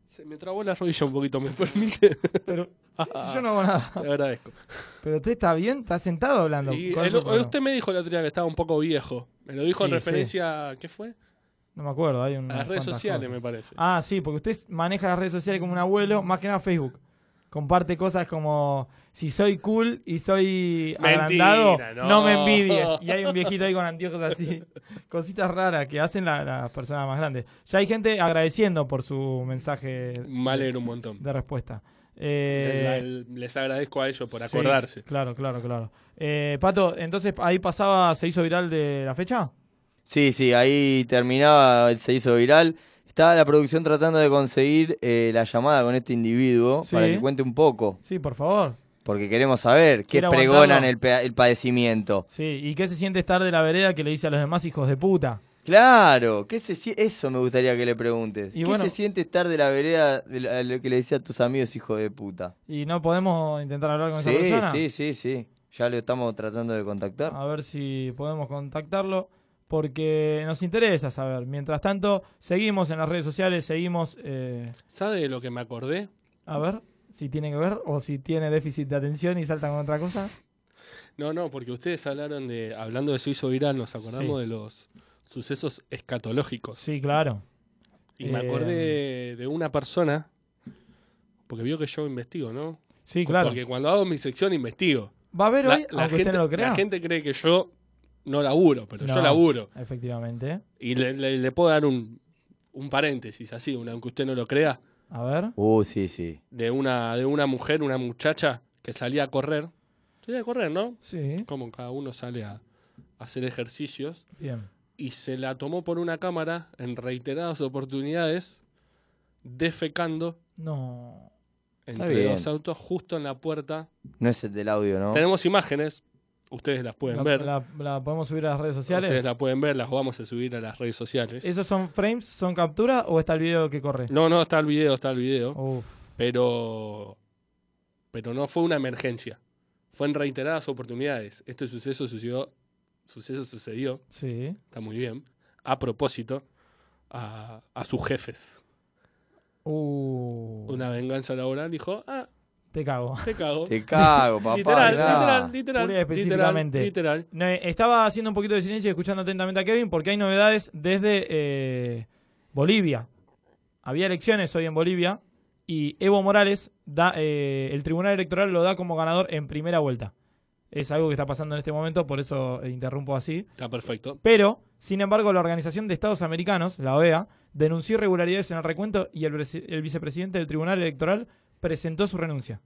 [SPEAKER 7] Se me trabó la rodilla un poquito, ¿me permite?
[SPEAKER 6] Pero sí, yo no hago nada.
[SPEAKER 7] Te agradezco.
[SPEAKER 6] Pero usted está bien, está sentado hablando.
[SPEAKER 7] Y
[SPEAKER 6] ¿Cuál
[SPEAKER 7] el-
[SPEAKER 6] fue el problema?
[SPEAKER 7] usted me dijo la otro día que estaba un poco viejo. Me lo dijo en
[SPEAKER 6] Sí,
[SPEAKER 7] referencia. ¿Qué fue?
[SPEAKER 6] No me acuerdo, hay un.
[SPEAKER 7] A las redes sociales, me parece.
[SPEAKER 6] Ah, sí, porque usted maneja las redes sociales como un abuelo, más que nada Facebook. Comparte cosas como si soy cool y soy
[SPEAKER 7] Mentira,
[SPEAKER 6] agrandado,
[SPEAKER 7] no.
[SPEAKER 6] no. me envidies. Y hay un viejito ahí con anteojos así. Cositas raras que hacen la- las personas más grandes. Ya hay gente agradeciendo por su mensaje.
[SPEAKER 7] Me alegro un montón.
[SPEAKER 6] De respuesta. Eh,
[SPEAKER 7] Les- la- les agradezco a ellos por
[SPEAKER 6] sí,
[SPEAKER 7] acordarse.
[SPEAKER 6] Claro, claro, claro. Eh, Pato, entonces ahí pasaba, se hizo viral de la fecha.
[SPEAKER 2] Sí, sí, ahí terminaba, se hizo viral. Estaba la producción tratando de conseguir eh, la llamada con este individuo
[SPEAKER 6] Sí.
[SPEAKER 2] para que cuente un poco,
[SPEAKER 6] Sí, por favor.
[SPEAKER 2] porque queremos saber qué
[SPEAKER 6] Quiero
[SPEAKER 2] pregonan
[SPEAKER 6] aguantarlo.
[SPEAKER 2] el, pe- el padecimiento.
[SPEAKER 6] Sí, ¿y qué se siente estar de la vereda que le dice a los demás hijos de puta?
[SPEAKER 2] Claro, ¿qué se, sie- eso me gustaría que le preguntes.
[SPEAKER 6] Y
[SPEAKER 2] ¿Qué
[SPEAKER 6] bueno-
[SPEAKER 2] se siente estar de la vereda de la- lo que le decía a tus amigos, hijo de puta?
[SPEAKER 6] ¿Y no podemos intentar hablar con
[SPEAKER 2] Sí,
[SPEAKER 6] esa persona? Ah.
[SPEAKER 2] sí, sí, sí. Ya lo estamos tratando de contactar.
[SPEAKER 6] A ver si podemos contactarlo, porque nos interesa saber. Mientras tanto, seguimos en las redes sociales, seguimos... eh,
[SPEAKER 7] ¿Sabe lo que me acordé?
[SPEAKER 6] a ver si tiene que ver o si tiene déficit de atención y salta con otra cosa.
[SPEAKER 7] No, no, porque ustedes hablaron de. Hablando de se hizo viral, nos acordamos
[SPEAKER 6] Sí.
[SPEAKER 7] de los sucesos escatológicos.
[SPEAKER 6] Sí, claro.
[SPEAKER 7] Y me
[SPEAKER 6] Eh,
[SPEAKER 7] acordé de una persona. Porque vio que yo investigo, ¿no?
[SPEAKER 6] Sí, claro.
[SPEAKER 7] Porque cuando hago mi sección investigo.
[SPEAKER 6] Va a haber hoy, aunque usted
[SPEAKER 7] gente,
[SPEAKER 6] no lo crea.
[SPEAKER 7] La gente cree que yo no laburo, pero yo
[SPEAKER 6] No,
[SPEAKER 7] laburo.
[SPEAKER 6] Efectivamente.
[SPEAKER 7] Y le, le- le puedo dar un, un paréntesis así, un- aunque usted no lo crea,
[SPEAKER 6] A ver.
[SPEAKER 2] Uh, sí, sí.
[SPEAKER 7] de una, de una mujer, una muchacha que salía a correr. Salía a correr, ¿no?
[SPEAKER 6] Sí.
[SPEAKER 7] Como cada uno sale a, a hacer ejercicios.
[SPEAKER 6] Bien.
[SPEAKER 7] Y se la tomó por una cámara en reiteradas oportunidades, defecando
[SPEAKER 6] No.
[SPEAKER 7] entre
[SPEAKER 2] bien.
[SPEAKER 7] dos autos justo en la puerta.
[SPEAKER 2] No es el del audio, ¿no?
[SPEAKER 7] Tenemos imágenes, ustedes las pueden
[SPEAKER 6] La,
[SPEAKER 7] ver.
[SPEAKER 6] la- la podemos subir a las redes sociales?
[SPEAKER 7] Ustedes la pueden ver, las vamos a subir a las redes sociales.
[SPEAKER 6] ¿Esos son frames? ¿Son captura o está el video que corre?
[SPEAKER 7] No, no, está el video, está el video.
[SPEAKER 6] Uf.
[SPEAKER 7] Pero. Pero no fue una emergencia. Fue en reiteradas oportunidades. Este suceso sucedió. Suceso sucedió.
[SPEAKER 6] Sí.
[SPEAKER 7] Está muy bien. A propósito. A, a sus jefes.
[SPEAKER 6] Uh,
[SPEAKER 7] Una venganza laboral dijo. Ah,
[SPEAKER 6] te cago.
[SPEAKER 7] te cago.
[SPEAKER 2] Te cago, papá,
[SPEAKER 7] Literal,
[SPEAKER 2] mirá.
[SPEAKER 7] literal, literal.
[SPEAKER 6] Julia, específicamente.
[SPEAKER 7] Literal, literal.
[SPEAKER 6] No, eh, estaba haciendo un poquito de silencio y escuchando atentamente a Kevin porque hay novedades desde eh, Bolivia. Había elecciones hoy en Bolivia y Evo Morales da eh, el Tribunal Electoral lo da como ganador en primera vuelta. Es algo que está pasando en este momento, por eso eh, interrumpo así.
[SPEAKER 7] Está perfecto.
[SPEAKER 6] Pero, sin embargo, la Organización de Estados Americanos, la OEA, denunció irregularidades en el recuento y el, presi- el vicepresidente del Tribunal Electoral presentó su renuncia.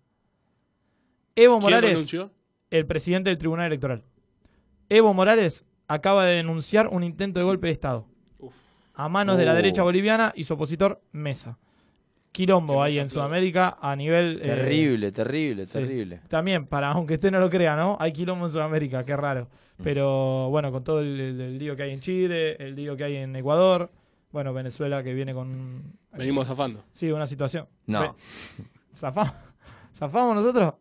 [SPEAKER 6] Evo
[SPEAKER 7] ¿Quién
[SPEAKER 6] Morales,
[SPEAKER 7] renunció?
[SPEAKER 6] el presidente del Tribunal Electoral. Evo Morales acaba de denunciar un intento de golpe de Estado a manos de la
[SPEAKER 17] Uh.
[SPEAKER 6] derecha boliviana y su opositor Mesa. Quilombo ahí en Sudamérica a nivel... eh,
[SPEAKER 2] Terrible, terrible,
[SPEAKER 6] sí.
[SPEAKER 2] terrible.
[SPEAKER 6] También, para aunque usted no lo crea, ¿no? Hay quilombo en Sudamérica, qué raro. Pero bueno, con todo el, el- el lío que hay en Chile, el lío que hay en Ecuador, bueno, Venezuela que viene con...
[SPEAKER 7] Venimos zafando.
[SPEAKER 6] Sí, una situación.
[SPEAKER 2] No.
[SPEAKER 6] Ve- Zafa- ¿Zafamos nosotros?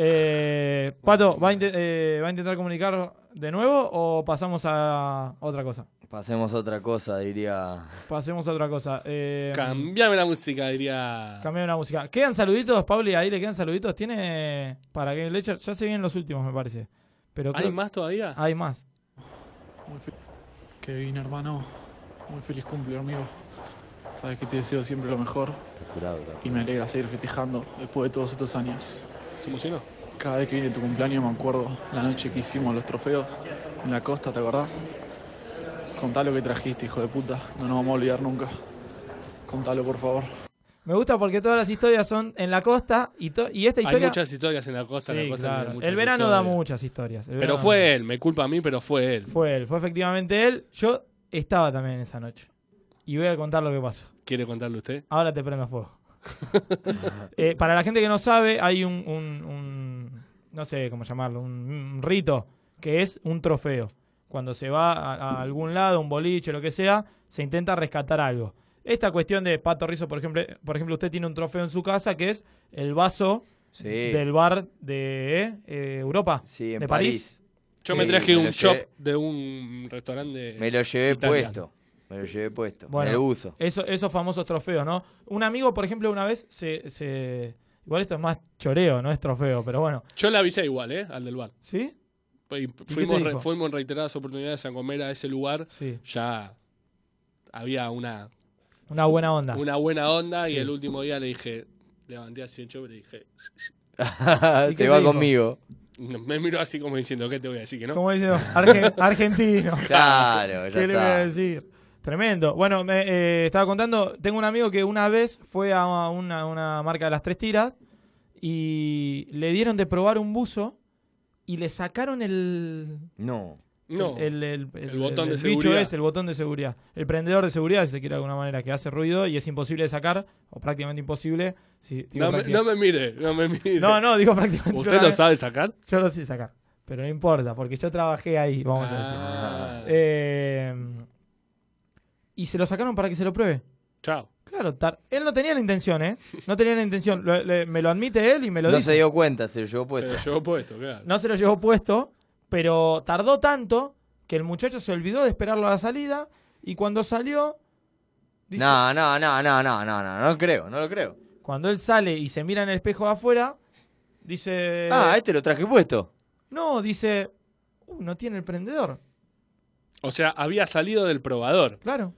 [SPEAKER 6] Eh, Pato, ¿va a, inte- eh, ¿va a intentar comunicar de nuevo o pasamos a otra cosa?
[SPEAKER 2] Pasemos a otra cosa, diría.
[SPEAKER 6] Pasemos a otra cosa. Eh,
[SPEAKER 7] Cambiame la música, diría.
[SPEAKER 6] Cambiar una música. ¿Quedan saluditos, Pauli? Ahí le quedan saluditos. ¿Tiene para que Lecher? Ya se vienen los últimos, me parece. Pero
[SPEAKER 7] ¿Hay
[SPEAKER 6] creo-
[SPEAKER 7] más todavía?
[SPEAKER 6] Hay más.
[SPEAKER 18] Muy fe- Kevin, hermano, muy feliz cumple, amigo. Sabes que te deseo siempre lo mejor y me alegra seguir festejando después de todos estos años.
[SPEAKER 7] ¿Se emocionó?
[SPEAKER 18] Cada vez que viene tu cumpleaños me acuerdo la noche que hicimos los trofeos en la costa, ¿te acordás? Contá lo que trajiste, hijo de puta. No nos vamos a olvidar nunca. Contalo, por favor.
[SPEAKER 6] Me gusta porque todas las historias son en la costa y, to- y esta historia.
[SPEAKER 7] Hay muchas historias en la costa. en
[SPEAKER 6] Sí,
[SPEAKER 7] la costa
[SPEAKER 6] claro.
[SPEAKER 7] hay muchas
[SPEAKER 6] El verano
[SPEAKER 7] historias.
[SPEAKER 6] da muchas historias. El
[SPEAKER 7] pero
[SPEAKER 6] verano-
[SPEAKER 7] fue él, me culpa a mí, pero fue él.
[SPEAKER 6] Fue él, fue efectivamente él. Yo estaba también en esa noche. Y voy a contar lo que pasó.
[SPEAKER 7] ¿Quiere contarle usted?
[SPEAKER 6] Ahora te prendo fuego. Eh, para la gente que no sabe, hay un, un- un- no sé cómo llamarlo, un, un rito, que es un trofeo. Cuando se va a, a algún lado, un boliche, lo que sea, se intenta rescatar algo. Esta cuestión de Pato Rizo, por ejemplo, por ejemplo, usted tiene un trofeo en su casa que es el vaso
[SPEAKER 2] Sí.
[SPEAKER 6] del bar de eh, Europa,
[SPEAKER 2] Sí, en
[SPEAKER 6] de París.
[SPEAKER 2] París.
[SPEAKER 7] Yo
[SPEAKER 2] Sí,
[SPEAKER 7] me traje
[SPEAKER 2] me
[SPEAKER 7] un
[SPEAKER 2] lo
[SPEAKER 7] chop
[SPEAKER 2] llevé.
[SPEAKER 7] de un restaurante.
[SPEAKER 2] Me lo llevé
[SPEAKER 7] italiano.
[SPEAKER 2] puesto. Me lo llevé puesto.
[SPEAKER 6] Bueno,
[SPEAKER 2] me lo uso.
[SPEAKER 6] Eso, esos famosos trofeos, ¿no? Un amigo, por ejemplo, una vez se, se- Igual esto es más choreo, no es trofeo, pero bueno.
[SPEAKER 7] Yo le avisé igual, ¿eh? Al del bar.
[SPEAKER 6] ¿Sí? te
[SPEAKER 7] Fuimos, re-
[SPEAKER 6] dijo?
[SPEAKER 7] fuimos en reiteradas oportunidades a comer a ese lugar.
[SPEAKER 6] Sí.
[SPEAKER 7] Ya había una,
[SPEAKER 6] Una buena onda.
[SPEAKER 7] una buena onda y
[SPEAKER 6] Ah. Sí.
[SPEAKER 7] el último día le dije, levanté así el chop y le dije...
[SPEAKER 2] ¿Y Se qué te va dijo? conmigo.
[SPEAKER 7] Me miró así como diciendo, ¿qué te voy a decir que no?
[SPEAKER 6] Como diciendo, "Argen- argentino.
[SPEAKER 2] Claro, ya
[SPEAKER 6] ¿Qué le voy a
[SPEAKER 2] está.
[SPEAKER 6] decir? Tremendo. Bueno, me eh, estaba contando, tengo un amigo que una vez fue a una, una marca de las tres tiras y le dieron de probar un buzo y le sacaron el...
[SPEAKER 2] No.
[SPEAKER 7] No.
[SPEAKER 6] El, el- el-
[SPEAKER 7] El botón
[SPEAKER 6] el-
[SPEAKER 7] de
[SPEAKER 6] el bicho
[SPEAKER 7] seguridad.
[SPEAKER 6] es el botón de seguridad. El prendedor de seguridad, si se quiere de alguna manera, que hace ruido y es imposible de sacar, o prácticamente imposible. si-
[SPEAKER 7] No
[SPEAKER 6] digo
[SPEAKER 7] me,
[SPEAKER 6] prácticamente-
[SPEAKER 7] no me mire, no me mire.
[SPEAKER 6] No, no, digo prácticamente.
[SPEAKER 7] ¿Usted lo sabe sacar?
[SPEAKER 6] Yo lo sé sacar. Pero no importa, porque yo trabajé ahí, vamos a
[SPEAKER 7] Ah.
[SPEAKER 6] decir. Eh, y se lo sacaron para que se lo pruebe.
[SPEAKER 7] Chao.
[SPEAKER 6] Claro, tar- él no tenía la intención, ¿eh? No tenía la intención. Lo- le- me lo admite él y me lo
[SPEAKER 2] no
[SPEAKER 6] dice.
[SPEAKER 2] se dio cuenta, se lo llevó puesto.
[SPEAKER 7] Se lo llevó puesto, claro.
[SPEAKER 6] No se lo llevó puesto, pero tardó tanto que el muchacho se olvidó de esperarlo a la salida y cuando salió,
[SPEAKER 2] No, no, no, no, no, no, no, no lo creo, no lo creo.
[SPEAKER 6] cuando él sale y se mira en el espejo de afuera, dice...
[SPEAKER 2] Ah, este lo traje puesto.
[SPEAKER 6] No, dice... "Uh, no tiene el prendedor.
[SPEAKER 7] O sea, había salido del probador.
[SPEAKER 6] Claro.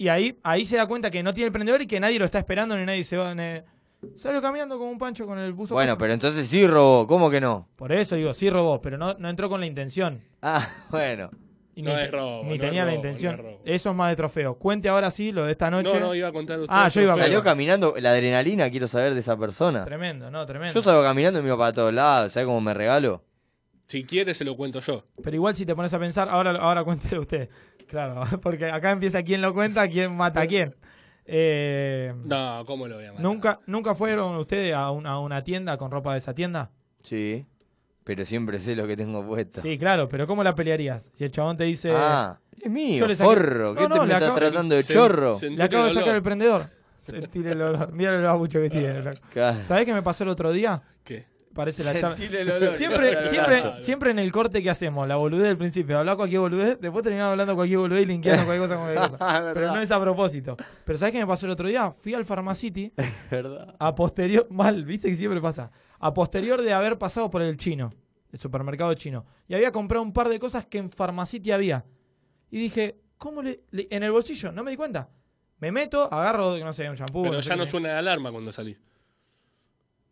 [SPEAKER 6] Y ahí, ahí se da cuenta que no tiene el prendedor y que nadie lo está esperando ni nadie se va... ni- Salió caminando como un pancho con el buzo.
[SPEAKER 2] Bueno,
[SPEAKER 6] puesto.
[SPEAKER 2] pero entonces sí robó, ¿cómo que no?
[SPEAKER 6] Por eso digo, sí robó, pero no, no entró con la intención.
[SPEAKER 2] Ah, bueno.
[SPEAKER 6] Y
[SPEAKER 7] No
[SPEAKER 6] ni,
[SPEAKER 7] es robo,
[SPEAKER 6] ni
[SPEAKER 7] no
[SPEAKER 6] tenía
[SPEAKER 7] es
[SPEAKER 6] la
[SPEAKER 7] robo,
[SPEAKER 6] intención.
[SPEAKER 7] no es robo.
[SPEAKER 6] Eso es más de trofeo. Cuente ahora sí lo de esta noche.
[SPEAKER 7] No, no, iba a contar usted.
[SPEAKER 6] Ah, yo iba a
[SPEAKER 2] Salió
[SPEAKER 6] contar.
[SPEAKER 2] caminando, la adrenalina quiero saber de esa persona.
[SPEAKER 6] Tremendo, no, tremendo.
[SPEAKER 2] Ah. Yo salgo caminando y me iba para todos lados, ¿sabes cómo me regalo?
[SPEAKER 7] Si quiere, se lo cuento yo.
[SPEAKER 6] Pero igual si te pones a pensar, ahora, ahora cuéntelo usted. Claro, porque acá empieza quién lo cuenta, quién mata a quién. Eh,
[SPEAKER 7] No, ¿cómo lo voy a matar?
[SPEAKER 6] ¿nunca, ¿Nunca fueron ustedes a, un- a una tienda con ropa de esa tienda?
[SPEAKER 2] Sí, pero siempre sé lo que tengo puesto.
[SPEAKER 6] Sí, claro, pero ¿cómo la pelearías? Si el chabón te dice...
[SPEAKER 2] Ah, es mío,
[SPEAKER 6] este, le saqué-
[SPEAKER 2] forro, ¿qué te me
[SPEAKER 6] le
[SPEAKER 2] estás
[SPEAKER 6] acabo-
[SPEAKER 2] tratando de chorro?
[SPEAKER 6] Le acabo de sacar el prendedor. Sentile el olor. Mira el babucho que tiene.
[SPEAKER 2] Claro.
[SPEAKER 6] ¿Sabés qué me pasó el otro día?
[SPEAKER 7] ¿Qué?
[SPEAKER 6] Parece la charla.
[SPEAKER 2] Sentile el olor.
[SPEAKER 6] Siempre,
[SPEAKER 2] Claro,
[SPEAKER 6] siempre,
[SPEAKER 2] claro.
[SPEAKER 6] siempre en el corte que hacemos, la boludez del principio. Hablaba cualquier boludez, después terminaba hablando cualquier boludez y linkeando cualquier cosa con cualquier
[SPEAKER 2] Es
[SPEAKER 6] cosa.
[SPEAKER 2] Ah, verdad.
[SPEAKER 6] Pero no es a propósito. Pero ¿sabés qué me pasó el otro día? Fui al Pharmacity
[SPEAKER 2] ¿Verdad?
[SPEAKER 6] a posterior, mal, viste que siempre pasa. A posterior de haber pasado por el chino, el supermercado chino, y había comprado un par de cosas que en Farmacity había. Y dije, ¿cómo le, le- en el bolsillo? No me di cuenta. Me meto, agarro, no sé, un shampoo.
[SPEAKER 7] Pero
[SPEAKER 6] sé
[SPEAKER 7] ya no
[SPEAKER 6] qué.
[SPEAKER 7] suena la alarma cuando salís.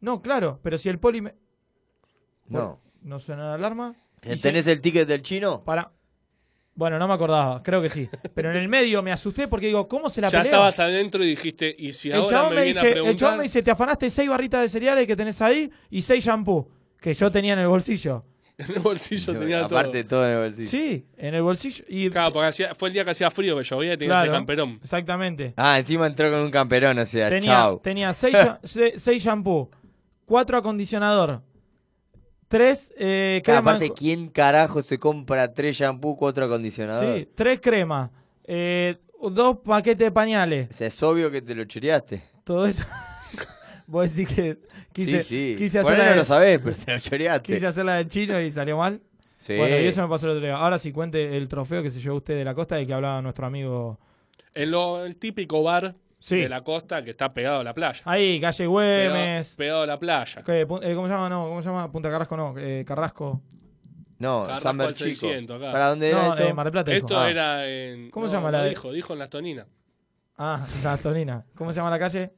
[SPEAKER 6] No, claro, pero si el poli me-
[SPEAKER 2] No.
[SPEAKER 6] no suena la alarma. y
[SPEAKER 2] ¿Tenés
[SPEAKER 6] si-
[SPEAKER 2] el ticket del chino?
[SPEAKER 6] Para. Bueno, no me acordaba, creo que sí. Pero en el medio me asusté porque digo, ¿cómo se la
[SPEAKER 7] ya
[SPEAKER 6] peleo?
[SPEAKER 7] estabas adentro y dijiste, y si
[SPEAKER 6] el
[SPEAKER 7] ahora
[SPEAKER 6] chabón
[SPEAKER 7] me,
[SPEAKER 6] me,
[SPEAKER 7] viene a
[SPEAKER 6] dice,
[SPEAKER 7] preguntar.
[SPEAKER 6] el chabón me dice, te afanaste seis barritas de cereales que tenés ahí y seis shampoo que yo tenía en el bolsillo.
[SPEAKER 7] En el bolsillo
[SPEAKER 2] No,
[SPEAKER 7] tenía todo.
[SPEAKER 2] aparte todo en el bolsillo.
[SPEAKER 6] Sí, en el bolsillo. Y,
[SPEAKER 7] Claro, porque hacía- fue el día que hacía frío que llovía y tenía
[SPEAKER 6] Claro,
[SPEAKER 7] ese camperón.
[SPEAKER 6] Exactamente.
[SPEAKER 2] Ah, encima entró con un camperón, o sea,
[SPEAKER 6] Tenía,
[SPEAKER 2] chau.
[SPEAKER 6] tenía seis, sha- se- seis shampoo, cuatro acondicionador, tres eh,
[SPEAKER 2] Claro,
[SPEAKER 6] crema-
[SPEAKER 2] aparte, ¿quién carajo se compra tres shampoos, cuatro acondicionadores?
[SPEAKER 6] Sí, tres cremas, eh, dos paquetes de pañales.
[SPEAKER 2] O sea, es obvio que te lo choreaste.
[SPEAKER 6] Todo eso. Vos decís que quise,
[SPEAKER 2] sí, sí.
[SPEAKER 6] quise
[SPEAKER 2] Por
[SPEAKER 6] hacer
[SPEAKER 2] ahí no
[SPEAKER 6] la de-
[SPEAKER 2] lo sabés, pero te lo choreaste.
[SPEAKER 6] Quise hacer la del chino y salió mal.
[SPEAKER 2] Sí.
[SPEAKER 6] Bueno, y eso me pasó el otro día. Ahora sí cuente el trofeo que se llevó usted de la costa del que hablaba nuestro amigo.
[SPEAKER 7] En lo- el típico bar
[SPEAKER 6] Sí. Ah,
[SPEAKER 7] de la costa que está pegado a la playa.
[SPEAKER 6] Ahí, calle
[SPEAKER 7] Pegado,
[SPEAKER 6] Güemes.
[SPEAKER 7] pegado a la playa.
[SPEAKER 6] que pu- eh, ¿Cómo se llama? No, ¿cómo se llama? Punta Carrasco, no. eh, Carrasco.
[SPEAKER 2] No,
[SPEAKER 7] Carrasco
[SPEAKER 2] San
[SPEAKER 7] al
[SPEAKER 2] Berchico.
[SPEAKER 7] 600 acá.
[SPEAKER 2] ¿Para dónde era
[SPEAKER 6] No,
[SPEAKER 2] esto?
[SPEAKER 6] eh, Mar del Plata.
[SPEAKER 7] Esto
[SPEAKER 6] dijo. Ah.
[SPEAKER 7] era en.
[SPEAKER 6] ¿Cómo
[SPEAKER 7] no,
[SPEAKER 6] se llama la
[SPEAKER 7] no
[SPEAKER 6] de-
[SPEAKER 7] Dijo, dijo en la Tonina.
[SPEAKER 6] Ah, la Tonina. ¿Cómo se llama la calle?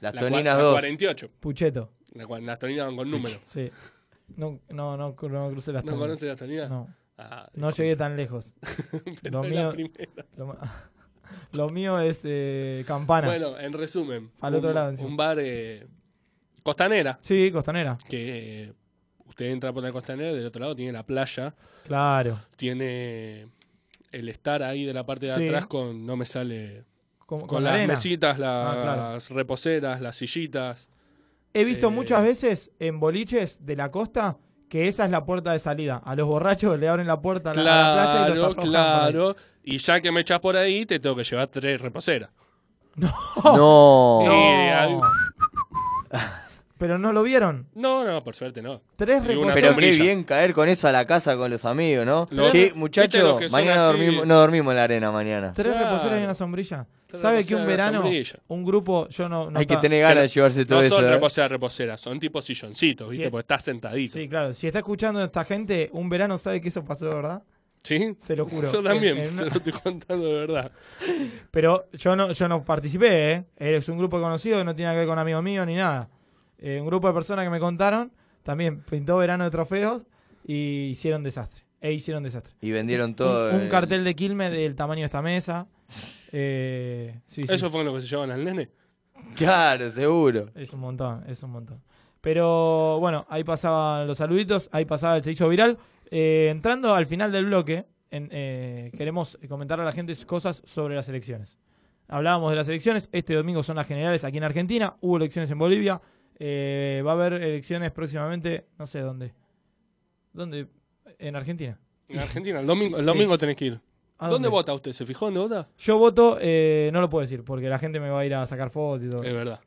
[SPEAKER 2] Las
[SPEAKER 7] La
[SPEAKER 2] Toninas
[SPEAKER 7] cua- la
[SPEAKER 2] 2.
[SPEAKER 7] 48.
[SPEAKER 6] Pucheto.
[SPEAKER 7] La cua- Las Toninas van con números.
[SPEAKER 6] Sí. No, no, no, cru- no crucé las
[SPEAKER 7] ¿No
[SPEAKER 6] Toninas.
[SPEAKER 7] conoce las Toninas?
[SPEAKER 6] No.
[SPEAKER 7] Ah,
[SPEAKER 6] no llegué tan lejos.
[SPEAKER 7] Pero
[SPEAKER 6] lo,
[SPEAKER 7] es la
[SPEAKER 6] mío,
[SPEAKER 7] primera.
[SPEAKER 6] lo, ma- lo mío es eh, Campana.
[SPEAKER 7] Bueno, en resumen.
[SPEAKER 6] Al
[SPEAKER 7] un,
[SPEAKER 6] otro lado, encima.
[SPEAKER 7] Un bar eh, costanera.
[SPEAKER 6] Sí, Costanera.
[SPEAKER 7] Que eh, usted entra por la costanera, del otro lado tiene la playa.
[SPEAKER 6] Claro.
[SPEAKER 7] Tiene el estar ahí de la parte de
[SPEAKER 6] Sí.
[SPEAKER 7] atrás con. No me sale.
[SPEAKER 6] Con-
[SPEAKER 7] Con,
[SPEAKER 6] con la
[SPEAKER 7] las
[SPEAKER 6] arena.
[SPEAKER 7] mesitas, las
[SPEAKER 6] Ah, claro.
[SPEAKER 7] reposeras, las sillitas.
[SPEAKER 6] He visto
[SPEAKER 7] Eh,
[SPEAKER 6] muchas veces en boliches de la costa que esa es la puerta de salida. A los borrachos le abren la puerta a la, a la playa y los
[SPEAKER 7] Claro,
[SPEAKER 6] arrojan por ahí.
[SPEAKER 7] claro. Y ya que me echas por ahí, te tengo que llevar tres reposeras.
[SPEAKER 2] No.
[SPEAKER 7] Y ahí-
[SPEAKER 6] Pero no lo vieron.
[SPEAKER 7] No, no, por suerte no.
[SPEAKER 6] Tres
[SPEAKER 7] Y una
[SPEAKER 2] Pero qué
[SPEAKER 7] sombrilla.
[SPEAKER 2] bien caer con eso a la casa con los amigos, ¿no?
[SPEAKER 7] Lo-
[SPEAKER 2] Che,
[SPEAKER 7] ¿viste los
[SPEAKER 2] muchachos,
[SPEAKER 7] que son
[SPEAKER 2] mañana
[SPEAKER 7] así?
[SPEAKER 2] dormimos, no dormimos en la arena mañana.
[SPEAKER 6] Tres
[SPEAKER 7] Claro.
[SPEAKER 6] reposeras y una sombrilla.
[SPEAKER 7] Tres
[SPEAKER 6] ¿Sabe
[SPEAKER 7] reposeras
[SPEAKER 6] que
[SPEAKER 7] y
[SPEAKER 6] un
[SPEAKER 7] una
[SPEAKER 6] verano,
[SPEAKER 7] sombrilla.
[SPEAKER 6] un grupo, yo no... no
[SPEAKER 2] Hay que
[SPEAKER 6] estaba-
[SPEAKER 2] tener ganas de llevarse todo
[SPEAKER 7] no
[SPEAKER 2] eso.
[SPEAKER 7] son
[SPEAKER 2] ¿eh?
[SPEAKER 7] reposeras, reposeras, son tipo silloncitos, ¿viste?
[SPEAKER 6] Sí.
[SPEAKER 7] Porque estás sentadito.
[SPEAKER 6] Sí, claro. Si está escuchando esta gente, un verano sabe que eso pasó, de ¿verdad?
[SPEAKER 7] ¿Sí?
[SPEAKER 6] Se lo juro.
[SPEAKER 7] Yo también,
[SPEAKER 6] En- en
[SPEAKER 7] se
[SPEAKER 6] una-
[SPEAKER 7] lo estoy contando de verdad.
[SPEAKER 6] Pero yo no, yo no participé, ¿eh? Es un grupo conocido que no tiene nada que ver con amigos míos ni nada. Eh, un grupo de personas que me contaron, también pintó verano de trofeos y hicieron desastre. E hicieron desastre.
[SPEAKER 2] Y vendieron todo.
[SPEAKER 6] Un
[SPEAKER 2] el-
[SPEAKER 6] cartel de Quilmes del tamaño de esta mesa. Eh, sí, sí.
[SPEAKER 7] ¿Eso fue lo que se llevan al nene?
[SPEAKER 2] Claro, seguro.
[SPEAKER 6] Es un montón, es un montón. Pero bueno, ahí pasaban los saluditos, ahí pasaba el se hizo viral. Eh, entrando al final del bloque, en- eh, queremos comentar a la gente cosas sobre las elecciones. Hablábamos de las elecciones, este domingo son las generales aquí en Argentina, hubo elecciones en Bolivia, eh, va a haber elecciones próximamente, no sé dónde. ¿Dónde? En Argentina.
[SPEAKER 7] En Argentina, el domingo, el
[SPEAKER 6] Sí.
[SPEAKER 7] domingo tenés que ir.
[SPEAKER 6] ¿A
[SPEAKER 7] ¿Dónde?
[SPEAKER 6] dónde?
[SPEAKER 7] vota usted? ¿Se fijó dónde vota?
[SPEAKER 6] Yo voto, eh, no lo puedo decir, porque la gente me va a ir a sacar fotos y todo.
[SPEAKER 7] Es
[SPEAKER 6] eso.
[SPEAKER 7] verdad.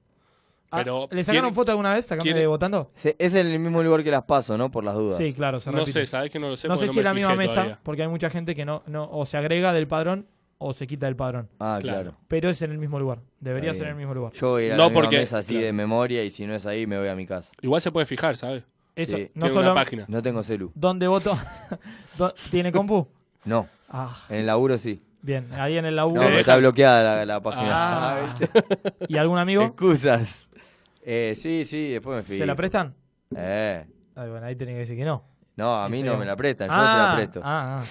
[SPEAKER 6] Ah,
[SPEAKER 7] Eh, Pero
[SPEAKER 6] ¿Le sacaron
[SPEAKER 7] ¿quiere-
[SPEAKER 6] foto alguna vez sacando-
[SPEAKER 7] quiere-
[SPEAKER 6] votando?
[SPEAKER 2] Se- es en el mismo lugar que las paso, ¿no? Por las dudas.
[SPEAKER 6] Sí, claro, se
[SPEAKER 7] No
[SPEAKER 6] repite.
[SPEAKER 7] sé, sabés que no lo sé
[SPEAKER 6] No
[SPEAKER 7] porque
[SPEAKER 6] sé
[SPEAKER 7] no
[SPEAKER 6] si
[SPEAKER 7] me
[SPEAKER 6] es la misma
[SPEAKER 7] fijé
[SPEAKER 6] mesa,
[SPEAKER 7] todavía.
[SPEAKER 6] porque hay mucha gente que no, no o se agrega del padrón o se quita del padrón.
[SPEAKER 2] Ah, claro.
[SPEAKER 6] Pero es en el mismo lugar. Debería
[SPEAKER 2] Está
[SPEAKER 6] ser en
[SPEAKER 2] bien.
[SPEAKER 6] el mismo lugar.
[SPEAKER 2] Yo voy a ir a
[SPEAKER 7] No,
[SPEAKER 2] la misma
[SPEAKER 7] porque-
[SPEAKER 2] mesa así
[SPEAKER 7] claro.
[SPEAKER 2] de memoria y si no es ahí me voy a mi casa.
[SPEAKER 7] Igual se puede fijar, ¿sabes?
[SPEAKER 6] Eso,
[SPEAKER 2] Sí.
[SPEAKER 6] no
[SPEAKER 7] Tiene
[SPEAKER 6] solo
[SPEAKER 7] una página.
[SPEAKER 2] No tengo celu.
[SPEAKER 6] donde voto. Do- ¿Tiene compu?
[SPEAKER 2] No.
[SPEAKER 6] Ah.
[SPEAKER 2] En el laburo sí.
[SPEAKER 6] Bien, ahí en el
[SPEAKER 2] No, pues,
[SPEAKER 6] laburo.
[SPEAKER 2] pero está bloqueada la, la página.
[SPEAKER 6] Ah. ¿Y algún amigo?
[SPEAKER 2] Excusas. Eh, sí, sí, después me fijo.
[SPEAKER 6] ¿Se la prestan?
[SPEAKER 2] Eh.
[SPEAKER 6] Ay, bueno, ahí tenés que decir que no.
[SPEAKER 2] No, a mí
[SPEAKER 6] Ese-
[SPEAKER 2] no me la prestan, yo
[SPEAKER 6] Ah,
[SPEAKER 2] se la presto.
[SPEAKER 6] Ah, ah.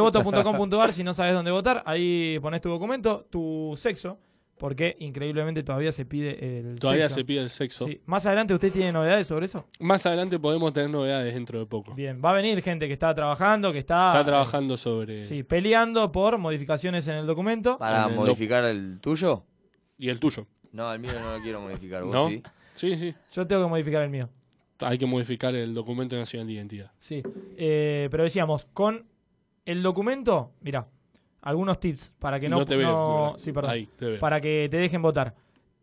[SPEAKER 6] Dondevoto.com.ar, si no sabes dónde votar, ahí pones tu documento, tu sexo, porque increíblemente todavía se pide el
[SPEAKER 7] Todavía
[SPEAKER 6] sexo.
[SPEAKER 7] se pide el sexo.
[SPEAKER 6] Sí. Más adelante, ¿usted tiene novedades sobre eso?
[SPEAKER 7] Más adelante podemos tener novedades dentro de poco.
[SPEAKER 6] Bien, va a venir gente que está trabajando, que está,
[SPEAKER 7] Está trabajando sobre.
[SPEAKER 6] eh, sí, peleando por modificaciones en el documento.
[SPEAKER 2] ¿Para
[SPEAKER 7] en el
[SPEAKER 2] modificar el tuyo?
[SPEAKER 7] ¿Y el tuyo?
[SPEAKER 2] No, el mío no lo quiero modificar, vos
[SPEAKER 7] ¿No?
[SPEAKER 2] sí.
[SPEAKER 7] Sí, sí.
[SPEAKER 6] Yo tengo que modificar el mío.
[SPEAKER 7] Hay que modificar el documento nacional de identidad.
[SPEAKER 6] Sí. Eh, pero decíamos, con el documento, mira, algunos tips para que no,
[SPEAKER 7] No te veo,
[SPEAKER 6] no-
[SPEAKER 7] mira.
[SPEAKER 6] sí, perdón.
[SPEAKER 7] Ahí, te veo.
[SPEAKER 6] para que te dejen votar.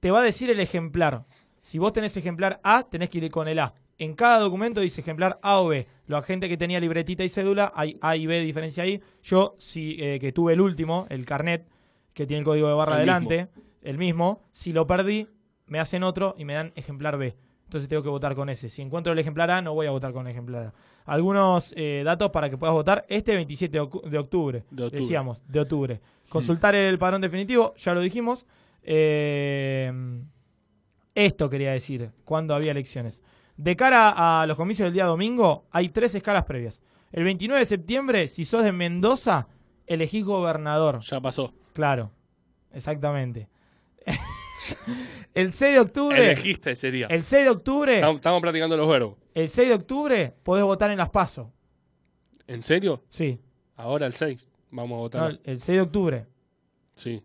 [SPEAKER 6] Te va a decir el ejemplar. Si vos tenés ejemplar A, tenés que ir con el A. En cada documento dice ejemplar A o B. La gente que tenía libretita y cédula, hay A y B de diferencia ahí. Yo, si, eh, que tuve el último, el carnet, que tiene el código de barra
[SPEAKER 7] El
[SPEAKER 6] adelante, el mismo, si lo perdí, me hacen otro y me dan ejemplar B. Entonces tengo que votar con ese. Si encuentro el ejemplar A, no voy a votar con el ejemplar A. Algunos eh, datos para que puedas votar. Este 27 de ocu- de octubre,
[SPEAKER 7] octubre.
[SPEAKER 6] decíamos, de octubre. Consultar el padrón definitivo, ya lo dijimos. Eh, esto quería decir, cuando había elecciones. De cara a los comicios del día domingo, hay tres escalas previas. El 29 de septiembre, si sos de Mendoza, elegís gobernador.
[SPEAKER 7] Ya pasó.
[SPEAKER 6] Claro, exactamente. el 6 de octubre.
[SPEAKER 7] Elegiste ese día.
[SPEAKER 6] El 6 de octubre.
[SPEAKER 7] Estamos, estamos practicando los verbos.
[SPEAKER 6] El 6 de octubre podés votar en las PASO.
[SPEAKER 7] ¿En serio?
[SPEAKER 6] Sí.
[SPEAKER 7] Ahora el 6. Vamos a
[SPEAKER 6] No,
[SPEAKER 7] votar.
[SPEAKER 6] el 6 de octubre.
[SPEAKER 7] Sí.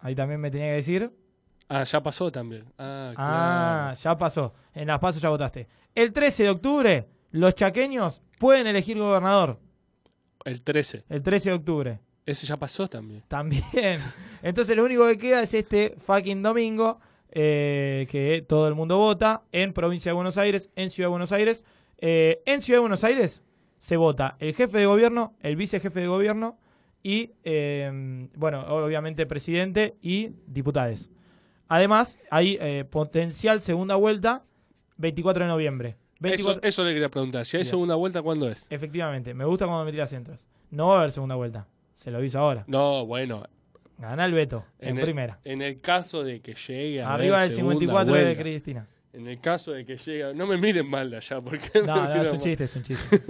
[SPEAKER 6] Ahí también me tenía que decir.
[SPEAKER 7] Ah, ya pasó también. Ah,
[SPEAKER 6] Ah, ya pasó. En las PASO ya votaste. El 13 de octubre, los chaqueños pueden elegir gobernador.
[SPEAKER 7] El 13.
[SPEAKER 6] El 13 de octubre.
[SPEAKER 7] Ese ya pasó también.
[SPEAKER 6] También. Entonces lo único que queda es este fucking domingo eh, que todo el mundo vota en provincia de Buenos Aires, en Ciudad de Buenos Aires. Eh, en Ciudad de Buenos Aires se vota el jefe de gobierno, el vicejefe de gobierno y, eh, bueno, obviamente presidente y diputades. Además, hay eh, potencial segunda vuelta 24 de noviembre. 24
[SPEAKER 7] Eso, eso le quería preguntar. Si hay segunda vuelta, ¿cuándo es?
[SPEAKER 6] Efectivamente, me gusta cuando me tiras centros. No va a haber segunda vuelta. Se lo aviso ahora.
[SPEAKER 7] No, bueno.
[SPEAKER 6] Gana el Beto en,
[SPEAKER 7] el-
[SPEAKER 6] primera.
[SPEAKER 7] En el caso de que llegue a
[SPEAKER 6] Arriba
[SPEAKER 7] haber
[SPEAKER 6] del
[SPEAKER 7] segunda
[SPEAKER 6] 54 de
[SPEAKER 7] vuelta.
[SPEAKER 6] Cristina.
[SPEAKER 7] En el caso de que llegue. a- No me miren mal de allá, porque.
[SPEAKER 6] No,
[SPEAKER 7] me
[SPEAKER 6] no,
[SPEAKER 7] miran
[SPEAKER 6] es un
[SPEAKER 7] mal.
[SPEAKER 6] chiste, es un chiste.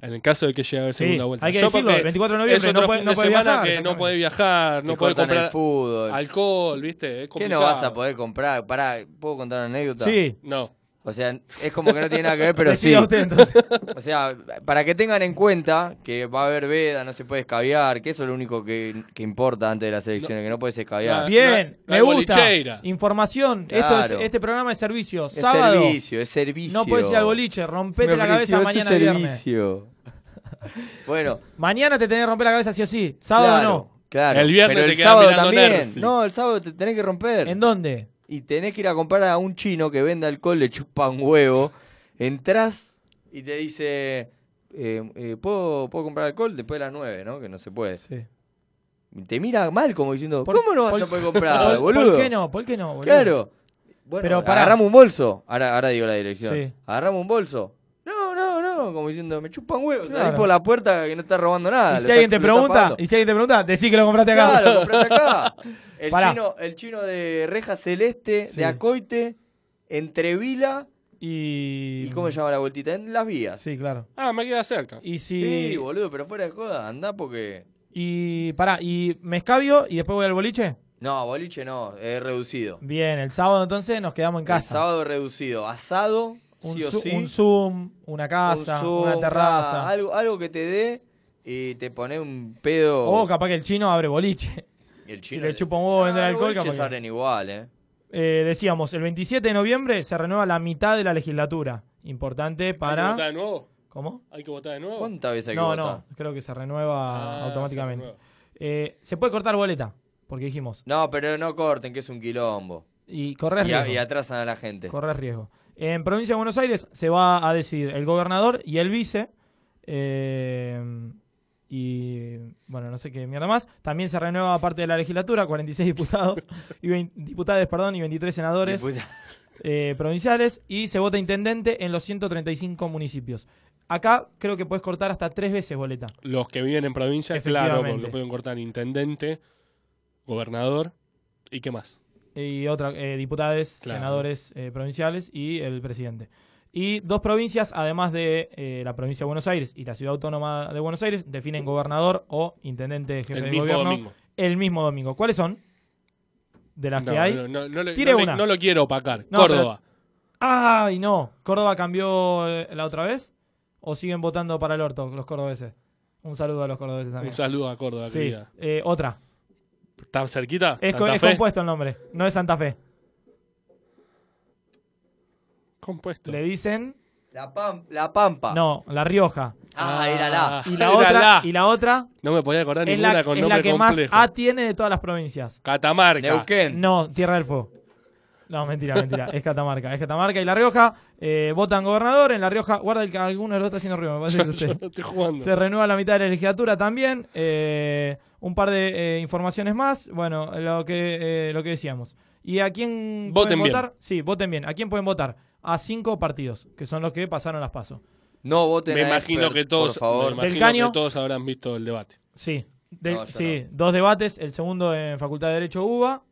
[SPEAKER 7] En el caso de que llegue a haber
[SPEAKER 6] Sí,
[SPEAKER 7] segunda vuelta.
[SPEAKER 6] hay que
[SPEAKER 7] Yo
[SPEAKER 6] decirlo,
[SPEAKER 7] porque
[SPEAKER 6] el 24 de noviembre
[SPEAKER 7] es otro
[SPEAKER 6] no puede-
[SPEAKER 7] fin
[SPEAKER 6] no
[SPEAKER 7] de
[SPEAKER 6] puede
[SPEAKER 7] semana
[SPEAKER 6] viajar,
[SPEAKER 7] que no
[SPEAKER 6] exactamente.
[SPEAKER 7] puede viajar,
[SPEAKER 2] Te
[SPEAKER 7] no puede
[SPEAKER 2] cortan el
[SPEAKER 7] comprar
[SPEAKER 2] fútbol.
[SPEAKER 7] alcohol, ¿viste? Es
[SPEAKER 2] ¿Qué no
[SPEAKER 7] complicado.
[SPEAKER 2] vas a poder comprar? Pará, ¿puedo contar una anécdota?
[SPEAKER 7] Sí. No.
[SPEAKER 2] O sea, es como que no tiene nada que ver, pero sí.
[SPEAKER 6] Decida usted, entonces.
[SPEAKER 2] o sea, para que tengan en cuenta que va a haber veda, no se puede escabiar, que eso es lo único que, que importa antes de las elecciones, que no puedes escabiar.
[SPEAKER 6] Bien,
[SPEAKER 2] no
[SPEAKER 6] me
[SPEAKER 2] hay
[SPEAKER 6] gusta.
[SPEAKER 2] bolicheira.
[SPEAKER 6] Información. Esto
[SPEAKER 2] Claro.
[SPEAKER 6] es, este programa es servicio.
[SPEAKER 2] Es
[SPEAKER 6] Sábado.
[SPEAKER 2] servicio, es servicio.
[SPEAKER 6] No puedes ir al boliche, rompete
[SPEAKER 2] Me
[SPEAKER 6] la cabeza
[SPEAKER 2] ofreció
[SPEAKER 6] mañana
[SPEAKER 2] ese
[SPEAKER 6] viernes.
[SPEAKER 2] servicio. bueno,
[SPEAKER 6] Mañana te tenés que romper la cabeza sí o sí. Sábado
[SPEAKER 2] Claro,
[SPEAKER 6] no.
[SPEAKER 2] Claro. Pero el sábado también. No, el sábado te tenés que romper.
[SPEAKER 6] ¿En dónde?
[SPEAKER 2] Y tenés que ir a comprar a un chino que vende alcohol, le chupa un huevo. Entrás y te dice, eh, eh, ¿puedo, ¿puedo comprar alcohol? Después de las 9, ¿no? Que no se puede.
[SPEAKER 6] Sí.
[SPEAKER 2] Te mira mal como diciendo, ¿cómo no vas a poder comprar,
[SPEAKER 6] por-
[SPEAKER 2] boludo?
[SPEAKER 6] ¿Por qué no? ¿Por qué no, boludo?
[SPEAKER 2] Claro. Bueno,
[SPEAKER 6] Pero pará.
[SPEAKER 2] agarramos un bolso. Ahora, ahora digo la dirección.
[SPEAKER 6] Sí.
[SPEAKER 2] Agarramos un bolso. No, no, no. Como diciendo, me chupan huevo. Salí
[SPEAKER 6] Claro.
[SPEAKER 2] por la puerta que no está robando nada.
[SPEAKER 6] Y
[SPEAKER 2] lo
[SPEAKER 6] si alguien
[SPEAKER 2] está-
[SPEAKER 6] te
[SPEAKER 2] lo está
[SPEAKER 6] pregunta,
[SPEAKER 2] pagando.
[SPEAKER 6] y si alguien te pregunta, decí que lo compraste acá.
[SPEAKER 2] Claro, lo compraste acá. El,
[SPEAKER 6] Pará.
[SPEAKER 2] chino, el chino de Reja Celeste, de Acoite, entre Vila
[SPEAKER 6] y. mm.
[SPEAKER 2] ¿Y cómo se llama la vueltita? En las vías.
[SPEAKER 6] Sí, claro.
[SPEAKER 7] Ah, me queda cerca.
[SPEAKER 6] Y si.
[SPEAKER 2] Sí, boludo, pero fuera de joda, andá porque.
[SPEAKER 6] y pará, ¿y me escabio y después voy al boliche?
[SPEAKER 2] No, boliche no, es reducido.
[SPEAKER 6] Bien, el sábado entonces nos quedamos en
[SPEAKER 2] El
[SPEAKER 6] casa.
[SPEAKER 2] sábado es reducido. Asado,
[SPEAKER 6] un,
[SPEAKER 2] sí o
[SPEAKER 6] zu-
[SPEAKER 2] sí.
[SPEAKER 6] un Zoom, una casa,
[SPEAKER 2] Un Zoom,
[SPEAKER 6] una terraza.
[SPEAKER 2] ah, Algo, algo que te dé y te pone un pedo.
[SPEAKER 6] O capaz que el chino abre boliche.
[SPEAKER 2] Y el
[SPEAKER 6] Si
[SPEAKER 2] chino
[SPEAKER 6] le
[SPEAKER 2] te
[SPEAKER 6] chupa
[SPEAKER 2] dice,
[SPEAKER 6] un huevo
[SPEAKER 2] "Ah,
[SPEAKER 6] vender
[SPEAKER 2] los
[SPEAKER 6] alcohol, capaz
[SPEAKER 2] boliches
[SPEAKER 6] que-
[SPEAKER 2] abren igual, eh.
[SPEAKER 6] Eh, decíamos, el 27 de noviembre se renueva la mitad de la legislatura. Importante
[SPEAKER 7] ¿Hay que votar
[SPEAKER 6] para...
[SPEAKER 7] de nuevo?
[SPEAKER 6] ¿Cómo?
[SPEAKER 7] ¿Hay que votar de nuevo?
[SPEAKER 2] ¿Cuántas veces hay que
[SPEAKER 6] No,
[SPEAKER 2] votar?
[SPEAKER 6] no, creo que se renueva
[SPEAKER 7] Ah,
[SPEAKER 6] automáticamente.
[SPEAKER 7] se
[SPEAKER 6] Eh, se puede cortar boleta, porque dijimos,
[SPEAKER 2] No, pero no corten, que es un quilombo.
[SPEAKER 6] Y corres
[SPEAKER 2] y, a-
[SPEAKER 6] riesgo.
[SPEAKER 2] y atrasan a la gente.
[SPEAKER 6] correr riesgo. En provincia de Buenos Aires se va a decidir el gobernador y el vice. eh, y bueno, no sé qué mierda más. También se renueva parte de la legislatura, 46 diputados y 20 diputades, perdón, y 23 senadores
[SPEAKER 2] Diputa-
[SPEAKER 6] eh, provinciales. Y se vota intendente en los 135 municipios. Acá creo que puedes cortar hasta tres veces boleta.
[SPEAKER 7] Los que viven en provincia, claro,
[SPEAKER 6] Efectivamente.
[SPEAKER 7] lo pueden cortar intendente, gobernador y qué más.
[SPEAKER 6] y otra eh, diputados,
[SPEAKER 7] Claro.
[SPEAKER 6] senadores eh, provinciales y el presidente. Y dos provincias, además de eh, la provincia de Buenos Aires y la ciudad autónoma de Buenos Aires, definen gobernador o intendente jefe
[SPEAKER 7] El
[SPEAKER 6] de
[SPEAKER 7] mismo
[SPEAKER 6] gobierno
[SPEAKER 7] domingo.
[SPEAKER 6] el mismo domingo. ¿Cuáles son? De las que hay.
[SPEAKER 7] No, no, no le-
[SPEAKER 6] Tire
[SPEAKER 7] no le-
[SPEAKER 6] una.
[SPEAKER 7] no lo quiero opacar.
[SPEAKER 6] No,
[SPEAKER 7] Córdoba.
[SPEAKER 6] pero- Ay, no. ¿Córdoba cambió eh, la otra vez? ¿O siguen votando para el orto los cordobeses? Un saludo a los cordobeses también.
[SPEAKER 7] Un saludo a Córdoba,
[SPEAKER 6] Sí.
[SPEAKER 7] querida.
[SPEAKER 6] Eh, otra.
[SPEAKER 7] ¿Está cerquita?
[SPEAKER 6] Es, co-
[SPEAKER 7] ¿Santa
[SPEAKER 6] es
[SPEAKER 7] Fe?
[SPEAKER 6] compuesto el nombre. No es Santa Fe.
[SPEAKER 7] Compuesto.
[SPEAKER 6] Le dicen
[SPEAKER 2] La, pam- la Pampa.
[SPEAKER 6] No, La Rioja.
[SPEAKER 2] Ah, era la.
[SPEAKER 6] Y la
[SPEAKER 2] Era
[SPEAKER 6] otra,
[SPEAKER 2] la.
[SPEAKER 6] Y la otra
[SPEAKER 7] No me podía acordar
[SPEAKER 6] es
[SPEAKER 7] ninguna
[SPEAKER 6] la,
[SPEAKER 7] con
[SPEAKER 6] es la
[SPEAKER 7] nombre
[SPEAKER 6] que
[SPEAKER 7] complejo.
[SPEAKER 6] más A tiene de todas las provincias.
[SPEAKER 7] Catamarca.
[SPEAKER 6] No, Tierra del Fuego. No, mentira, mentira. es Catamarca. Es Catamarca y La Rioja. eh, votan gobernador. En La Rioja, guarda el que alguno de los dos está haciendo ruido. me parece que es
[SPEAKER 7] Yo
[SPEAKER 6] usted.
[SPEAKER 7] no estoy jugando.
[SPEAKER 6] Se renueva la mitad de la legislatura también. eh, un par de eh, informaciones más. Bueno, lo que, eh, lo que decíamos. ¿Y a quién
[SPEAKER 7] Voten
[SPEAKER 6] pueden
[SPEAKER 7] bien.
[SPEAKER 6] votar? Sí, voten bien. ¿A quién pueden votar? a cinco partidos, que son los que pasaron las pasos.
[SPEAKER 2] No voten
[SPEAKER 7] Me
[SPEAKER 2] a
[SPEAKER 7] imagino
[SPEAKER 2] expert,
[SPEAKER 7] que todos,
[SPEAKER 2] por favor.
[SPEAKER 7] me imagino
[SPEAKER 6] Del Caño.
[SPEAKER 7] que todos habrán visto el debate.
[SPEAKER 6] Sí, de-
[SPEAKER 7] No, yo
[SPEAKER 6] sí dos debates, el segundo en Facultad de Derecho UBA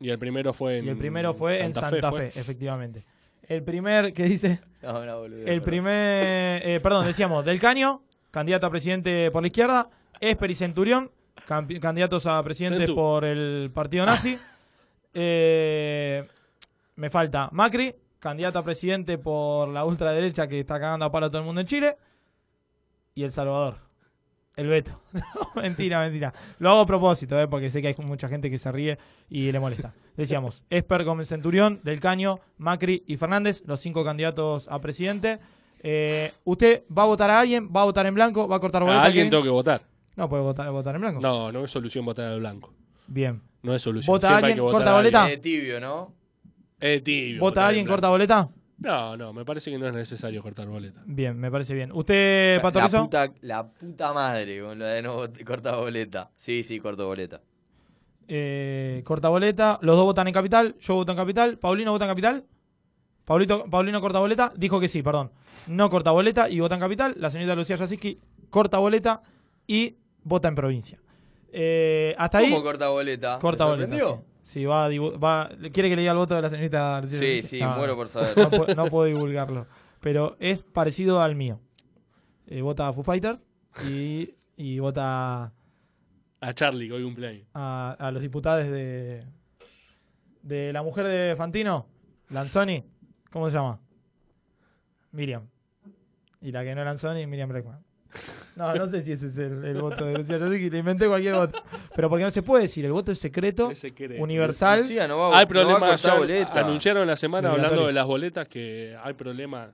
[SPEAKER 7] Y el primero fue en
[SPEAKER 6] y el primero fue en
[SPEAKER 7] Santa
[SPEAKER 6] Santa Fe,
[SPEAKER 7] fue.
[SPEAKER 6] efectivamente. El primer, ¿qué dice?
[SPEAKER 2] No, una boludez,
[SPEAKER 6] el
[SPEAKER 2] perdón.
[SPEAKER 6] primer, eh, perdón, decíamos, Del Caño, candidato a presidente por la izquierda, Esper y Centurión, campi- candidatos a presidente
[SPEAKER 7] Centu.
[SPEAKER 6] por el partido nazi. Eh, me falta Macri, candidato a presidente por la ultraderecha que está cagando a palo a todo el mundo en Chile. Y El Salvador. El Beto. No, mentira, mentira. Lo hago a propósito, eh, porque sé que hay mucha gente que se ríe y le molesta. Decíamos, Esper Gómez Centurión, Del Caño, Macri y Fernández, los cinco candidatos a presidente. Eh, ¿Usted va a votar a alguien? ¿Va a votar en blanco? ¿Va a cortar boleta?
[SPEAKER 7] A alguien
[SPEAKER 6] Kevin?
[SPEAKER 7] tengo que votar.
[SPEAKER 6] No, puede votar, votar en blanco.
[SPEAKER 7] No, no es solución votar al blanco.
[SPEAKER 6] Bien.
[SPEAKER 7] No es solución.
[SPEAKER 6] ¿Vota
[SPEAKER 7] Siempre hay
[SPEAKER 6] alguien?
[SPEAKER 7] que votar
[SPEAKER 6] ¿Corta
[SPEAKER 7] a
[SPEAKER 6] boleta?
[SPEAKER 7] alguien.
[SPEAKER 2] tibio, ¿no?
[SPEAKER 7] Es tibio.
[SPEAKER 6] ¿Vota a
[SPEAKER 7] votar
[SPEAKER 6] alguien?
[SPEAKER 7] en blanco.
[SPEAKER 6] ¿Corta boleta?
[SPEAKER 7] No, no, me parece que no es necesario cortar boleta.
[SPEAKER 6] Bien, me parece bien. ¿Usted, Pato
[SPEAKER 2] la
[SPEAKER 6] Rizzo?
[SPEAKER 2] puta, la puta madre con la de no vot- corta boleta. Sí, sí, corto boleta.
[SPEAKER 6] Eh, corta boleta. Los dos votan en capital. Yo voto en capital. Paulino vota en capital. Paulito, Paulino corta boleta. Dijo que sí, perdón. No corta boleta y vota en capital. La señorita Lucía Yasiski corta boleta y vota en provincia. Eh, hasta ahí.
[SPEAKER 2] ¿Cómo corta boleta?
[SPEAKER 6] Corta
[SPEAKER 2] ¿Te
[SPEAKER 6] boleta. Sí,
[SPEAKER 2] sorprendió?
[SPEAKER 6] Sí, va, a divu- va- ¿Quiere que le diga el voto de la señorita Lucía
[SPEAKER 2] Sí,
[SPEAKER 6] Yasiski?
[SPEAKER 2] sí, muero por saber.
[SPEAKER 6] No, pu- no puedo divulgarlo. Pero es parecido al mío. Eh, vota a Foo Fighters y, y vota.
[SPEAKER 7] A Charlie, que hoy cumpleaños.
[SPEAKER 6] a, a los diputados de, de la mujer de Fantino, Lanzoni, ¿cómo se llama? Miriam. Y la que no es Lanzoni, Miriam Breckman. No, no sé si ese es el, el voto de Lucía. Yo sé que le inventé cualquier voto. Pero porque no se puede decir, el voto es secreto, universal.
[SPEAKER 7] hay problemas. ya anunciaron la semana hablando
[SPEAKER 6] Obligatorio.
[SPEAKER 7] de las boletas que hay problemas.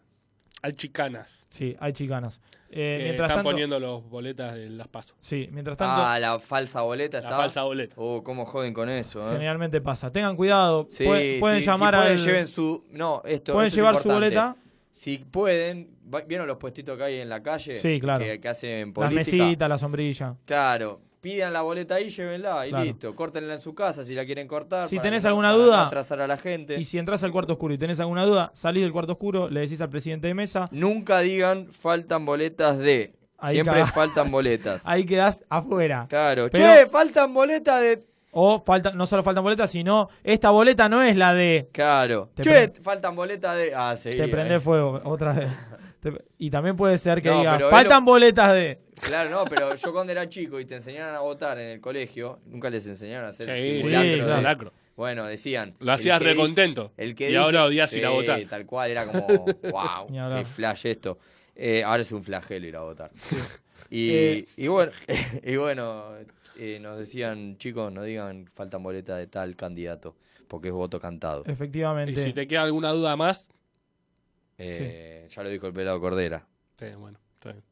[SPEAKER 7] Hay chicanas.
[SPEAKER 6] Sí, hay chicanas.
[SPEAKER 7] que
[SPEAKER 6] Eh, mientras
[SPEAKER 7] están
[SPEAKER 6] tanto-
[SPEAKER 7] poniendo las boletas en las pasos.
[SPEAKER 6] Sí, mientras tanto-
[SPEAKER 2] Ah, la falsa boleta
[SPEAKER 7] La
[SPEAKER 2] estaba.
[SPEAKER 7] falsa boleta.
[SPEAKER 2] Oh, cómo joden con eso, eh.
[SPEAKER 6] Generalmente pasa. Tengan cuidado.
[SPEAKER 2] Sí,
[SPEAKER 6] Pueden- pueden
[SPEAKER 2] sí, si
[SPEAKER 6] llamar
[SPEAKER 2] pueden,
[SPEAKER 6] al-
[SPEAKER 2] lleven su. No, esto.
[SPEAKER 6] Pueden
[SPEAKER 2] esto es
[SPEAKER 6] llevar su
[SPEAKER 2] importante.
[SPEAKER 6] boleta.
[SPEAKER 2] Si pueden, va- ¿vieron los puestitos que hay en la calle?
[SPEAKER 6] Sí, claro.
[SPEAKER 2] Que, que hacen
[SPEAKER 6] Las
[SPEAKER 2] política.
[SPEAKER 6] mesitas, la sombrilla.
[SPEAKER 2] Claro. Pidan la boleta ahí, llévenla y
[SPEAKER 6] Claro.
[SPEAKER 2] listo. Córtenla en su casa si la quieren cortar.
[SPEAKER 6] Si
[SPEAKER 2] para
[SPEAKER 6] tenés
[SPEAKER 2] que no-
[SPEAKER 6] alguna
[SPEAKER 2] para no
[SPEAKER 6] duda.
[SPEAKER 2] atrasar a la gente.
[SPEAKER 6] Y si entras al cuarto oscuro y tenés alguna duda, salís del cuarto oscuro, le decís al presidente de mesa.
[SPEAKER 2] Nunca digan faltan boletas de.
[SPEAKER 6] Ahí
[SPEAKER 2] Siempre
[SPEAKER 6] cagás.
[SPEAKER 2] faltan boletas.
[SPEAKER 6] Ahí quedás afuera.
[SPEAKER 2] Claro.
[SPEAKER 6] Pero-
[SPEAKER 2] che, faltan boletas de.
[SPEAKER 6] O falta, no solo faltan boletas, sino esta boleta no es la de.
[SPEAKER 2] Claro.
[SPEAKER 6] Te,
[SPEAKER 2] che,
[SPEAKER 6] pre-
[SPEAKER 2] faltan boletas de. Ah, sí.
[SPEAKER 6] te prende
[SPEAKER 2] eh.
[SPEAKER 6] fuego otra vez. Te- y también puede ser que
[SPEAKER 2] No,
[SPEAKER 6] diga,
[SPEAKER 2] pero es
[SPEAKER 6] faltan
[SPEAKER 2] lo-
[SPEAKER 6] boletas de.
[SPEAKER 2] Claro, no, pero yo cuando era chico y te enseñaron a votar en el colegio, nunca les enseñaron a hacer
[SPEAKER 7] Sí,
[SPEAKER 2] el
[SPEAKER 7] sí,
[SPEAKER 2] simulacro. de-
[SPEAKER 7] simulacro.
[SPEAKER 2] Bueno, decían.
[SPEAKER 7] Lo hacías
[SPEAKER 2] el que dice-
[SPEAKER 7] recontento.
[SPEAKER 2] el que
[SPEAKER 7] Y
[SPEAKER 2] dice-
[SPEAKER 7] ahora odias ir a
[SPEAKER 2] Sí,
[SPEAKER 7] votar.
[SPEAKER 2] Tal cual, era como,
[SPEAKER 6] Ni
[SPEAKER 2] wow,
[SPEAKER 6] hablar.
[SPEAKER 2] qué flash esto. Eh, ahora es un flagelo ir a votar. Y,
[SPEAKER 6] Eh.
[SPEAKER 2] y bueno, y bueno eh, nos decían, chicos, no digan faltan boletas de tal candidato, porque es voto cantado.
[SPEAKER 6] Eh, Efectivamente.
[SPEAKER 7] Y si te queda alguna duda más,
[SPEAKER 2] Eh, Ya lo dijo el pelado Cordera.
[SPEAKER 7] sí, eh, bueno, está bien.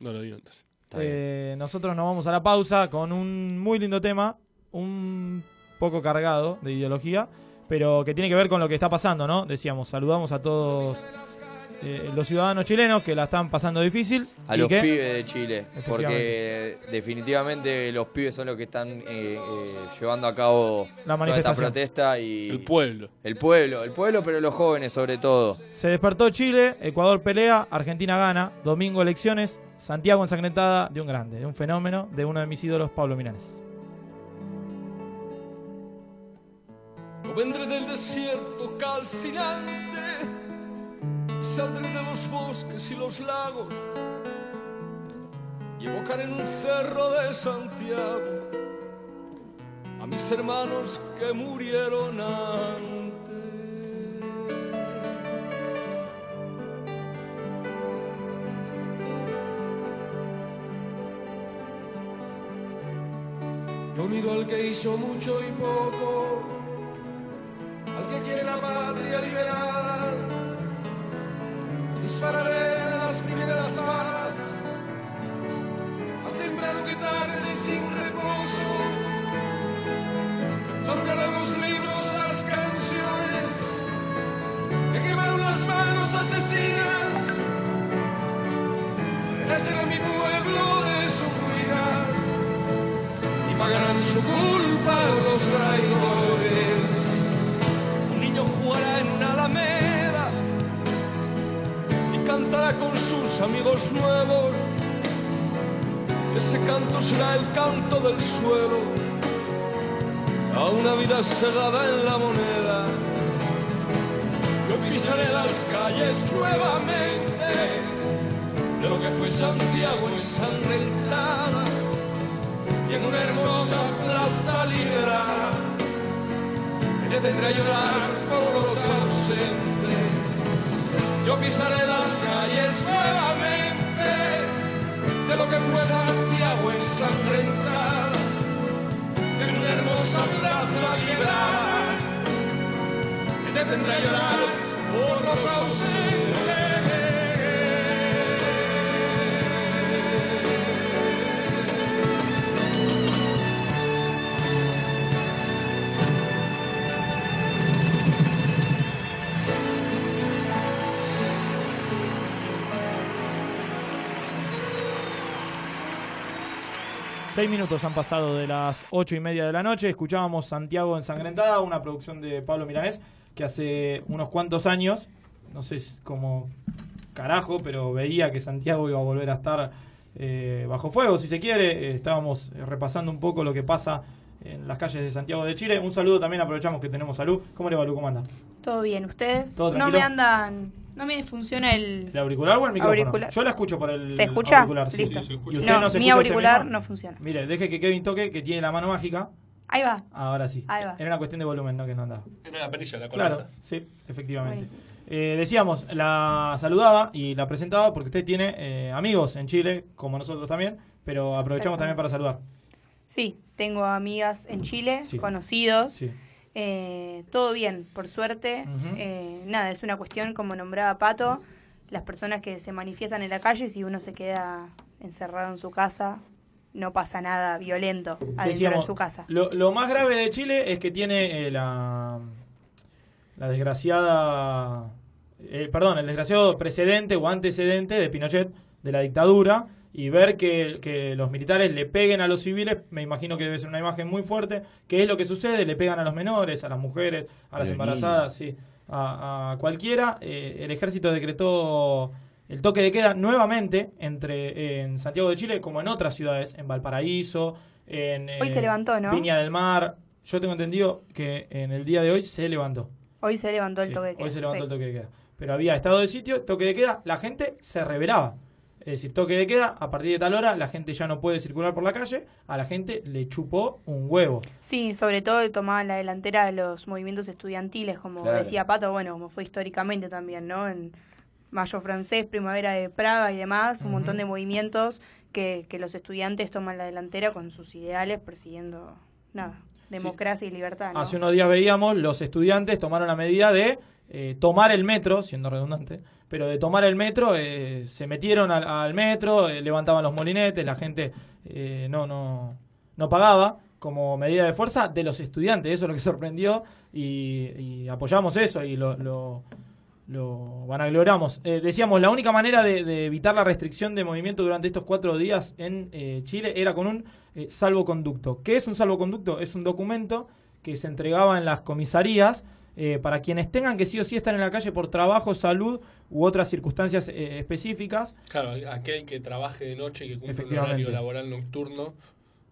[SPEAKER 7] No lo digo entonces.
[SPEAKER 6] Eh, nosotros nos vamos a la pausa con un muy lindo tema, un poco cargado de ideología, pero que tiene que ver con lo que está pasando, ¿no? Decíamos, saludamos a todos eh, los ciudadanos chilenos que la están pasando difícil.
[SPEAKER 2] A
[SPEAKER 6] y
[SPEAKER 2] los
[SPEAKER 6] que-
[SPEAKER 2] pibes de Chile, porque
[SPEAKER 6] Efectivamente.
[SPEAKER 2] definitivamente los pibes son los que están eh, eh, llevando a cabo
[SPEAKER 6] La
[SPEAKER 2] toda esta
[SPEAKER 6] manifestación.
[SPEAKER 2] protesta y el
[SPEAKER 7] pueblo,
[SPEAKER 2] el pueblo, el pueblo, pero los jóvenes sobre todo.
[SPEAKER 6] Se despertó Chile, Ecuador pelea, Argentina gana, domingo elecciones, Santiago ensangrentada de un grande, de un fenómeno, de uno de mis ídolos, Pablo Milanes.
[SPEAKER 4] Yo vendré del desierto calcinante, saldré de los bosques y los lagos y evocaré en un cerro de Santiago a mis hermanos que murieron antes. Yo olvido al que hizo mucho y poco al que quiere la patria liberar. Dispararé de las primeras balas, más temprano que tarde y sin reposo. Tornaré los libros, las canciones, me quemaron las manos asesinas. Renacerá mi pueblo de su ruina y pagarán su culpa los traidores. Un niño fuera en una alameda,
[SPEAKER 19] con sus amigos nuevos. Ese canto será el canto del suelo, a una vida cegada en la moneda. Yo pisaré las calles nuevamente de lo que fue Santiago ensangrentada y en una hermosa plaza liberada me tendré a llorar por los ausentes. Yo pisaré las calles nuevamente de lo que fue Santiago ensangrentada en una hermosa plaza liberada que te tendrá a llorar por los ausentes.
[SPEAKER 6] Seis minutos han pasado de las ocho y media de la noche. Escuchábamos Santiago Ensangrentada, una producción de Pablo Milanés, que hace unos cuantos años, no sé si como carajo, pero veía que Santiago iba a volver a estar eh, bajo fuego, si se quiere. Eh, estábamos eh, repasando un poco lo que pasa en las calles de Santiago de Chile. Un saludo también, aprovechamos que tenemos salud. ¿Cómo le va, Lu? ¿Cómo anda?
[SPEAKER 11] Todo bien, ¿ustedes?
[SPEAKER 6] Todo
[SPEAKER 11] no
[SPEAKER 6] tranquilo.
[SPEAKER 11] me andan. No me funciona el.
[SPEAKER 6] ¿El auricular o el micrófono?
[SPEAKER 11] Auricular.
[SPEAKER 6] Yo la escucho por el
[SPEAKER 11] ¿Se escucha?
[SPEAKER 6] auricular. sí.
[SPEAKER 11] Listo.
[SPEAKER 6] ¿Y usted se
[SPEAKER 11] No, mi
[SPEAKER 6] escucha usted
[SPEAKER 11] auricular
[SPEAKER 18] este
[SPEAKER 6] misma?
[SPEAKER 11] no funciona.
[SPEAKER 6] Mire, deje que Kevin toque, que tiene la mano mágica.
[SPEAKER 11] Ahí va.
[SPEAKER 6] Ahora sí.
[SPEAKER 11] Ahí va.
[SPEAKER 6] Era una cuestión de volumen, no que no andaba.
[SPEAKER 7] Era la perilla, la colata.
[SPEAKER 6] Claro, sí, efectivamente. Eh, decíamos, la saludaba y la presentaba porque usted tiene eh, amigos en Chile, como nosotros también, pero aprovechamos también para saludar.
[SPEAKER 11] Sí, tengo amigas en Chile,
[SPEAKER 6] Sí.
[SPEAKER 11] conocidos.
[SPEAKER 6] Sí.
[SPEAKER 11] Eh, todo bien, por suerte.
[SPEAKER 6] Ujú.
[SPEAKER 11] Eh, nada, es una cuestión, como nombraba Pato, las personas que se manifiestan en la calle, si uno se queda encerrado en su casa, no pasa nada violento adentro
[SPEAKER 6] Decíamos,
[SPEAKER 11] de su casa.
[SPEAKER 6] Lo, lo más grave de Chile es que tiene eh, la, la desgraciada. eh, perdón, el desgraciado precedente o antecedente de Pinochet, de la dictadura, y ver que, que los militares le peguen a los civiles, me imagino que debe ser una imagen muy fuerte, que es lo que sucede, le pegan a los menores, a las mujeres, a las
[SPEAKER 17] Pero
[SPEAKER 6] embarazadas, sí, a, a cualquiera. Eh, el ejército decretó el toque de queda nuevamente entre en Santiago de Chile como en otras ciudades, en Valparaíso, en
[SPEAKER 11] Hoy se levantó, ¿no?
[SPEAKER 6] Viña del Mar. Yo tengo entendido que en el día de hoy se levantó.
[SPEAKER 11] Hoy se levantó el
[SPEAKER 6] Sí,
[SPEAKER 11] toque de
[SPEAKER 6] Hoy
[SPEAKER 11] queda,
[SPEAKER 6] se levantó
[SPEAKER 11] sí.
[SPEAKER 6] el toque de queda. Pero había estado de sitio, toque de queda, la gente se revelaba. Es decir, toque de queda, a partir de tal hora la gente ya no puede circular por la calle, a la gente le chupó un huevo.
[SPEAKER 11] Sí, sobre todo tomaban la delantera de los movimientos estudiantiles, como
[SPEAKER 6] Claro.
[SPEAKER 11] decía Pato, bueno, como fue históricamente también, ¿no? En Mayo Francés, Primavera de Praga y demás, un
[SPEAKER 6] Ujú.
[SPEAKER 11] montón de movimientos que, que los estudiantes toman la delantera con sus ideales, persiguiendo, nada, democracia y libertad, ¿no?
[SPEAKER 6] Hace unos días veíamos, los estudiantes tomaron la medida de eh, tomar el metro, siendo redundante, pero de tomar el metro, eh, se metieron al, al metro, eh, levantaban los molinetes, la gente eh, no, no, no pagaba como medida de fuerza de los estudiantes, eso es lo que sorprendió y, y apoyamos eso y lo, lo, lo vanagloramos. Eh, decíamos, la única manera de, de evitar la restricción de movimiento durante estos cuatro días en eh, Chile era con un eh, salvoconducto. ¿Qué es un salvoconducto? Es un documento que se entregaba en las comisarías eh, para quienes tengan que sí o sí estar en la calle por trabajo, salud u otras circunstancias eh, específicas.
[SPEAKER 7] Claro, aquel que trabaje de noche y que cumple un
[SPEAKER 6] Efectivamente.
[SPEAKER 7] horario laboral nocturno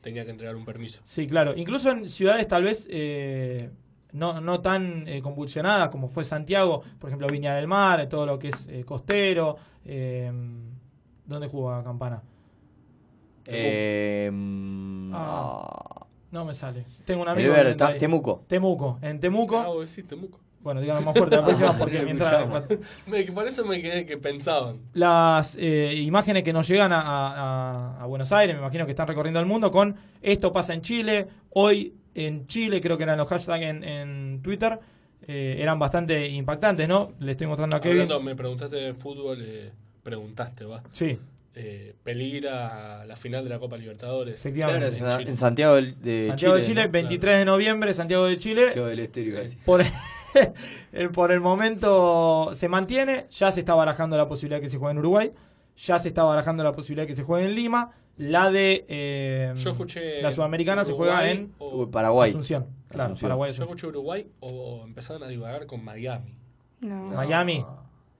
[SPEAKER 7] tenía que entregar un permiso.
[SPEAKER 6] Sí, claro. Incluso en ciudades tal vez eh, no, no tan eh, convulsionadas como fue Santiago, por ejemplo Viña del Mar, todo lo que es eh, costero. eh, ¿Dónde juega Campana?
[SPEAKER 2] Eh, mm,
[SPEAKER 6] Ah, no me sale. Tengo un
[SPEAKER 2] El
[SPEAKER 6] amigo.
[SPEAKER 2] verde,
[SPEAKER 6] en-
[SPEAKER 2] ta- Temuco.
[SPEAKER 6] Temuco. En
[SPEAKER 7] Ah,
[SPEAKER 6] Temuco.
[SPEAKER 7] vos decís Temuco.
[SPEAKER 6] Bueno, díganlo más fuerte la próxima
[SPEAKER 7] Ah,
[SPEAKER 6] porque
[SPEAKER 7] no
[SPEAKER 6] mientras.
[SPEAKER 7] escuchaba. Me- Por eso me quedé que pensaban.
[SPEAKER 6] Las eh, imágenes que nos llegan a, a- a Buenos Aires, me imagino que están recorriendo el mundo con esto pasa en Chile, hoy en Chile, creo que eran los hashtags en, en Twitter, eh, eran bastante impactantes, ¿no? Le estoy mostrando a Kevin.
[SPEAKER 7] Hablando, me preguntaste de fútbol, eh, preguntaste, va.
[SPEAKER 6] Sí.
[SPEAKER 7] Eh, peligra la final de la Copa Libertadores.
[SPEAKER 6] Efectivamente. Claro,
[SPEAKER 2] en Sa-
[SPEAKER 7] Chile.
[SPEAKER 2] en Santiago del- de
[SPEAKER 6] Santiago de
[SPEAKER 2] Chile,
[SPEAKER 6] Chile,
[SPEAKER 2] ¿no?
[SPEAKER 6] 23 de noviembre, Santiago de Chile.
[SPEAKER 2] del Este, iba a decir.
[SPEAKER 6] Por, el, por el momento se mantiene, ya se está barajando la posibilidad que se juegue en Uruguay, ya se está barajando la posibilidad que se juegue en Lima, la de eh,
[SPEAKER 7] Yo escuché
[SPEAKER 6] la sudamericana se juega
[SPEAKER 7] Uruguay
[SPEAKER 6] en
[SPEAKER 7] o-
[SPEAKER 2] Uy, Paraguay.
[SPEAKER 6] Asunción, claro,
[SPEAKER 2] Asunción.
[SPEAKER 6] Paraguay
[SPEAKER 7] Yo
[SPEAKER 6] Asunción.
[SPEAKER 7] escuché Uruguay o, o empezaron a divagar con Miami.
[SPEAKER 11] No.
[SPEAKER 6] Miami.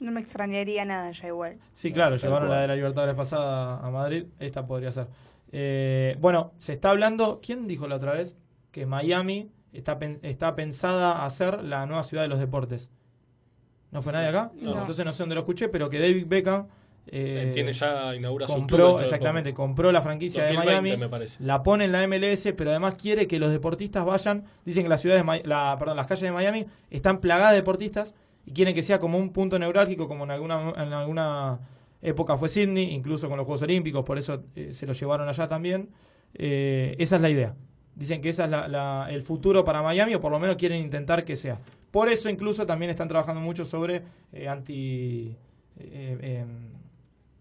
[SPEAKER 11] No me extrañaría nada ya igual.
[SPEAKER 6] Sí, claro,
[SPEAKER 17] Tal
[SPEAKER 6] llevaron la
[SPEAKER 17] cual.
[SPEAKER 6] de la Libertadores pasada a Madrid, esta podría ser. Eh, bueno, se está hablando, ¿quién dijo la otra vez? Que Miami está, pen- está pensada a ser la nueva ciudad de los deportes. ¿No fue nadie acá?
[SPEAKER 7] No.
[SPEAKER 6] Entonces no sé dónde lo escuché, pero que David Beckham... eh,
[SPEAKER 7] Eh, tiene ya- inaugura su club
[SPEAKER 6] compró,
[SPEAKER 7] dentro de
[SPEAKER 6] Exactamente,
[SPEAKER 7] poco.
[SPEAKER 6] compró la franquicia
[SPEAKER 7] 2020
[SPEAKER 6] de
[SPEAKER 7] me
[SPEAKER 6] Miami,
[SPEAKER 7] parece.
[SPEAKER 6] la pone en la MLS, pero además quiere que los deportistas vayan, dicen que las ciudades, de Mi- la, perdón, las calles de Miami están plagadas de deportistas y quieren que sea como un punto neurálgico, como en alguna, en alguna época fue Sydney, incluso con los Juegos Olímpicos, por eso eh, se lo llevaron allá también. Eh, esa es la idea. Dicen que ese es la- la- el futuro para Miami, o por lo menos quieren intentar que sea. Por eso incluso también están trabajando mucho sobre eh, anti... eh, em,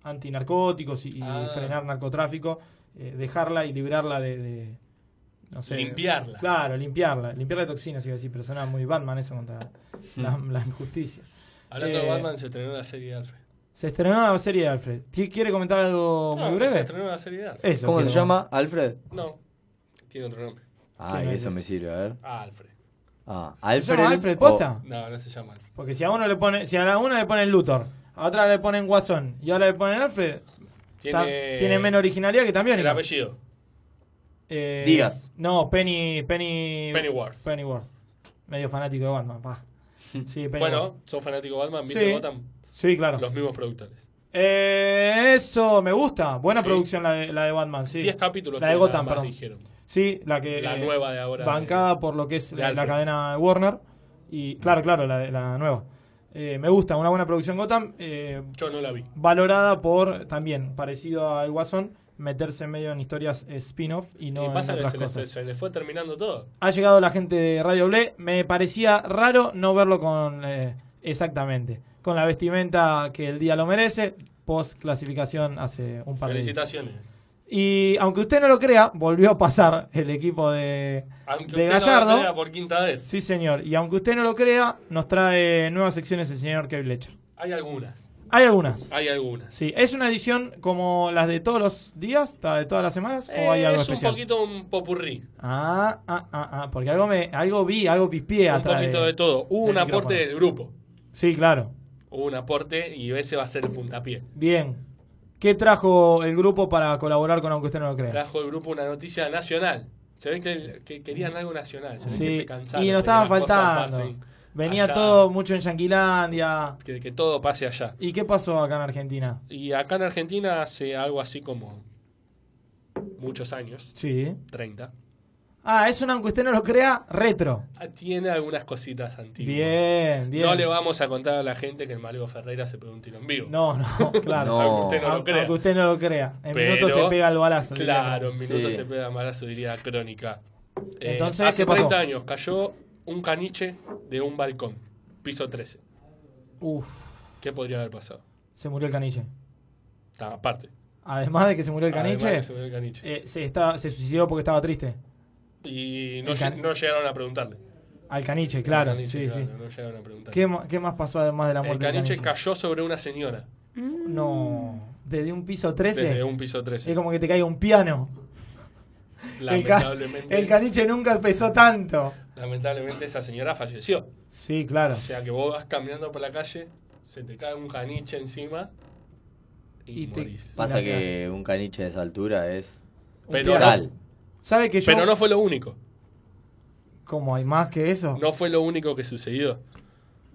[SPEAKER 6] antinarcóticos y, y
[SPEAKER 7] Ah.
[SPEAKER 6] frenar narcotráfico, eh, dejarla y librarla de, de- no sé,
[SPEAKER 7] Limpiarla.
[SPEAKER 6] Claro, limpiarla, limpiarla de toxinas, iba a decir, pero sonaba muy Batman eso contra la, la injusticia.
[SPEAKER 7] Hablando
[SPEAKER 6] Eh,
[SPEAKER 7] de Batman, se estrenó la serie de Alfred.
[SPEAKER 6] Se estrenó la serie de Alfred. ¿Qui- ¿Quiere comentar algo
[SPEAKER 7] No,
[SPEAKER 6] muy
[SPEAKER 7] que
[SPEAKER 6] breve?
[SPEAKER 7] se estrenó la serie de Alfred.
[SPEAKER 6] Eso,
[SPEAKER 2] ¿Cómo se
[SPEAKER 6] quiero-
[SPEAKER 2] llama? ¿Alfred?
[SPEAKER 7] No, tiene otro nombre.
[SPEAKER 2] Ah,
[SPEAKER 6] ¿Quién
[SPEAKER 2] y
[SPEAKER 6] es
[SPEAKER 2] eso
[SPEAKER 6] ese?
[SPEAKER 2] me sirve, a ver.
[SPEAKER 7] Ah, Alfred.
[SPEAKER 2] Ah,
[SPEAKER 6] ¿Se
[SPEAKER 2] Alfred.
[SPEAKER 6] llama Alfred Posta?
[SPEAKER 7] No, no se llama Alfred.
[SPEAKER 6] Porque si a uno le pone, si a una le ponen Luthor, a otra le ponen Guasón y ahora le ponen Alfred,
[SPEAKER 7] Tiene-
[SPEAKER 6] ta- tiene menos originalidad que también.
[SPEAKER 7] El apellido.
[SPEAKER 6] Eh,
[SPEAKER 7] Díaz.
[SPEAKER 6] No, Penny, Penny.
[SPEAKER 7] Pennyworth.
[SPEAKER 6] Pennyworth. Medio fanático de Batman, pa. Sí, Pennyworth.
[SPEAKER 7] Bueno, son fanático de Batman, ¿viste
[SPEAKER 6] Sí.
[SPEAKER 7] Gotham?
[SPEAKER 6] Sí, claro.
[SPEAKER 7] Los mismos productores.
[SPEAKER 6] Eh, eso, me gusta. Buena
[SPEAKER 7] Sí.
[SPEAKER 6] producción la de, la de Batman, sí.
[SPEAKER 7] 10 capítulos
[SPEAKER 6] La de
[SPEAKER 7] tiene,
[SPEAKER 6] Gotham,
[SPEAKER 7] nada más
[SPEAKER 6] perdón.
[SPEAKER 7] dijeron.
[SPEAKER 6] Sí, la que. eh,
[SPEAKER 7] La nueva de ahora
[SPEAKER 6] Bancada por lo que es
[SPEAKER 7] de
[SPEAKER 6] la, la
[SPEAKER 7] Alfred.
[SPEAKER 6] cadena Warner. Y claro, claro, la, de- la nueva. Eh, me gusta, una buena producción Gotham. eh,
[SPEAKER 7] Yo no la vi.
[SPEAKER 6] Valorada por, también, parecido al Guasón, meterse en medio en historias eh, spin-off y no
[SPEAKER 7] y pasa
[SPEAKER 6] en
[SPEAKER 7] que
[SPEAKER 6] otras
[SPEAKER 7] se le,
[SPEAKER 6] cosas.
[SPEAKER 7] se le fue terminando todo.
[SPEAKER 6] Ha llegado la gente de Radio Ble. Me parecía raro no verlo con. eh, exactamente. Con la vestimenta que el día lo merece. Post clasificación hace un par de días.
[SPEAKER 7] Felicitaciones.
[SPEAKER 6] Y aunque usted no lo crea, volvió a pasar el equipo de,
[SPEAKER 7] Aunque
[SPEAKER 6] de
[SPEAKER 7] usted
[SPEAKER 6] Gallardo.
[SPEAKER 7] no lo crea por quinta vez.
[SPEAKER 6] Sí, señor. Y aunque usted no lo crea, nos trae nuevas secciones el señor Kevin Lecher.
[SPEAKER 7] Hay algunas.
[SPEAKER 6] Hay algunas.
[SPEAKER 7] Hay algunas.
[SPEAKER 6] Sí, ¿es una edición como las de todos los días, ta- de todas las semanas? ¿O hay
[SPEAKER 7] Eh,
[SPEAKER 6] algo
[SPEAKER 7] es
[SPEAKER 6] especial?
[SPEAKER 7] un poquito un popurrí.
[SPEAKER 6] Ah, ah, ah, ah, porque algo, me, algo vi, algo pispié
[SPEAKER 7] Un
[SPEAKER 6] atrás.
[SPEAKER 7] poquito de todo. Hubo
[SPEAKER 6] del
[SPEAKER 7] un aporte
[SPEAKER 6] micrófono.
[SPEAKER 7] del grupo.
[SPEAKER 6] Sí, claro.
[SPEAKER 7] Hubo un aporte y ese va a ser el puntapié.
[SPEAKER 6] Bien. ¿Qué trajo el grupo para colaborar con Aunque usted no lo crea?
[SPEAKER 7] Trajo el grupo una noticia nacional. Se ve que, que querían algo nacional. Se ve que
[SPEAKER 6] Sí,
[SPEAKER 7] se cansaron.
[SPEAKER 6] y
[SPEAKER 7] de
[SPEAKER 6] nos estaban
[SPEAKER 7] que las cosas
[SPEAKER 6] faltando.
[SPEAKER 7] pasen
[SPEAKER 6] Venía
[SPEAKER 7] allá,
[SPEAKER 6] todo mucho en Yanquilandia.
[SPEAKER 7] Que, que todo pase allá.
[SPEAKER 6] ¿Y qué pasó acá en Argentina?
[SPEAKER 7] Y acá en Argentina hace algo así como muchos años.
[SPEAKER 6] Sí.
[SPEAKER 7] 30.
[SPEAKER 6] Ah, es una Aunque usted no lo crea, retro.
[SPEAKER 7] Ah, Tiene algunas cositas antiguas.
[SPEAKER 6] Bien, bien.
[SPEAKER 7] No le vamos a contar a la gente que el Maleo Ferreira se pegó un tiro en vivo.
[SPEAKER 6] No, no, claro.
[SPEAKER 7] No. Aunque usted no lo
[SPEAKER 6] Aunque
[SPEAKER 7] crea.
[SPEAKER 6] usted no lo crea. En
[SPEAKER 7] Pero-
[SPEAKER 6] minutos se pega el balazo. diría.
[SPEAKER 7] Claro, en minutos
[SPEAKER 6] Sí.
[SPEAKER 7] se pega el balazo, diría Crónica. Eh,
[SPEAKER 6] Entonces,
[SPEAKER 7] hace
[SPEAKER 6] ¿qué pasó?
[SPEAKER 7] 30 años cayó un caniche de un balcón, piso 13.
[SPEAKER 6] Uf,
[SPEAKER 7] ¿Qué podría haber pasado?
[SPEAKER 6] se murió el caniche.
[SPEAKER 7] Está, aparte.
[SPEAKER 6] Además de que se murió el
[SPEAKER 7] Además
[SPEAKER 6] caniche,
[SPEAKER 7] que se murió el caniche.
[SPEAKER 6] eh, se, está- se suicidó porque estaba triste.
[SPEAKER 7] Y no,
[SPEAKER 6] El can-
[SPEAKER 7] lle- no llegaron a preguntarle.
[SPEAKER 6] Al caniche,
[SPEAKER 7] Al
[SPEAKER 6] claro.
[SPEAKER 7] caniche,
[SPEAKER 6] sí,
[SPEAKER 7] claro,
[SPEAKER 6] sí.
[SPEAKER 7] no llegaron a preguntarle.
[SPEAKER 6] ¿Qué, ma- qué más pasó además de la
[SPEAKER 7] El
[SPEAKER 6] muerte del
[SPEAKER 7] caniche
[SPEAKER 6] caniche?
[SPEAKER 7] cayó sobre una señora.
[SPEAKER 6] No. ¿Desde un piso 13?
[SPEAKER 7] Desde un piso 13.
[SPEAKER 6] Es como que te caiga un piano. El, ca-
[SPEAKER 7] Lamentablemente.
[SPEAKER 6] el caniche nunca pesó tanto.
[SPEAKER 7] Lamentablemente esa señora falleció.
[SPEAKER 6] Sí, claro.
[SPEAKER 7] O sea que vos vas caminando por la calle, se te cae un caniche encima y, morís.
[SPEAKER 2] Pasa que un caniche de esa altura es.
[SPEAKER 7] Pero-
[SPEAKER 2] Tal.
[SPEAKER 6] ¿Sabe que yo.?
[SPEAKER 7] Pero no fue lo único.
[SPEAKER 6] ¿Cómo hay más que eso?
[SPEAKER 7] No fue lo único que sucedió.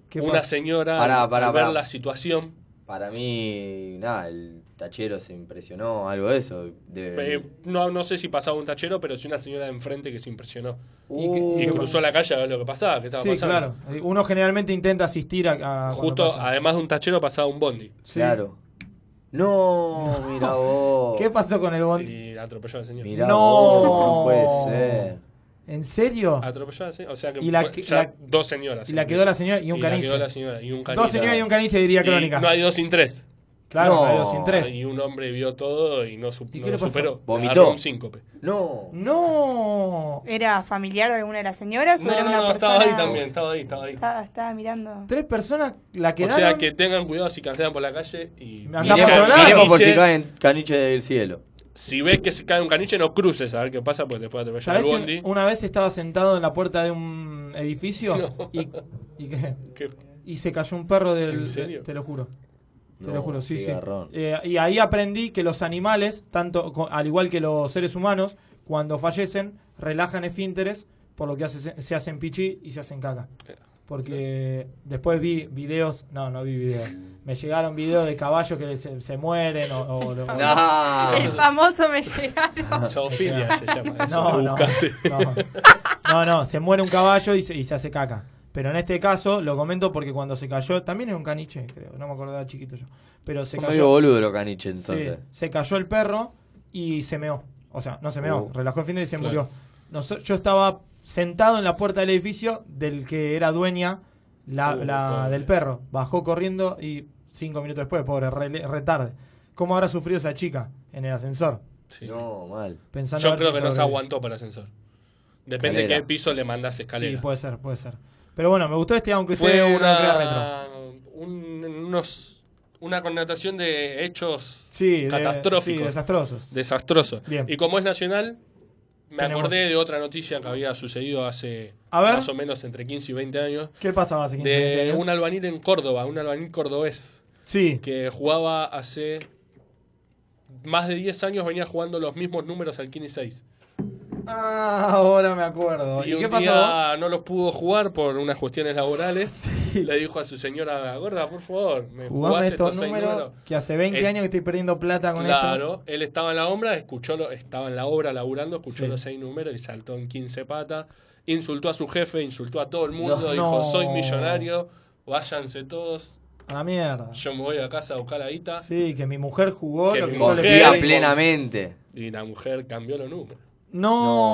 [SPEAKER 6] ¿Qué
[SPEAKER 7] Una
[SPEAKER 6] pasa?
[SPEAKER 7] señora
[SPEAKER 2] Pará, pará,
[SPEAKER 7] al ver
[SPEAKER 2] pará.
[SPEAKER 7] la situación.
[SPEAKER 2] Para mí, nada, el tachero se impresionó, algo de eso. De-
[SPEAKER 7] eh, no, no sé si pasaba un tachero, pero sí una señora de enfrente que se impresionó.
[SPEAKER 2] ¿Y qué-
[SPEAKER 7] y
[SPEAKER 2] qué
[SPEAKER 7] cruzó
[SPEAKER 2] pasó?
[SPEAKER 7] la calle a ver lo que pasaba, qué estaba
[SPEAKER 6] Uh, Sí,
[SPEAKER 7] pasando.
[SPEAKER 6] claro. Eh, Uno generalmente intenta asistir a. a cuando
[SPEAKER 7] Justo,
[SPEAKER 6] pasa.
[SPEAKER 7] además de un tachero, pasaba un bondi.
[SPEAKER 6] Sí. Claro.
[SPEAKER 2] No, mira vos.
[SPEAKER 6] ¿Qué pasó con el bondi?
[SPEAKER 7] Y atropelló al señor.
[SPEAKER 2] Mirá
[SPEAKER 6] no.
[SPEAKER 2] vos, no puede ser.
[SPEAKER 6] ¿En serio?
[SPEAKER 7] Atropelló al señor. O sea que,
[SPEAKER 6] Y la
[SPEAKER 7] fue
[SPEAKER 6] que-
[SPEAKER 7] ya
[SPEAKER 6] la-
[SPEAKER 7] dos señoras. eh.
[SPEAKER 6] y la quedó la señora y un
[SPEAKER 7] la
[SPEAKER 6] caniche.
[SPEAKER 7] quedó la señora y un
[SPEAKER 6] Dos
[SPEAKER 7] caniche.
[SPEAKER 6] señoras y un caniche, diría
[SPEAKER 7] Y
[SPEAKER 6] Crónica.
[SPEAKER 7] No hay dos sin tres.
[SPEAKER 6] Claro, no hay dos sin tres.
[SPEAKER 7] Y un hombre vio todo y no, su-
[SPEAKER 6] ¿Y
[SPEAKER 7] no
[SPEAKER 6] qué le
[SPEAKER 7] lo
[SPEAKER 6] pasó?
[SPEAKER 7] superó.
[SPEAKER 2] Vomitó.
[SPEAKER 7] Agarró un síncope.
[SPEAKER 2] No.
[SPEAKER 6] No.
[SPEAKER 11] ¿Era familiar de alguna de las señoras o
[SPEAKER 7] No,
[SPEAKER 11] era
[SPEAKER 7] no,
[SPEAKER 11] una
[SPEAKER 7] no,
[SPEAKER 11] persona?
[SPEAKER 7] estaba ahí también, estaba ahí, estaba ahí.
[SPEAKER 11] Estaba, estaba mirando.
[SPEAKER 6] Tres personas la
[SPEAKER 7] O
[SPEAKER 6] quedaron.
[SPEAKER 7] sea que tengan cuidado si canjean por la calle y
[SPEAKER 6] Me
[SPEAKER 7] si,
[SPEAKER 6] andá por
[SPEAKER 7] cae
[SPEAKER 6] otro
[SPEAKER 7] un
[SPEAKER 6] lado.
[SPEAKER 2] Miremos por si
[SPEAKER 7] caniche,
[SPEAKER 2] caen caniche del cielo.
[SPEAKER 7] si ves que se cae un caniche no cruces a ver qué pasa pues porque te puede atropellar
[SPEAKER 6] ¿Sabés
[SPEAKER 7] el bondi.
[SPEAKER 6] que una vez estaba sentado en la puerta de un edificio y, y que-
[SPEAKER 7] ¿Qué?
[SPEAKER 6] y se cayó un perro del.
[SPEAKER 7] ¿En serio?
[SPEAKER 6] Te lo juro. Te
[SPEAKER 1] No,
[SPEAKER 6] lo juro, sí,
[SPEAKER 1] qué
[SPEAKER 6] sí.
[SPEAKER 1] garrón.
[SPEAKER 6] Eh, y ahí aprendí que los animales, tanto co- al igual que los seres humanos, cuando fallecen, relajan esfínteres, por lo que hace- se hacen pichi y se hacen caca. Porque después vi videos, no, no vi videos. Me llegaron videos de caballos que se, se mueren o... o- o-
[SPEAKER 11] El famoso me llegaron.
[SPEAKER 7] Zoofilia se llama eso,
[SPEAKER 6] Ah, No,
[SPEAKER 7] lo
[SPEAKER 6] no,
[SPEAKER 7] buscaste.
[SPEAKER 6] no. No, no, se muere un caballo y se, y se hace caca. Pero en este caso, lo comento porque cuando se cayó, también era un caniche, creo, no me acuerdo, era chiquito yo. Pero se
[SPEAKER 2] Son
[SPEAKER 6] cayó.
[SPEAKER 2] medio boludo los caniches,
[SPEAKER 6] Sí,
[SPEAKER 2] entonces.
[SPEAKER 6] se cayó el perro y se meó. O sea, no se meó,
[SPEAKER 2] Uh.
[SPEAKER 6] relajó el fin y se
[SPEAKER 2] Claro.
[SPEAKER 6] murió. Noso- yo estaba sentado en la puerta del edificio del que era dueña
[SPEAKER 7] Oh,
[SPEAKER 6] la,
[SPEAKER 2] Uh,
[SPEAKER 6] la-
[SPEAKER 2] pobre.
[SPEAKER 6] del perro. Bajó corriendo y cinco minutos después, pobre, re, re tarde. ¿Cómo habrá sufrido esa chica en el ascensor?
[SPEAKER 2] No, mal.
[SPEAKER 6] Pensando
[SPEAKER 7] Yo
[SPEAKER 6] a ver
[SPEAKER 7] creo
[SPEAKER 6] si
[SPEAKER 7] que no se
[SPEAKER 6] sobrevive.
[SPEAKER 7] aguantó para el ascensor. Depende de
[SPEAKER 6] Escalera.
[SPEAKER 7] qué piso le mandas escalera.
[SPEAKER 6] Sí, puede ser, puede ser. Pero bueno, me gustó este, aunque
[SPEAKER 7] Fue
[SPEAKER 6] sea una crea retro.
[SPEAKER 7] una, un- unos- una connotación de hechos
[SPEAKER 6] de-
[SPEAKER 7] catastróficos.
[SPEAKER 6] sí, desastrosos.
[SPEAKER 7] Desastrosos.
[SPEAKER 6] Bien.
[SPEAKER 7] Y como es nacional, me
[SPEAKER 6] Tenemos-
[SPEAKER 7] acordé de otra noticia que había sucedido hace
[SPEAKER 6] A ver.
[SPEAKER 7] más o menos entre 15 y 20 años.
[SPEAKER 6] ¿Qué pasaba hace 15 20
[SPEAKER 7] De
[SPEAKER 6] años?
[SPEAKER 7] un albanil en Córdoba, un albanil cordobés.
[SPEAKER 6] Sí.
[SPEAKER 7] Que jugaba hace más de 10 años, venía jugando los mismos números al 15 y 6.
[SPEAKER 6] Ah, ahora me acuerdo. ¿Y,
[SPEAKER 7] Y, un
[SPEAKER 6] qué pasó?
[SPEAKER 7] día no los pudo jugar por unas cuestiones laborales. Le dijo a su señora, gorda, por favor, me jugás
[SPEAKER 6] Jugame
[SPEAKER 7] estos,
[SPEAKER 6] estos
[SPEAKER 7] seis
[SPEAKER 6] números que hace 20
[SPEAKER 7] Eh,
[SPEAKER 6] años que estoy perdiendo plata con
[SPEAKER 7] Claro, él estaba en la obra, escuchó lo- estaba en la obra laburando, escuchó
[SPEAKER 6] Sí.
[SPEAKER 7] los seis números y saltó en 15 patas. Insultó a su jefe, insultó a todo el mundo,
[SPEAKER 6] No.
[SPEAKER 7] dijo, soy millonario, váyanse todos,
[SPEAKER 6] esto. A la mierda.
[SPEAKER 7] yo me voy a casa a buscar la guita.
[SPEAKER 6] Sí, que mi mujer jugó
[SPEAKER 7] Que
[SPEAKER 6] lo
[SPEAKER 7] mi
[SPEAKER 6] que
[SPEAKER 7] mujer-
[SPEAKER 6] yo le pedí.
[SPEAKER 2] plenamente.
[SPEAKER 7] Y la mujer cambió los números.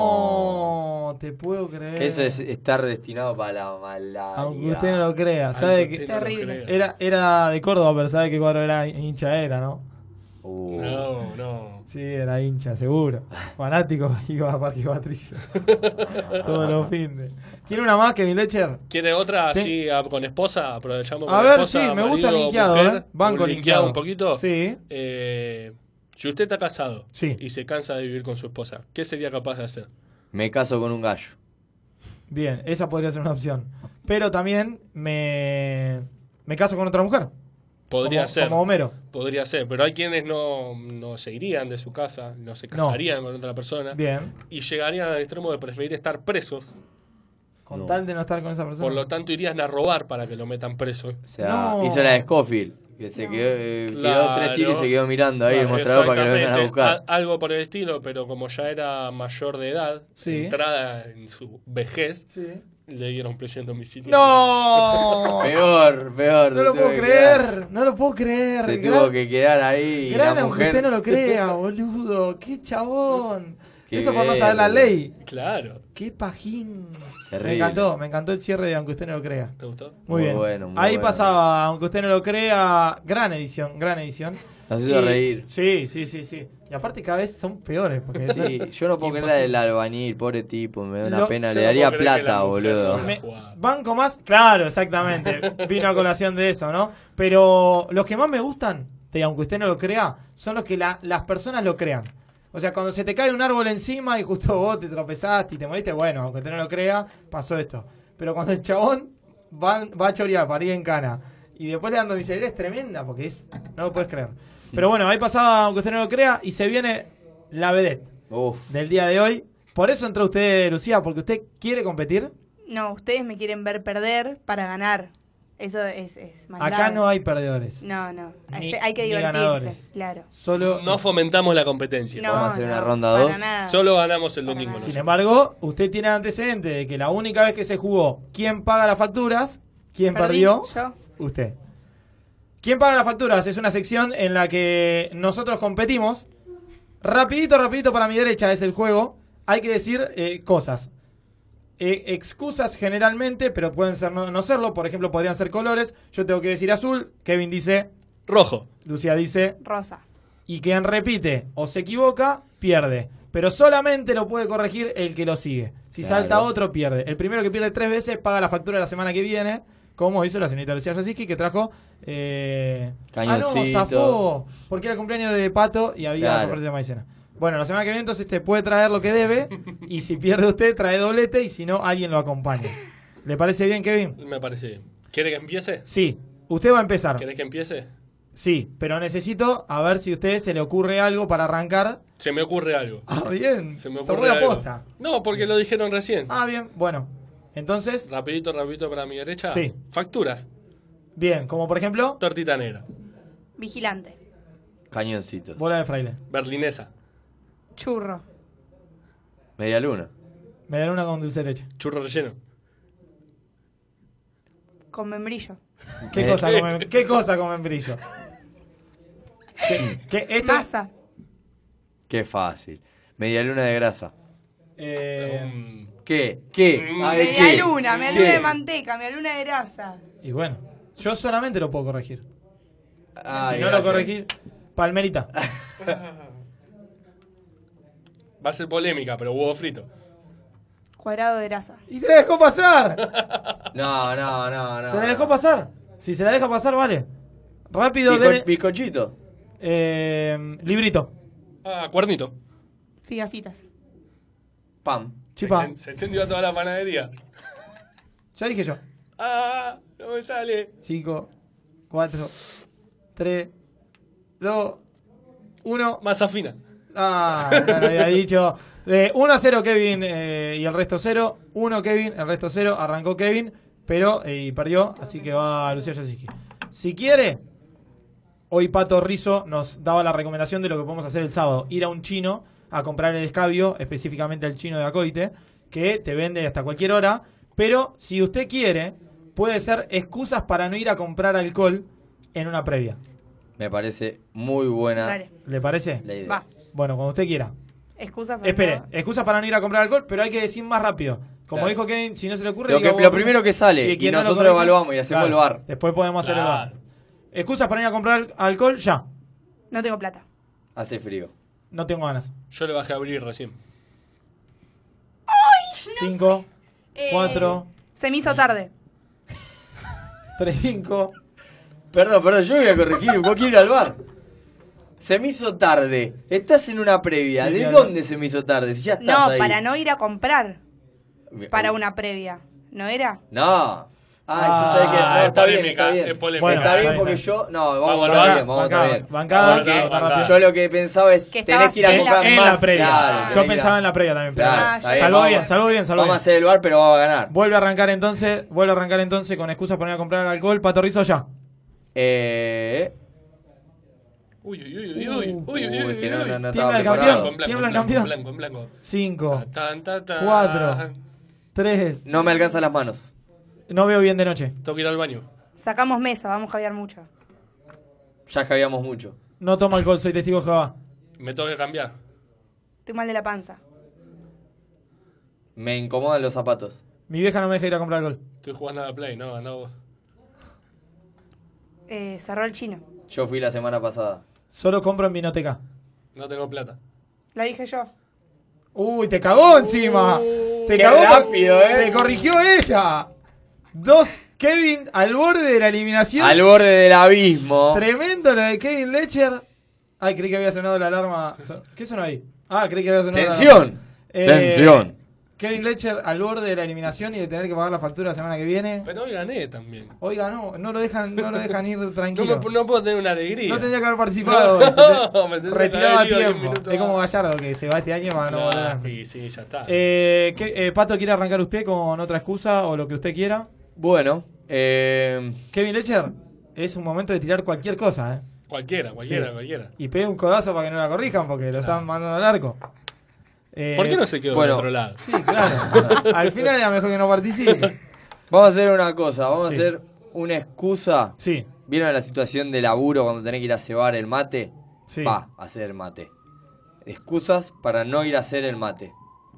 [SPEAKER 6] No, te puedo creer.
[SPEAKER 2] Eso es estar destinado para la maldad.
[SPEAKER 6] Aunque usted no lo crea, sabe
[SPEAKER 2] Aunque
[SPEAKER 6] que
[SPEAKER 2] usted no lo Terrible. crea.
[SPEAKER 6] Era, era de Córdoba, pero sabe que cuadro era hincha era, ¿no? Uh.
[SPEAKER 2] Uh,
[SPEAKER 7] No, no.
[SPEAKER 6] Sí, era hincha, seguro. Fanático, iba a Parque Patricio. Todo lo finde. ¿Tiene una más que mi Lecher?
[SPEAKER 7] ¿Quiere otra
[SPEAKER 6] Sí.
[SPEAKER 7] así a- con esposa? Aprovechamos con
[SPEAKER 6] A ver,
[SPEAKER 7] esposa,
[SPEAKER 6] sí, me gusta
[SPEAKER 7] marido,
[SPEAKER 6] linkeado,
[SPEAKER 7] mujer,
[SPEAKER 6] ¿eh? Banco
[SPEAKER 7] un linkeado
[SPEAKER 6] linkeado.
[SPEAKER 7] un poquito.
[SPEAKER 6] Sí.
[SPEAKER 7] Eh, si usted está casado
[SPEAKER 6] Sí.
[SPEAKER 7] y se cansa de vivir con su esposa, ¿qué sería capaz de hacer?
[SPEAKER 2] Me caso con un gallo.
[SPEAKER 6] Bien, esa podría ser una opción. Pero también me, me caso con otra mujer.
[SPEAKER 7] Podría
[SPEAKER 6] Como-
[SPEAKER 7] ser.
[SPEAKER 6] Como Homero.
[SPEAKER 7] Podría ser, pero hay quienes no, no se irían de su casa, no se
[SPEAKER 6] No.
[SPEAKER 7] casarían con otra persona.
[SPEAKER 6] Bien.
[SPEAKER 7] Y llegarían al extremo de preferir estar presos.
[SPEAKER 6] Con tal de no estar con esa persona.
[SPEAKER 7] Por lo tanto, irían a robar para que lo metan preso. O
[SPEAKER 2] sea, Hizo la de Scofield. Que se quedó, eh, quedó tres tiros y se quedó mirando ahí el mostrador para que lo vengan a buscar.
[SPEAKER 7] Algo por el estilo, pero como ya era mayor de edad,
[SPEAKER 6] Sí.
[SPEAKER 7] entrada en su vejez,
[SPEAKER 6] Sí.
[SPEAKER 7] le dieron prisión domiciliaria.
[SPEAKER 6] ¡No!
[SPEAKER 2] Peor, peor.
[SPEAKER 6] No lo
[SPEAKER 2] se
[SPEAKER 6] puedo
[SPEAKER 2] tuvo que
[SPEAKER 6] creer,
[SPEAKER 2] quedar.
[SPEAKER 6] no lo puedo creer.
[SPEAKER 2] Se
[SPEAKER 6] Gran-
[SPEAKER 2] tuvo que quedar ahí. y
[SPEAKER 6] Gran,
[SPEAKER 2] la
[SPEAKER 6] aunque
[SPEAKER 2] mujer.
[SPEAKER 6] usted no lo crea, boludo. Qué chabón.
[SPEAKER 2] Qué
[SPEAKER 6] Eso por no
[SPEAKER 2] bien,
[SPEAKER 6] saber la
[SPEAKER 2] boludo.
[SPEAKER 6] ley.
[SPEAKER 7] Claro.
[SPEAKER 6] Qué pajín. Me
[SPEAKER 2] Terrible.
[SPEAKER 6] encantó, me encantó el cierre de Aunque usted no lo crea.
[SPEAKER 7] ¿Te gustó?
[SPEAKER 6] Muy,
[SPEAKER 2] Muy
[SPEAKER 6] bien.
[SPEAKER 2] bueno, muy
[SPEAKER 6] Ahí
[SPEAKER 2] bueno.
[SPEAKER 6] pasaba, aunque usted no lo crea, gran edición, gran edición.
[SPEAKER 2] Nos
[SPEAKER 6] Y-
[SPEAKER 2] hizo reír.
[SPEAKER 6] Sí, sí, sí, sí. Y aparte cada vez son peores. Porque
[SPEAKER 2] Sí, yo no puedo creer la del albañil, pobre tipo, me da una
[SPEAKER 6] Lo-
[SPEAKER 2] pena.
[SPEAKER 6] yo
[SPEAKER 2] Le
[SPEAKER 6] no
[SPEAKER 2] daría
[SPEAKER 6] puedo creer que la
[SPEAKER 2] plata,
[SPEAKER 6] mujer
[SPEAKER 2] boludo.
[SPEAKER 6] Me- banco más, claro, exactamente. Vino a colación de eso, ¿no? Pero los que más me gustan, te- aunque usted no lo crea, son los que la- las personas lo crean. O sea, cuando se te cae un árbol encima y justo vos te tropezaste y te moriste, bueno, aunque usted no lo crea, pasó esto. Pero cuando el chabón va, va a chorear para ir en cana y después le dan domiciliaria es tremenda porque es, no lo puedes creer. Pero bueno, ahí pasaba, aunque usted no lo crea, y se viene la vedette del día de hoy. Por eso entró usted, Lucía, porque usted quiere competir.
[SPEAKER 11] No, ustedes me quieren ver perder para ganar. Eso es, es más
[SPEAKER 6] Acá
[SPEAKER 11] grave.
[SPEAKER 6] no hay perdedores.
[SPEAKER 11] No, no.
[SPEAKER 6] Ni-
[SPEAKER 11] hay que
[SPEAKER 6] ni ganadores.
[SPEAKER 11] divertirse. Claro.
[SPEAKER 6] Solo
[SPEAKER 7] No fomentamos la competencia.
[SPEAKER 11] No, Vamos a hacer
[SPEAKER 6] una no, ronda para dos.
[SPEAKER 11] nada.
[SPEAKER 7] Solo ganamos el domingo.
[SPEAKER 6] Sin embargo, usted tiene antecedente de que la única vez que se jugó, ¿quién paga las facturas? ¿Quién
[SPEAKER 11] Perdí,
[SPEAKER 6] perdió?
[SPEAKER 11] Yo.
[SPEAKER 6] Usted. ¿Quién paga las facturas? Es una sección en la que nosotros competimos. Rapidito, rapidito para mi derecha es el juego. Hay que decir eh, cosas. Eh, excusas generalmente, pero pueden ser no, no serlo. Por ejemplo, podrían ser colores. Yo tengo que decir azul. Kevin dice
[SPEAKER 7] rojo.
[SPEAKER 6] Lucía dice
[SPEAKER 11] Rosa.
[SPEAKER 6] y quien repite o se equivoca, pierde. Pero solamente lo puede corregir el que lo sigue. Si
[SPEAKER 2] Claro.
[SPEAKER 6] salta otro, pierde. El primero que pierde tres veces paga la factura la semana que viene, como hizo la señorita Lucía Yasiski, que trajo. Eh... Ah, no,
[SPEAKER 2] Cañoncito.
[SPEAKER 6] zafó, porque era el cumpleaños de Pato y había
[SPEAKER 2] Claro.
[SPEAKER 6] oferta de maicena. Bueno, la semana que viene entonces te puede traer lo que debe y si pierde usted trae doblete y si no alguien lo acompaña. ¿Le parece bien, Kevin?
[SPEAKER 7] Me parece bien. ¿Quiere que empiece?
[SPEAKER 6] Sí, usted va a empezar.
[SPEAKER 7] ¿Querés que empiece?
[SPEAKER 6] Sí, pero necesito a ver si a usted se le ocurre algo para arrancar.
[SPEAKER 7] Se me ocurre algo.
[SPEAKER 6] Ah, bien.
[SPEAKER 7] Se me
[SPEAKER 6] Tomó
[SPEAKER 7] ocurre
[SPEAKER 6] la
[SPEAKER 7] algo.
[SPEAKER 6] posta.
[SPEAKER 7] No, porque lo dijeron recién.
[SPEAKER 6] Ah, bien. Bueno, entonces.
[SPEAKER 7] Rapidito, rapidito para mi derecha.
[SPEAKER 6] Sí.
[SPEAKER 7] Facturas.
[SPEAKER 6] Bien, como por ejemplo.
[SPEAKER 7] Tortita negra.
[SPEAKER 11] Vigilante.
[SPEAKER 2] Cañoncitos.
[SPEAKER 6] Bola de fraile.
[SPEAKER 7] Berlinesa.
[SPEAKER 11] Churro.
[SPEAKER 2] Media luna.
[SPEAKER 6] Me dan una con dulce de leche.
[SPEAKER 7] Churro relleno.
[SPEAKER 11] Con membrillo.
[SPEAKER 6] ¿Qué,
[SPEAKER 2] Eh.
[SPEAKER 6] cosa, comen, ¿Qué cosa comen brillo? ¿Qué, qué- esto-
[SPEAKER 11] Masa.
[SPEAKER 2] Qué fácil. Media luna de grasa.
[SPEAKER 6] Eh,
[SPEAKER 2] ¿Qué? ¿Qué? Ay,
[SPEAKER 11] Mm, Media
[SPEAKER 2] ¿qué?
[SPEAKER 11] luna, media
[SPEAKER 2] ¿Qué?
[SPEAKER 11] luna de manteca, media luna de grasa.
[SPEAKER 6] y bueno, yo solamente lo puedo corregir.
[SPEAKER 2] Ay,
[SPEAKER 6] si no lo
[SPEAKER 2] gracias.
[SPEAKER 6] corregí, palmerita.
[SPEAKER 7] Va a ser polémica, pero huevo frito.
[SPEAKER 11] Cuadrado de grasa.
[SPEAKER 6] ¡Y te la dejó pasar!
[SPEAKER 2] No, no, no, no.
[SPEAKER 6] ¿Se la dejó pasar? Si se la deja pasar, vale. Rápido,
[SPEAKER 2] Bizco-
[SPEAKER 6] dele-
[SPEAKER 2] Bizcochito.
[SPEAKER 6] eh, librito.
[SPEAKER 7] Ah, cuernito.
[SPEAKER 11] Figacitas.
[SPEAKER 2] Pam.
[SPEAKER 6] Chipa.
[SPEAKER 7] Se extendió a toda la panadería.
[SPEAKER 6] Ya dije yo.
[SPEAKER 7] Ah, no me sale.
[SPEAKER 6] 5, 4, 3, 2, 1.
[SPEAKER 7] Masa fina.
[SPEAKER 6] Ah, ya lo había dicho. 1 a 0 Kevin eh, y el resto 0. 1 Kevin, el resto 0. Arrancó Kevin, pero eh, y perdió, así que va Lucía Yasiski. Si quiere, hoy Pato Rizo nos daba la recomendación de lo que podemos hacer el sábado. Ir a un chino a comprar el escabio, específicamente el chino de Acoite, que te vende hasta cualquier hora. Pero si usted quiere, puede ser excusas para no ir a comprar alcohol en una previa.
[SPEAKER 2] Me parece muy buena.
[SPEAKER 11] Dale.
[SPEAKER 6] ¿Le parece?
[SPEAKER 2] Ah, La idea.
[SPEAKER 11] Va.
[SPEAKER 6] Bueno, cuando usted quiera.
[SPEAKER 11] Excusas para
[SPEAKER 6] Espere, eh.
[SPEAKER 11] no-
[SPEAKER 6] excusas para no ir a comprar alcohol, pero hay que decir más rápido. Como
[SPEAKER 2] Claro.
[SPEAKER 6] dijo Kevin, si no se le ocurre.
[SPEAKER 2] Lo
[SPEAKER 6] diga
[SPEAKER 2] que-
[SPEAKER 6] vos
[SPEAKER 2] lo
[SPEAKER 6] primero.
[SPEAKER 2] primero que sale, y
[SPEAKER 6] quien lo
[SPEAKER 2] nosotros
[SPEAKER 6] corrija-
[SPEAKER 2] evaluamos y hacemos el VAR.
[SPEAKER 6] Después podemos hacer
[SPEAKER 2] Claro.
[SPEAKER 6] el bar. Excusas para ir a comprar alcohol, ya.
[SPEAKER 11] No tengo plata.
[SPEAKER 2] Hace frío.
[SPEAKER 6] No tengo ganas.
[SPEAKER 7] Yo le bajé a abrir recién.
[SPEAKER 6] Cinco,
[SPEAKER 11] Eh,
[SPEAKER 6] cuatro,
[SPEAKER 11] Se me hizo tarde.
[SPEAKER 6] tres, cinco.
[SPEAKER 2] Perdón, perdón, yo voy a corregir. Vos quieres ir al bar. Se me hizo tarde. Estás en una previa.
[SPEAKER 6] Sí,
[SPEAKER 2] ¿De
[SPEAKER 6] claro.
[SPEAKER 2] dónde se me hizo tarde? Si ya estás
[SPEAKER 11] No,
[SPEAKER 2] ahí.
[SPEAKER 11] para no ir a comprar.
[SPEAKER 2] Bien.
[SPEAKER 11] Para una previa. ¿No era?
[SPEAKER 2] No. Ay,
[SPEAKER 6] Ah,
[SPEAKER 2] yo sabía que. No,
[SPEAKER 6] es
[SPEAKER 2] está bien,
[SPEAKER 6] polémica,
[SPEAKER 2] está bien.
[SPEAKER 6] es polémica. Bueno,
[SPEAKER 2] está bien
[SPEAKER 6] está
[SPEAKER 2] porque
[SPEAKER 6] bien.
[SPEAKER 2] yo. No, vamos, a
[SPEAKER 6] Bancada,
[SPEAKER 2] estar bien, vamos a estar
[SPEAKER 6] bancada,
[SPEAKER 2] bien.
[SPEAKER 6] bancada,
[SPEAKER 2] Porque
[SPEAKER 6] bancada.
[SPEAKER 2] yo lo que pensaba es.
[SPEAKER 11] Que
[SPEAKER 2] tenés que ir a
[SPEAKER 6] en la-
[SPEAKER 2] comprar
[SPEAKER 6] en
[SPEAKER 2] más.
[SPEAKER 6] la previa.
[SPEAKER 2] Claro,
[SPEAKER 6] Yo
[SPEAKER 2] tenés que ir a-
[SPEAKER 6] pensaba en la previa también, pero-
[SPEAKER 2] Claro,
[SPEAKER 6] Ah,
[SPEAKER 2] está
[SPEAKER 6] ya
[SPEAKER 2] bien,
[SPEAKER 6] salvó
[SPEAKER 2] vamos.
[SPEAKER 6] bien, salvó bien, salvó
[SPEAKER 2] Vamos a
[SPEAKER 6] bien.
[SPEAKER 2] hacer el bar, pero vamos a ganar.
[SPEAKER 6] Vuelve a arrancar entonces, vuelve a arrancar entonces con excusas para ir a comprar alcohol. Pato Rizzo, ya.
[SPEAKER 2] Eh.
[SPEAKER 7] Uy, uy, uy, uy, uy,
[SPEAKER 2] Uh,
[SPEAKER 7] uy, uy,
[SPEAKER 2] es que
[SPEAKER 7] uuy,
[SPEAKER 2] no-
[SPEAKER 7] uy.
[SPEAKER 2] no- no
[SPEAKER 6] Tiembla
[SPEAKER 2] estaba
[SPEAKER 6] el
[SPEAKER 2] preparado.
[SPEAKER 6] campeón,
[SPEAKER 7] En blanco,
[SPEAKER 6] tiembla el
[SPEAKER 7] en blanco,
[SPEAKER 6] campeón.
[SPEAKER 7] en blanco, en blanco.
[SPEAKER 6] Cinco,
[SPEAKER 7] Tan, tan, tan.
[SPEAKER 6] Oh. cuatro, tres.
[SPEAKER 2] No me alcanzan las manos.
[SPEAKER 6] No veo bien de noche.
[SPEAKER 7] Tengo que ir al baño.
[SPEAKER 11] Sacamos mesa, vamos a javiar mucho.
[SPEAKER 2] Ya cabíamos mucho.
[SPEAKER 6] No tomo alcohol, soy testigo de Jehová.
[SPEAKER 7] Me tengo que cambiar.
[SPEAKER 11] Estoy mal de la panza.
[SPEAKER 2] Me incomodan los zapatos.
[SPEAKER 6] Mi vieja no me deja ir a comprar alcohol.
[SPEAKER 7] Estoy jugando a la Play, no, andá vos.
[SPEAKER 11] Eh, cerró el chino.
[SPEAKER 2] Yo fui la semana pasada.
[SPEAKER 6] Solo compro en vinoteca.
[SPEAKER 7] No tengo plata.
[SPEAKER 11] La dije yo.
[SPEAKER 6] Uy, te cagó encima. te
[SPEAKER 2] qué
[SPEAKER 6] cagó.
[SPEAKER 2] rápido, eh.
[SPEAKER 6] Te corrigió ella. Dos, Kevin al borde de la eliminación.
[SPEAKER 2] Al borde del abismo.
[SPEAKER 6] Tremendo lo de Kevin Lecher. Ay, creí que había sonado la alarma. Son- ¿Qué sonó ahí? Ah, creí que había sonado la
[SPEAKER 2] Tensión.
[SPEAKER 6] alarma.
[SPEAKER 2] Tensión.
[SPEAKER 6] Kevin Lecher al borde de la eliminación y de tener que pagar la factura la semana que viene.
[SPEAKER 7] Pero hoy gané también.
[SPEAKER 6] Oiga, no, no lo dejan, no lo dejan ir
[SPEAKER 7] No,
[SPEAKER 6] tranquilo.
[SPEAKER 7] me- no puedo tener una alegría.
[SPEAKER 6] No tendría que haber participado.
[SPEAKER 7] No,
[SPEAKER 6] ese,
[SPEAKER 7] me tendría que
[SPEAKER 6] Retirado a
[SPEAKER 7] haber ido diez
[SPEAKER 6] tiempo.
[SPEAKER 7] minutos
[SPEAKER 6] Es como Gallardo que se va este año para no
[SPEAKER 7] Claro,
[SPEAKER 6] volver a
[SPEAKER 7] sí, sí, ya está.
[SPEAKER 6] Eh, ¿qué- eh, Pato, ¿quiere arrancar usted con otra excusa o lo que usted quiera?
[SPEAKER 2] Bueno, eh,
[SPEAKER 6] Kevin Lecher, es un momento de tirar cualquier cosa, ¿eh?
[SPEAKER 7] Cualquiera, cualquiera,
[SPEAKER 6] Sí.
[SPEAKER 7] cualquiera.
[SPEAKER 6] Y pegue un codazo para que no la corrijan porque lo están mandando al arco. Eh,
[SPEAKER 7] ¿Por qué no se quedó
[SPEAKER 2] bueno.
[SPEAKER 7] del otro lado?
[SPEAKER 6] Sí, claro. al final era mejor que no participe.
[SPEAKER 2] vamos a hacer una cosa. Vamos
[SPEAKER 6] Sí.
[SPEAKER 2] a hacer una excusa.
[SPEAKER 6] Sí.
[SPEAKER 2] ¿Vieron la situación de laburo cuando tenés que ir a cebar el mate?
[SPEAKER 6] Sí.
[SPEAKER 2] Va a hacer el mate. Excusas para no ir a hacer el mate.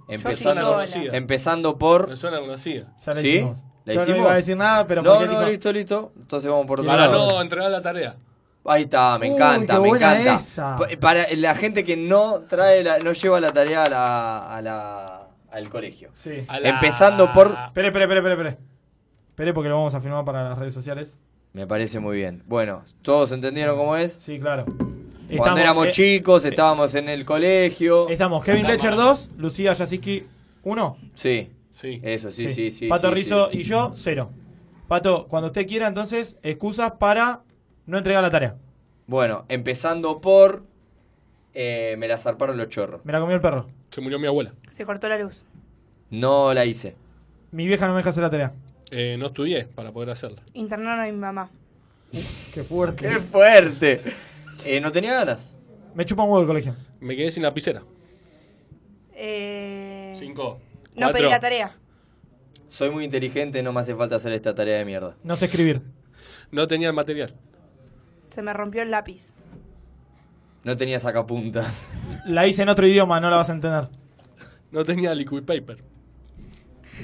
[SPEAKER 2] Empezando,
[SPEAKER 7] estoy sola.
[SPEAKER 2] empezando por.
[SPEAKER 7] Persona conocida.
[SPEAKER 6] Ya la
[SPEAKER 2] ¿Sí?
[SPEAKER 6] hicimos.
[SPEAKER 2] ¿La
[SPEAKER 6] Yo
[SPEAKER 2] hicimos?
[SPEAKER 6] no iba a decir nada, pero
[SPEAKER 2] No,
[SPEAKER 6] porque
[SPEAKER 2] no,
[SPEAKER 6] dijo-
[SPEAKER 2] listo, listo. Entonces vamos por otro
[SPEAKER 7] Para
[SPEAKER 2] lado.
[SPEAKER 7] no entregar la tarea.
[SPEAKER 2] Ahí está, me
[SPEAKER 6] Uy,
[SPEAKER 2] encanta,
[SPEAKER 6] qué
[SPEAKER 2] me
[SPEAKER 6] buena
[SPEAKER 2] encanta.
[SPEAKER 6] esa.
[SPEAKER 2] Pa- Para la gente que no trae la, no lleva la tarea a la, a la- al colegio.
[SPEAKER 6] Sí.
[SPEAKER 7] A la-
[SPEAKER 2] Empezando por.
[SPEAKER 6] Espere, espere, espere, espere, espere. Espere porque lo vamos a filmar para las redes sociales.
[SPEAKER 2] Me parece muy bien. Bueno, todos entendieron cómo es.
[SPEAKER 6] Sí, claro.
[SPEAKER 2] Cuando
[SPEAKER 6] Estamos-
[SPEAKER 2] éramos
[SPEAKER 6] eh,
[SPEAKER 2] chicos, estábamos en el colegio.
[SPEAKER 6] Estamos Kevin
[SPEAKER 2] Estamos.
[SPEAKER 6] Lecher 2, Lucía Yasiski 1.
[SPEAKER 2] Sí,
[SPEAKER 7] Sí.
[SPEAKER 2] eso, sí, sí, sí.
[SPEAKER 6] Pato
[SPEAKER 2] sí,
[SPEAKER 6] Rizzo
[SPEAKER 2] sí.
[SPEAKER 6] y yo 0. Pato, cuando usted quiera, entonces, excusas para no entregar la tarea.
[SPEAKER 2] Bueno, empezando por. eh, me la zarparon los chorros.
[SPEAKER 6] Me la comió el perro.
[SPEAKER 7] Se murió mi abuela.
[SPEAKER 11] Se cortó la luz.
[SPEAKER 2] No la hice.
[SPEAKER 6] Mi vieja no me deja hacer la tarea.
[SPEAKER 7] Eh, no estudié para poder hacerla.
[SPEAKER 11] Internaron a mi mamá.
[SPEAKER 6] Qué fuerte.
[SPEAKER 2] ¡Qué fuerte! Eh, no tenía ganas.
[SPEAKER 6] Me chupa un huevo el colegio.
[SPEAKER 7] Me quedé sin lapicera.
[SPEAKER 11] Eh,
[SPEAKER 7] Cinco.
[SPEAKER 11] no pedí la tarea.
[SPEAKER 2] Soy muy inteligente, no me hace falta hacer esta tarea de mierda.
[SPEAKER 6] No sé escribir.
[SPEAKER 7] No tenía el material.
[SPEAKER 11] Se me rompió el lápiz.
[SPEAKER 2] No tenía sacapuntas.
[SPEAKER 6] La hice en otro idioma, no la vas a entender.
[SPEAKER 7] No tenía liquid paper.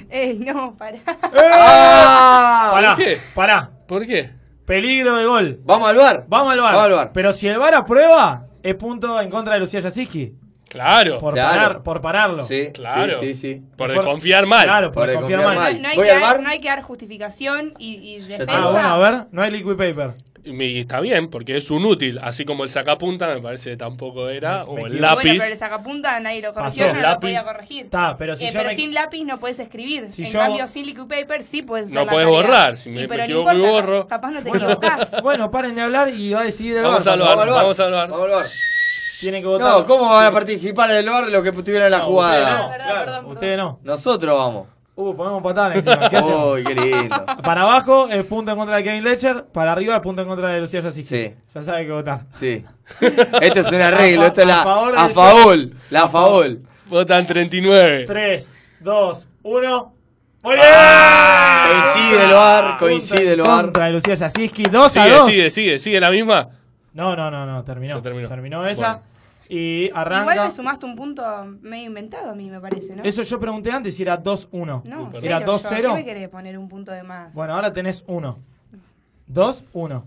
[SPEAKER 11] Ey, Eh, no, pará.
[SPEAKER 2] Ah,
[SPEAKER 6] Pará,
[SPEAKER 7] ¿Por qué?
[SPEAKER 6] pará.
[SPEAKER 7] ¿Por qué?
[SPEAKER 6] Peligro de gol.
[SPEAKER 2] Vamos al bar.
[SPEAKER 6] Vamos al bar.
[SPEAKER 2] Vamos al VAR.
[SPEAKER 6] Pero si el bar aprueba, es punto en contra de Lucía Yasiski.
[SPEAKER 7] Claro.
[SPEAKER 6] Por,
[SPEAKER 2] Claro.
[SPEAKER 6] parar, por pararlo.
[SPEAKER 2] Sí,
[SPEAKER 7] Claro.
[SPEAKER 2] sí, sí, sí.
[SPEAKER 7] Por desconfiar mal.
[SPEAKER 6] Claro, por,
[SPEAKER 2] Por
[SPEAKER 6] desconfiar,
[SPEAKER 2] desconfiar
[SPEAKER 6] mal.
[SPEAKER 11] No hay,
[SPEAKER 2] Voy
[SPEAKER 11] que
[SPEAKER 2] al
[SPEAKER 11] dar,
[SPEAKER 2] bar.
[SPEAKER 11] no hay que dar justificación y, y defensa.
[SPEAKER 6] Ah, bueno, a ver, no hay liquid paper.
[SPEAKER 7] Y está bien, porque es un útil. Así como el sacapunta, me parece que tampoco era. O el
[SPEAKER 11] Bueno,
[SPEAKER 7] lápiz.
[SPEAKER 11] pero el sacapunta nadie lo corrigió,
[SPEAKER 7] Pasó.
[SPEAKER 11] yo no
[SPEAKER 7] Lápiz.
[SPEAKER 11] lo podía corregir.
[SPEAKER 6] Está, pero si
[SPEAKER 11] Eh,
[SPEAKER 6] yo me-
[SPEAKER 11] sin lápiz no puedes escribir.
[SPEAKER 6] Si
[SPEAKER 11] en
[SPEAKER 6] yo-
[SPEAKER 11] cambio, sin liquid paper sí puedes hacer
[SPEAKER 7] No
[SPEAKER 11] la
[SPEAKER 7] podés
[SPEAKER 11] tarea.
[SPEAKER 7] borrar, si me-
[SPEAKER 11] y,
[SPEAKER 7] me
[SPEAKER 11] pero
[SPEAKER 7] equivoco y
[SPEAKER 11] no importa,
[SPEAKER 7] borro.
[SPEAKER 11] Capaz no te equivocás.
[SPEAKER 6] Bueno, paren de hablar y va a decidir el
[SPEAKER 7] Vamos
[SPEAKER 6] bar.
[SPEAKER 7] al
[SPEAKER 6] Pato.
[SPEAKER 7] bar, vamos al bar.
[SPEAKER 2] Vamos al bar.
[SPEAKER 6] Tienen que votar.
[SPEAKER 2] No, ¿cómo van a participar del bar de lo que tuvieron en la
[SPEAKER 6] Ustedes no,
[SPEAKER 2] jugada?
[SPEAKER 6] claro, ustedes no.
[SPEAKER 2] Nosotros vamos.
[SPEAKER 6] Uh, ponemos patadas encima.
[SPEAKER 2] Oh.
[SPEAKER 6] ¿Qué hacemos?
[SPEAKER 2] Uy, qué lindo.
[SPEAKER 6] Para abajo es punto en contra de Kevin Lecher, para arriba es punto en contra de Lucía Yasiski.
[SPEAKER 2] Sí.
[SPEAKER 6] Ya sabe que votar.
[SPEAKER 2] Sí. Esto es un arreglo, esto es la.
[SPEAKER 6] A favor
[SPEAKER 2] A
[SPEAKER 6] del-
[SPEAKER 2] favor, la favor.
[SPEAKER 7] Votan 39.
[SPEAKER 6] 3, 2, 1. ¡Muy bien!
[SPEAKER 2] Coincide el bar, Ah, coincide el bar.
[SPEAKER 6] Ah, Contra de Lucía Yasiski, 2 a
[SPEAKER 7] Sigue,
[SPEAKER 6] 2.
[SPEAKER 7] sigue, sigue, sigue la misma.
[SPEAKER 6] No, no, no, no, terminó.
[SPEAKER 7] Se terminó.
[SPEAKER 6] esa. Y
[SPEAKER 11] Igual
[SPEAKER 6] arranca.
[SPEAKER 11] me sumaste un punto medio inventado a mí, me parece, ¿no?
[SPEAKER 6] Eso yo pregunté antes si era 2-1.
[SPEAKER 11] No, en
[SPEAKER 6] era
[SPEAKER 11] serio, yo, ¿Qué me
[SPEAKER 6] 2-0.
[SPEAKER 11] querés poner un punto de más?
[SPEAKER 6] Bueno, ahora tenés 1. 2-1.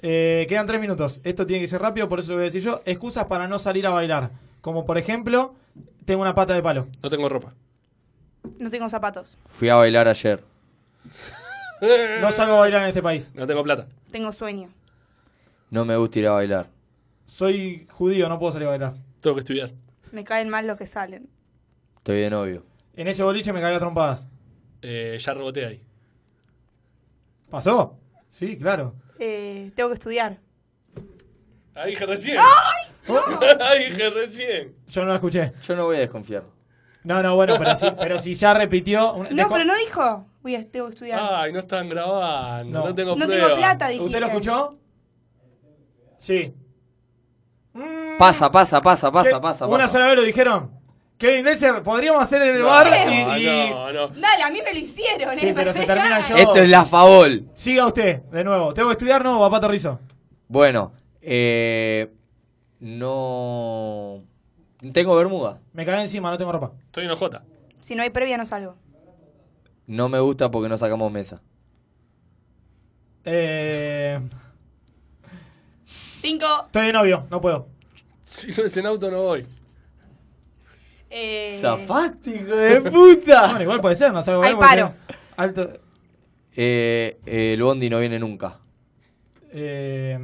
[SPEAKER 6] Eh, quedan 3 minutos. Esto tiene que ser rápido, por eso lo voy a decir yo. Excusas para no salir a bailar. Como por ejemplo, tengo una pata de palo.
[SPEAKER 7] No tengo ropa.
[SPEAKER 11] No tengo zapatos.
[SPEAKER 2] Fui a bailar ayer.
[SPEAKER 6] No salgo a bailar en este país.
[SPEAKER 7] No tengo plata.
[SPEAKER 11] Tengo sueño.
[SPEAKER 2] No me gusta ir a bailar.
[SPEAKER 6] Soy judío, no puedo salir a bailar.
[SPEAKER 7] Tengo que estudiar.
[SPEAKER 11] Me caen mal los que salen.
[SPEAKER 2] Estoy de novio.
[SPEAKER 6] En ese boliche me cagué a trompadas.
[SPEAKER 7] Eh, ya reboté ahí.
[SPEAKER 6] ¿Pasó? Sí, claro.
[SPEAKER 11] Eh, tengo que estudiar.
[SPEAKER 7] Ahí dije recién.
[SPEAKER 11] ¡Ah!
[SPEAKER 7] ahí dije recién.
[SPEAKER 6] Yo no la escuché.
[SPEAKER 2] Yo no voy a desconfiar.
[SPEAKER 6] Mm. No, no, bueno, pero si, pero si ya repitió. una-
[SPEAKER 11] No,
[SPEAKER 6] desco-
[SPEAKER 11] pero no dijo. Voy a, tengo que estudiar.
[SPEAKER 7] Ay, no están grabando. No,
[SPEAKER 6] Ah, No.
[SPEAKER 7] tengo
[SPEAKER 11] no
[SPEAKER 7] prueba.
[SPEAKER 11] tengo plata, dijiste.
[SPEAKER 6] ¿Usted lo escuchó? Sí.
[SPEAKER 2] Pasa, pasa, pasa, pasa,
[SPEAKER 6] ¿Qué?
[SPEAKER 2] pasa.
[SPEAKER 6] Una
[SPEAKER 2] pasa.
[SPEAKER 6] sola vez lo dijeron. Kevin Lecher, podríamos hacer en el
[SPEAKER 7] No,
[SPEAKER 6] bar
[SPEAKER 7] no,
[SPEAKER 6] y. y-
[SPEAKER 7] no, no.
[SPEAKER 11] Dale, a mí me lo hicieron.
[SPEAKER 6] Sí,
[SPEAKER 11] eh,
[SPEAKER 6] pero se
[SPEAKER 11] pará.
[SPEAKER 6] termina yo.
[SPEAKER 2] Esto es la favor.
[SPEAKER 6] Siga usted, de nuevo. ¿Tengo que estudiar? No, papá Torrizo.
[SPEAKER 2] Bueno, eh, no tengo bermuda.
[SPEAKER 6] Me cagué encima, no tengo ropa.
[SPEAKER 7] Estoy en OJ.
[SPEAKER 11] Si no hay previa, no salgo.
[SPEAKER 2] No me gusta porque no sacamos mesa.
[SPEAKER 6] Eh,
[SPEAKER 11] Cinco.
[SPEAKER 6] estoy de novio, no puedo.
[SPEAKER 7] Si no es en auto, no voy.
[SPEAKER 11] Eh,
[SPEAKER 2] ¡Zafaste, hijo de puta!
[SPEAKER 6] Bueno, igual puede ser, no salgo a
[SPEAKER 11] Hay
[SPEAKER 6] bailar
[SPEAKER 11] paro.
[SPEAKER 6] porque- Alto.
[SPEAKER 2] Eh, eh, el bondi no viene nunca.
[SPEAKER 6] Eh,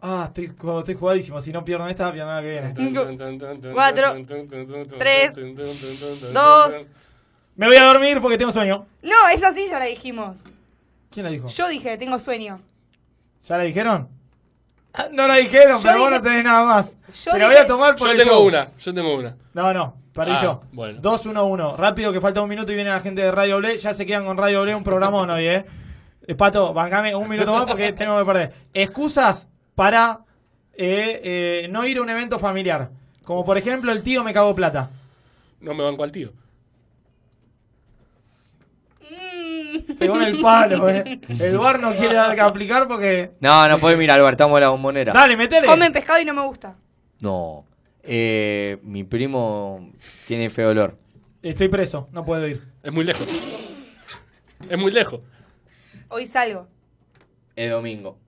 [SPEAKER 6] ah, estoy, co- estoy jugadísimo. Si no pierdo esta, pierdo la que viene.
[SPEAKER 11] Cuatro, tres, dos.
[SPEAKER 6] Me voy a dormir porque tengo sueño.
[SPEAKER 11] No, esa sí ya la dijimos.
[SPEAKER 6] ¿Quién la dijo?
[SPEAKER 11] Yo dije, tengo sueño.
[SPEAKER 6] ¿Ya la dijeron? Ah, No la dijeron,
[SPEAKER 11] Yo
[SPEAKER 6] pero vos
[SPEAKER 11] dije-
[SPEAKER 6] no tenés nada más.
[SPEAKER 11] Yo
[SPEAKER 6] Te la
[SPEAKER 11] dije-
[SPEAKER 6] voy a tomar por
[SPEAKER 7] Yo
[SPEAKER 6] el
[SPEAKER 7] tengo
[SPEAKER 6] show.
[SPEAKER 7] una, yo tengo una.
[SPEAKER 6] No, no, perdí
[SPEAKER 7] Ah,
[SPEAKER 6] yo.
[SPEAKER 7] bueno.
[SPEAKER 6] 2-1-1. Rápido que falta un minuto y viene la gente de Radio Ble. Ya se quedan con Radio Ble, un programón hoy, ¿eh? Eh, Pato, bancame un minuto más porque tenemos que perder. Excusas para eh, eh, no ir a un evento familiar. Como por ejemplo, el tío me cagó plata.
[SPEAKER 7] No me banco al tío.
[SPEAKER 6] Pegó en el palo, ¿eh? El bar no quiere dar que aplicar porque.
[SPEAKER 2] No, no podés mirar, Albert, estamos en la bombonera.
[SPEAKER 6] Dale, metele.
[SPEAKER 11] Comen pescado y no me gusta.
[SPEAKER 2] No. Eh, mi primo tiene feo olor.
[SPEAKER 6] Estoy preso, no puedo ir.
[SPEAKER 7] Es muy lejos. Es muy lejos.
[SPEAKER 11] Hoy salgo.
[SPEAKER 2] Es domingo.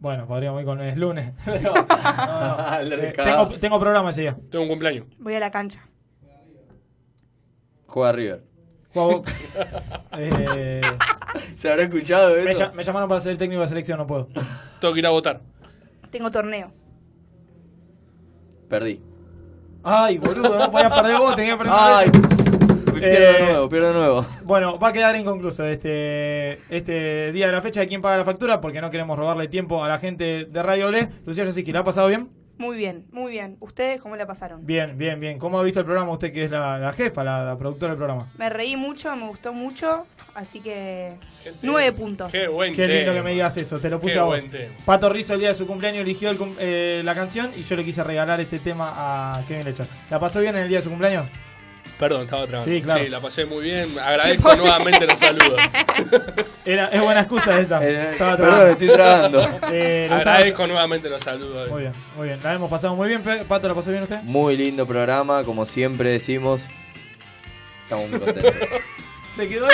[SPEAKER 6] Bueno, podríamos ir con el lunes. pero-
[SPEAKER 2] Le
[SPEAKER 6] Eh,
[SPEAKER 2] recagaba.
[SPEAKER 6] tengo, tengo programa ese día.
[SPEAKER 7] Tengo un cumpleaños.
[SPEAKER 11] Voy a la cancha.
[SPEAKER 2] Juega River.
[SPEAKER 6] Juego Boca. Eh,
[SPEAKER 2] ¿Se habrá escuchado
[SPEAKER 6] me,
[SPEAKER 2] eso?
[SPEAKER 6] lla- me llamaron para ser el técnico de selección, no puedo.
[SPEAKER 7] Tengo que ir a votar.
[SPEAKER 11] Tengo torneo.
[SPEAKER 2] Perdí.
[SPEAKER 6] Ay, boludo, no podías perder vos, tenías que perder.
[SPEAKER 2] Ay. Pierdo de
[SPEAKER 6] Eh,
[SPEAKER 2] nuevo, pierdo de nuevo.
[SPEAKER 6] Bueno, va a quedar inconcluso este, este día de la fecha de quién paga la factura porque no queremos robarle tiempo a la gente de Radio Le. Lucía Yasiski, ¿la ha pasado bien?
[SPEAKER 11] Muy bien, muy bien. ¿Ustedes cómo la pasaron?
[SPEAKER 6] Bien, bien, bien. ¿Cómo ha visto el programa usted que es la, la jefa, la, la productora del programa?
[SPEAKER 11] Me reí mucho, me gustó mucho, así que nueve puntos.
[SPEAKER 7] Qué buen
[SPEAKER 6] Qué lindo
[SPEAKER 7] tema.
[SPEAKER 6] que me digas eso, te lo puse
[SPEAKER 7] Qué
[SPEAKER 6] a vos.
[SPEAKER 7] buen tema.
[SPEAKER 6] Pato Rizzo el día de su cumpleaños eligió el cum- eh, la canción y yo le quise regalar este tema a Kevin Lechar. ¿La pasó bien en el día de su cumpleaños?
[SPEAKER 7] Perdón, estaba trabajando.
[SPEAKER 6] Sí, claro.
[SPEAKER 7] la pasé muy bien. Agradezco nuevamente los saludos.
[SPEAKER 6] Era, es buena excusa esa. Eh,
[SPEAKER 2] Eh,
[SPEAKER 6] Estaba
[SPEAKER 7] Eh, perdón,
[SPEAKER 6] trabajando.
[SPEAKER 7] estoy tragando.
[SPEAKER 6] Eh, lo estaba-
[SPEAKER 7] Agradezco nuevamente los saludos.
[SPEAKER 6] Muy bien, muy bien. La hemos pasado muy bien. Pe- Pato, ¿la pasó bien usted?
[SPEAKER 2] Muy lindo programa, como siempre decimos. Estamos muy contentos.
[SPEAKER 6] Se quedó ahí.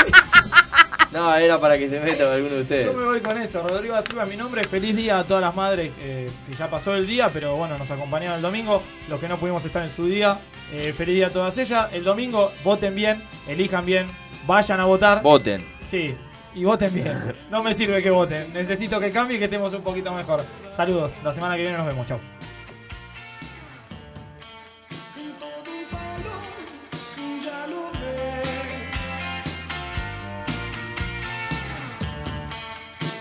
[SPEAKER 2] No, era para que se meta alguno de ustedes.
[SPEAKER 6] Yo me voy con eso. Rodrigo da Silva, mi nombre. Feliz día a todas las madres eh, que ya pasó el día, pero bueno, nos acompañaron el domingo. Los que no pudimos estar en su día, eh, feliz día a todas ellas. El domingo, voten bien, elijan bien, vayan a votar.
[SPEAKER 2] Voten.
[SPEAKER 6] Sí, y voten bien. No me sirve que voten. Necesito que cambie y que estemos un poquito mejor. Saludos. La semana que viene nos vemos. Chau.
[SPEAKER 4] Ya lo ve.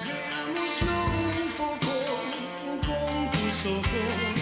[SPEAKER 4] Veámoslo un poco con tus ojos.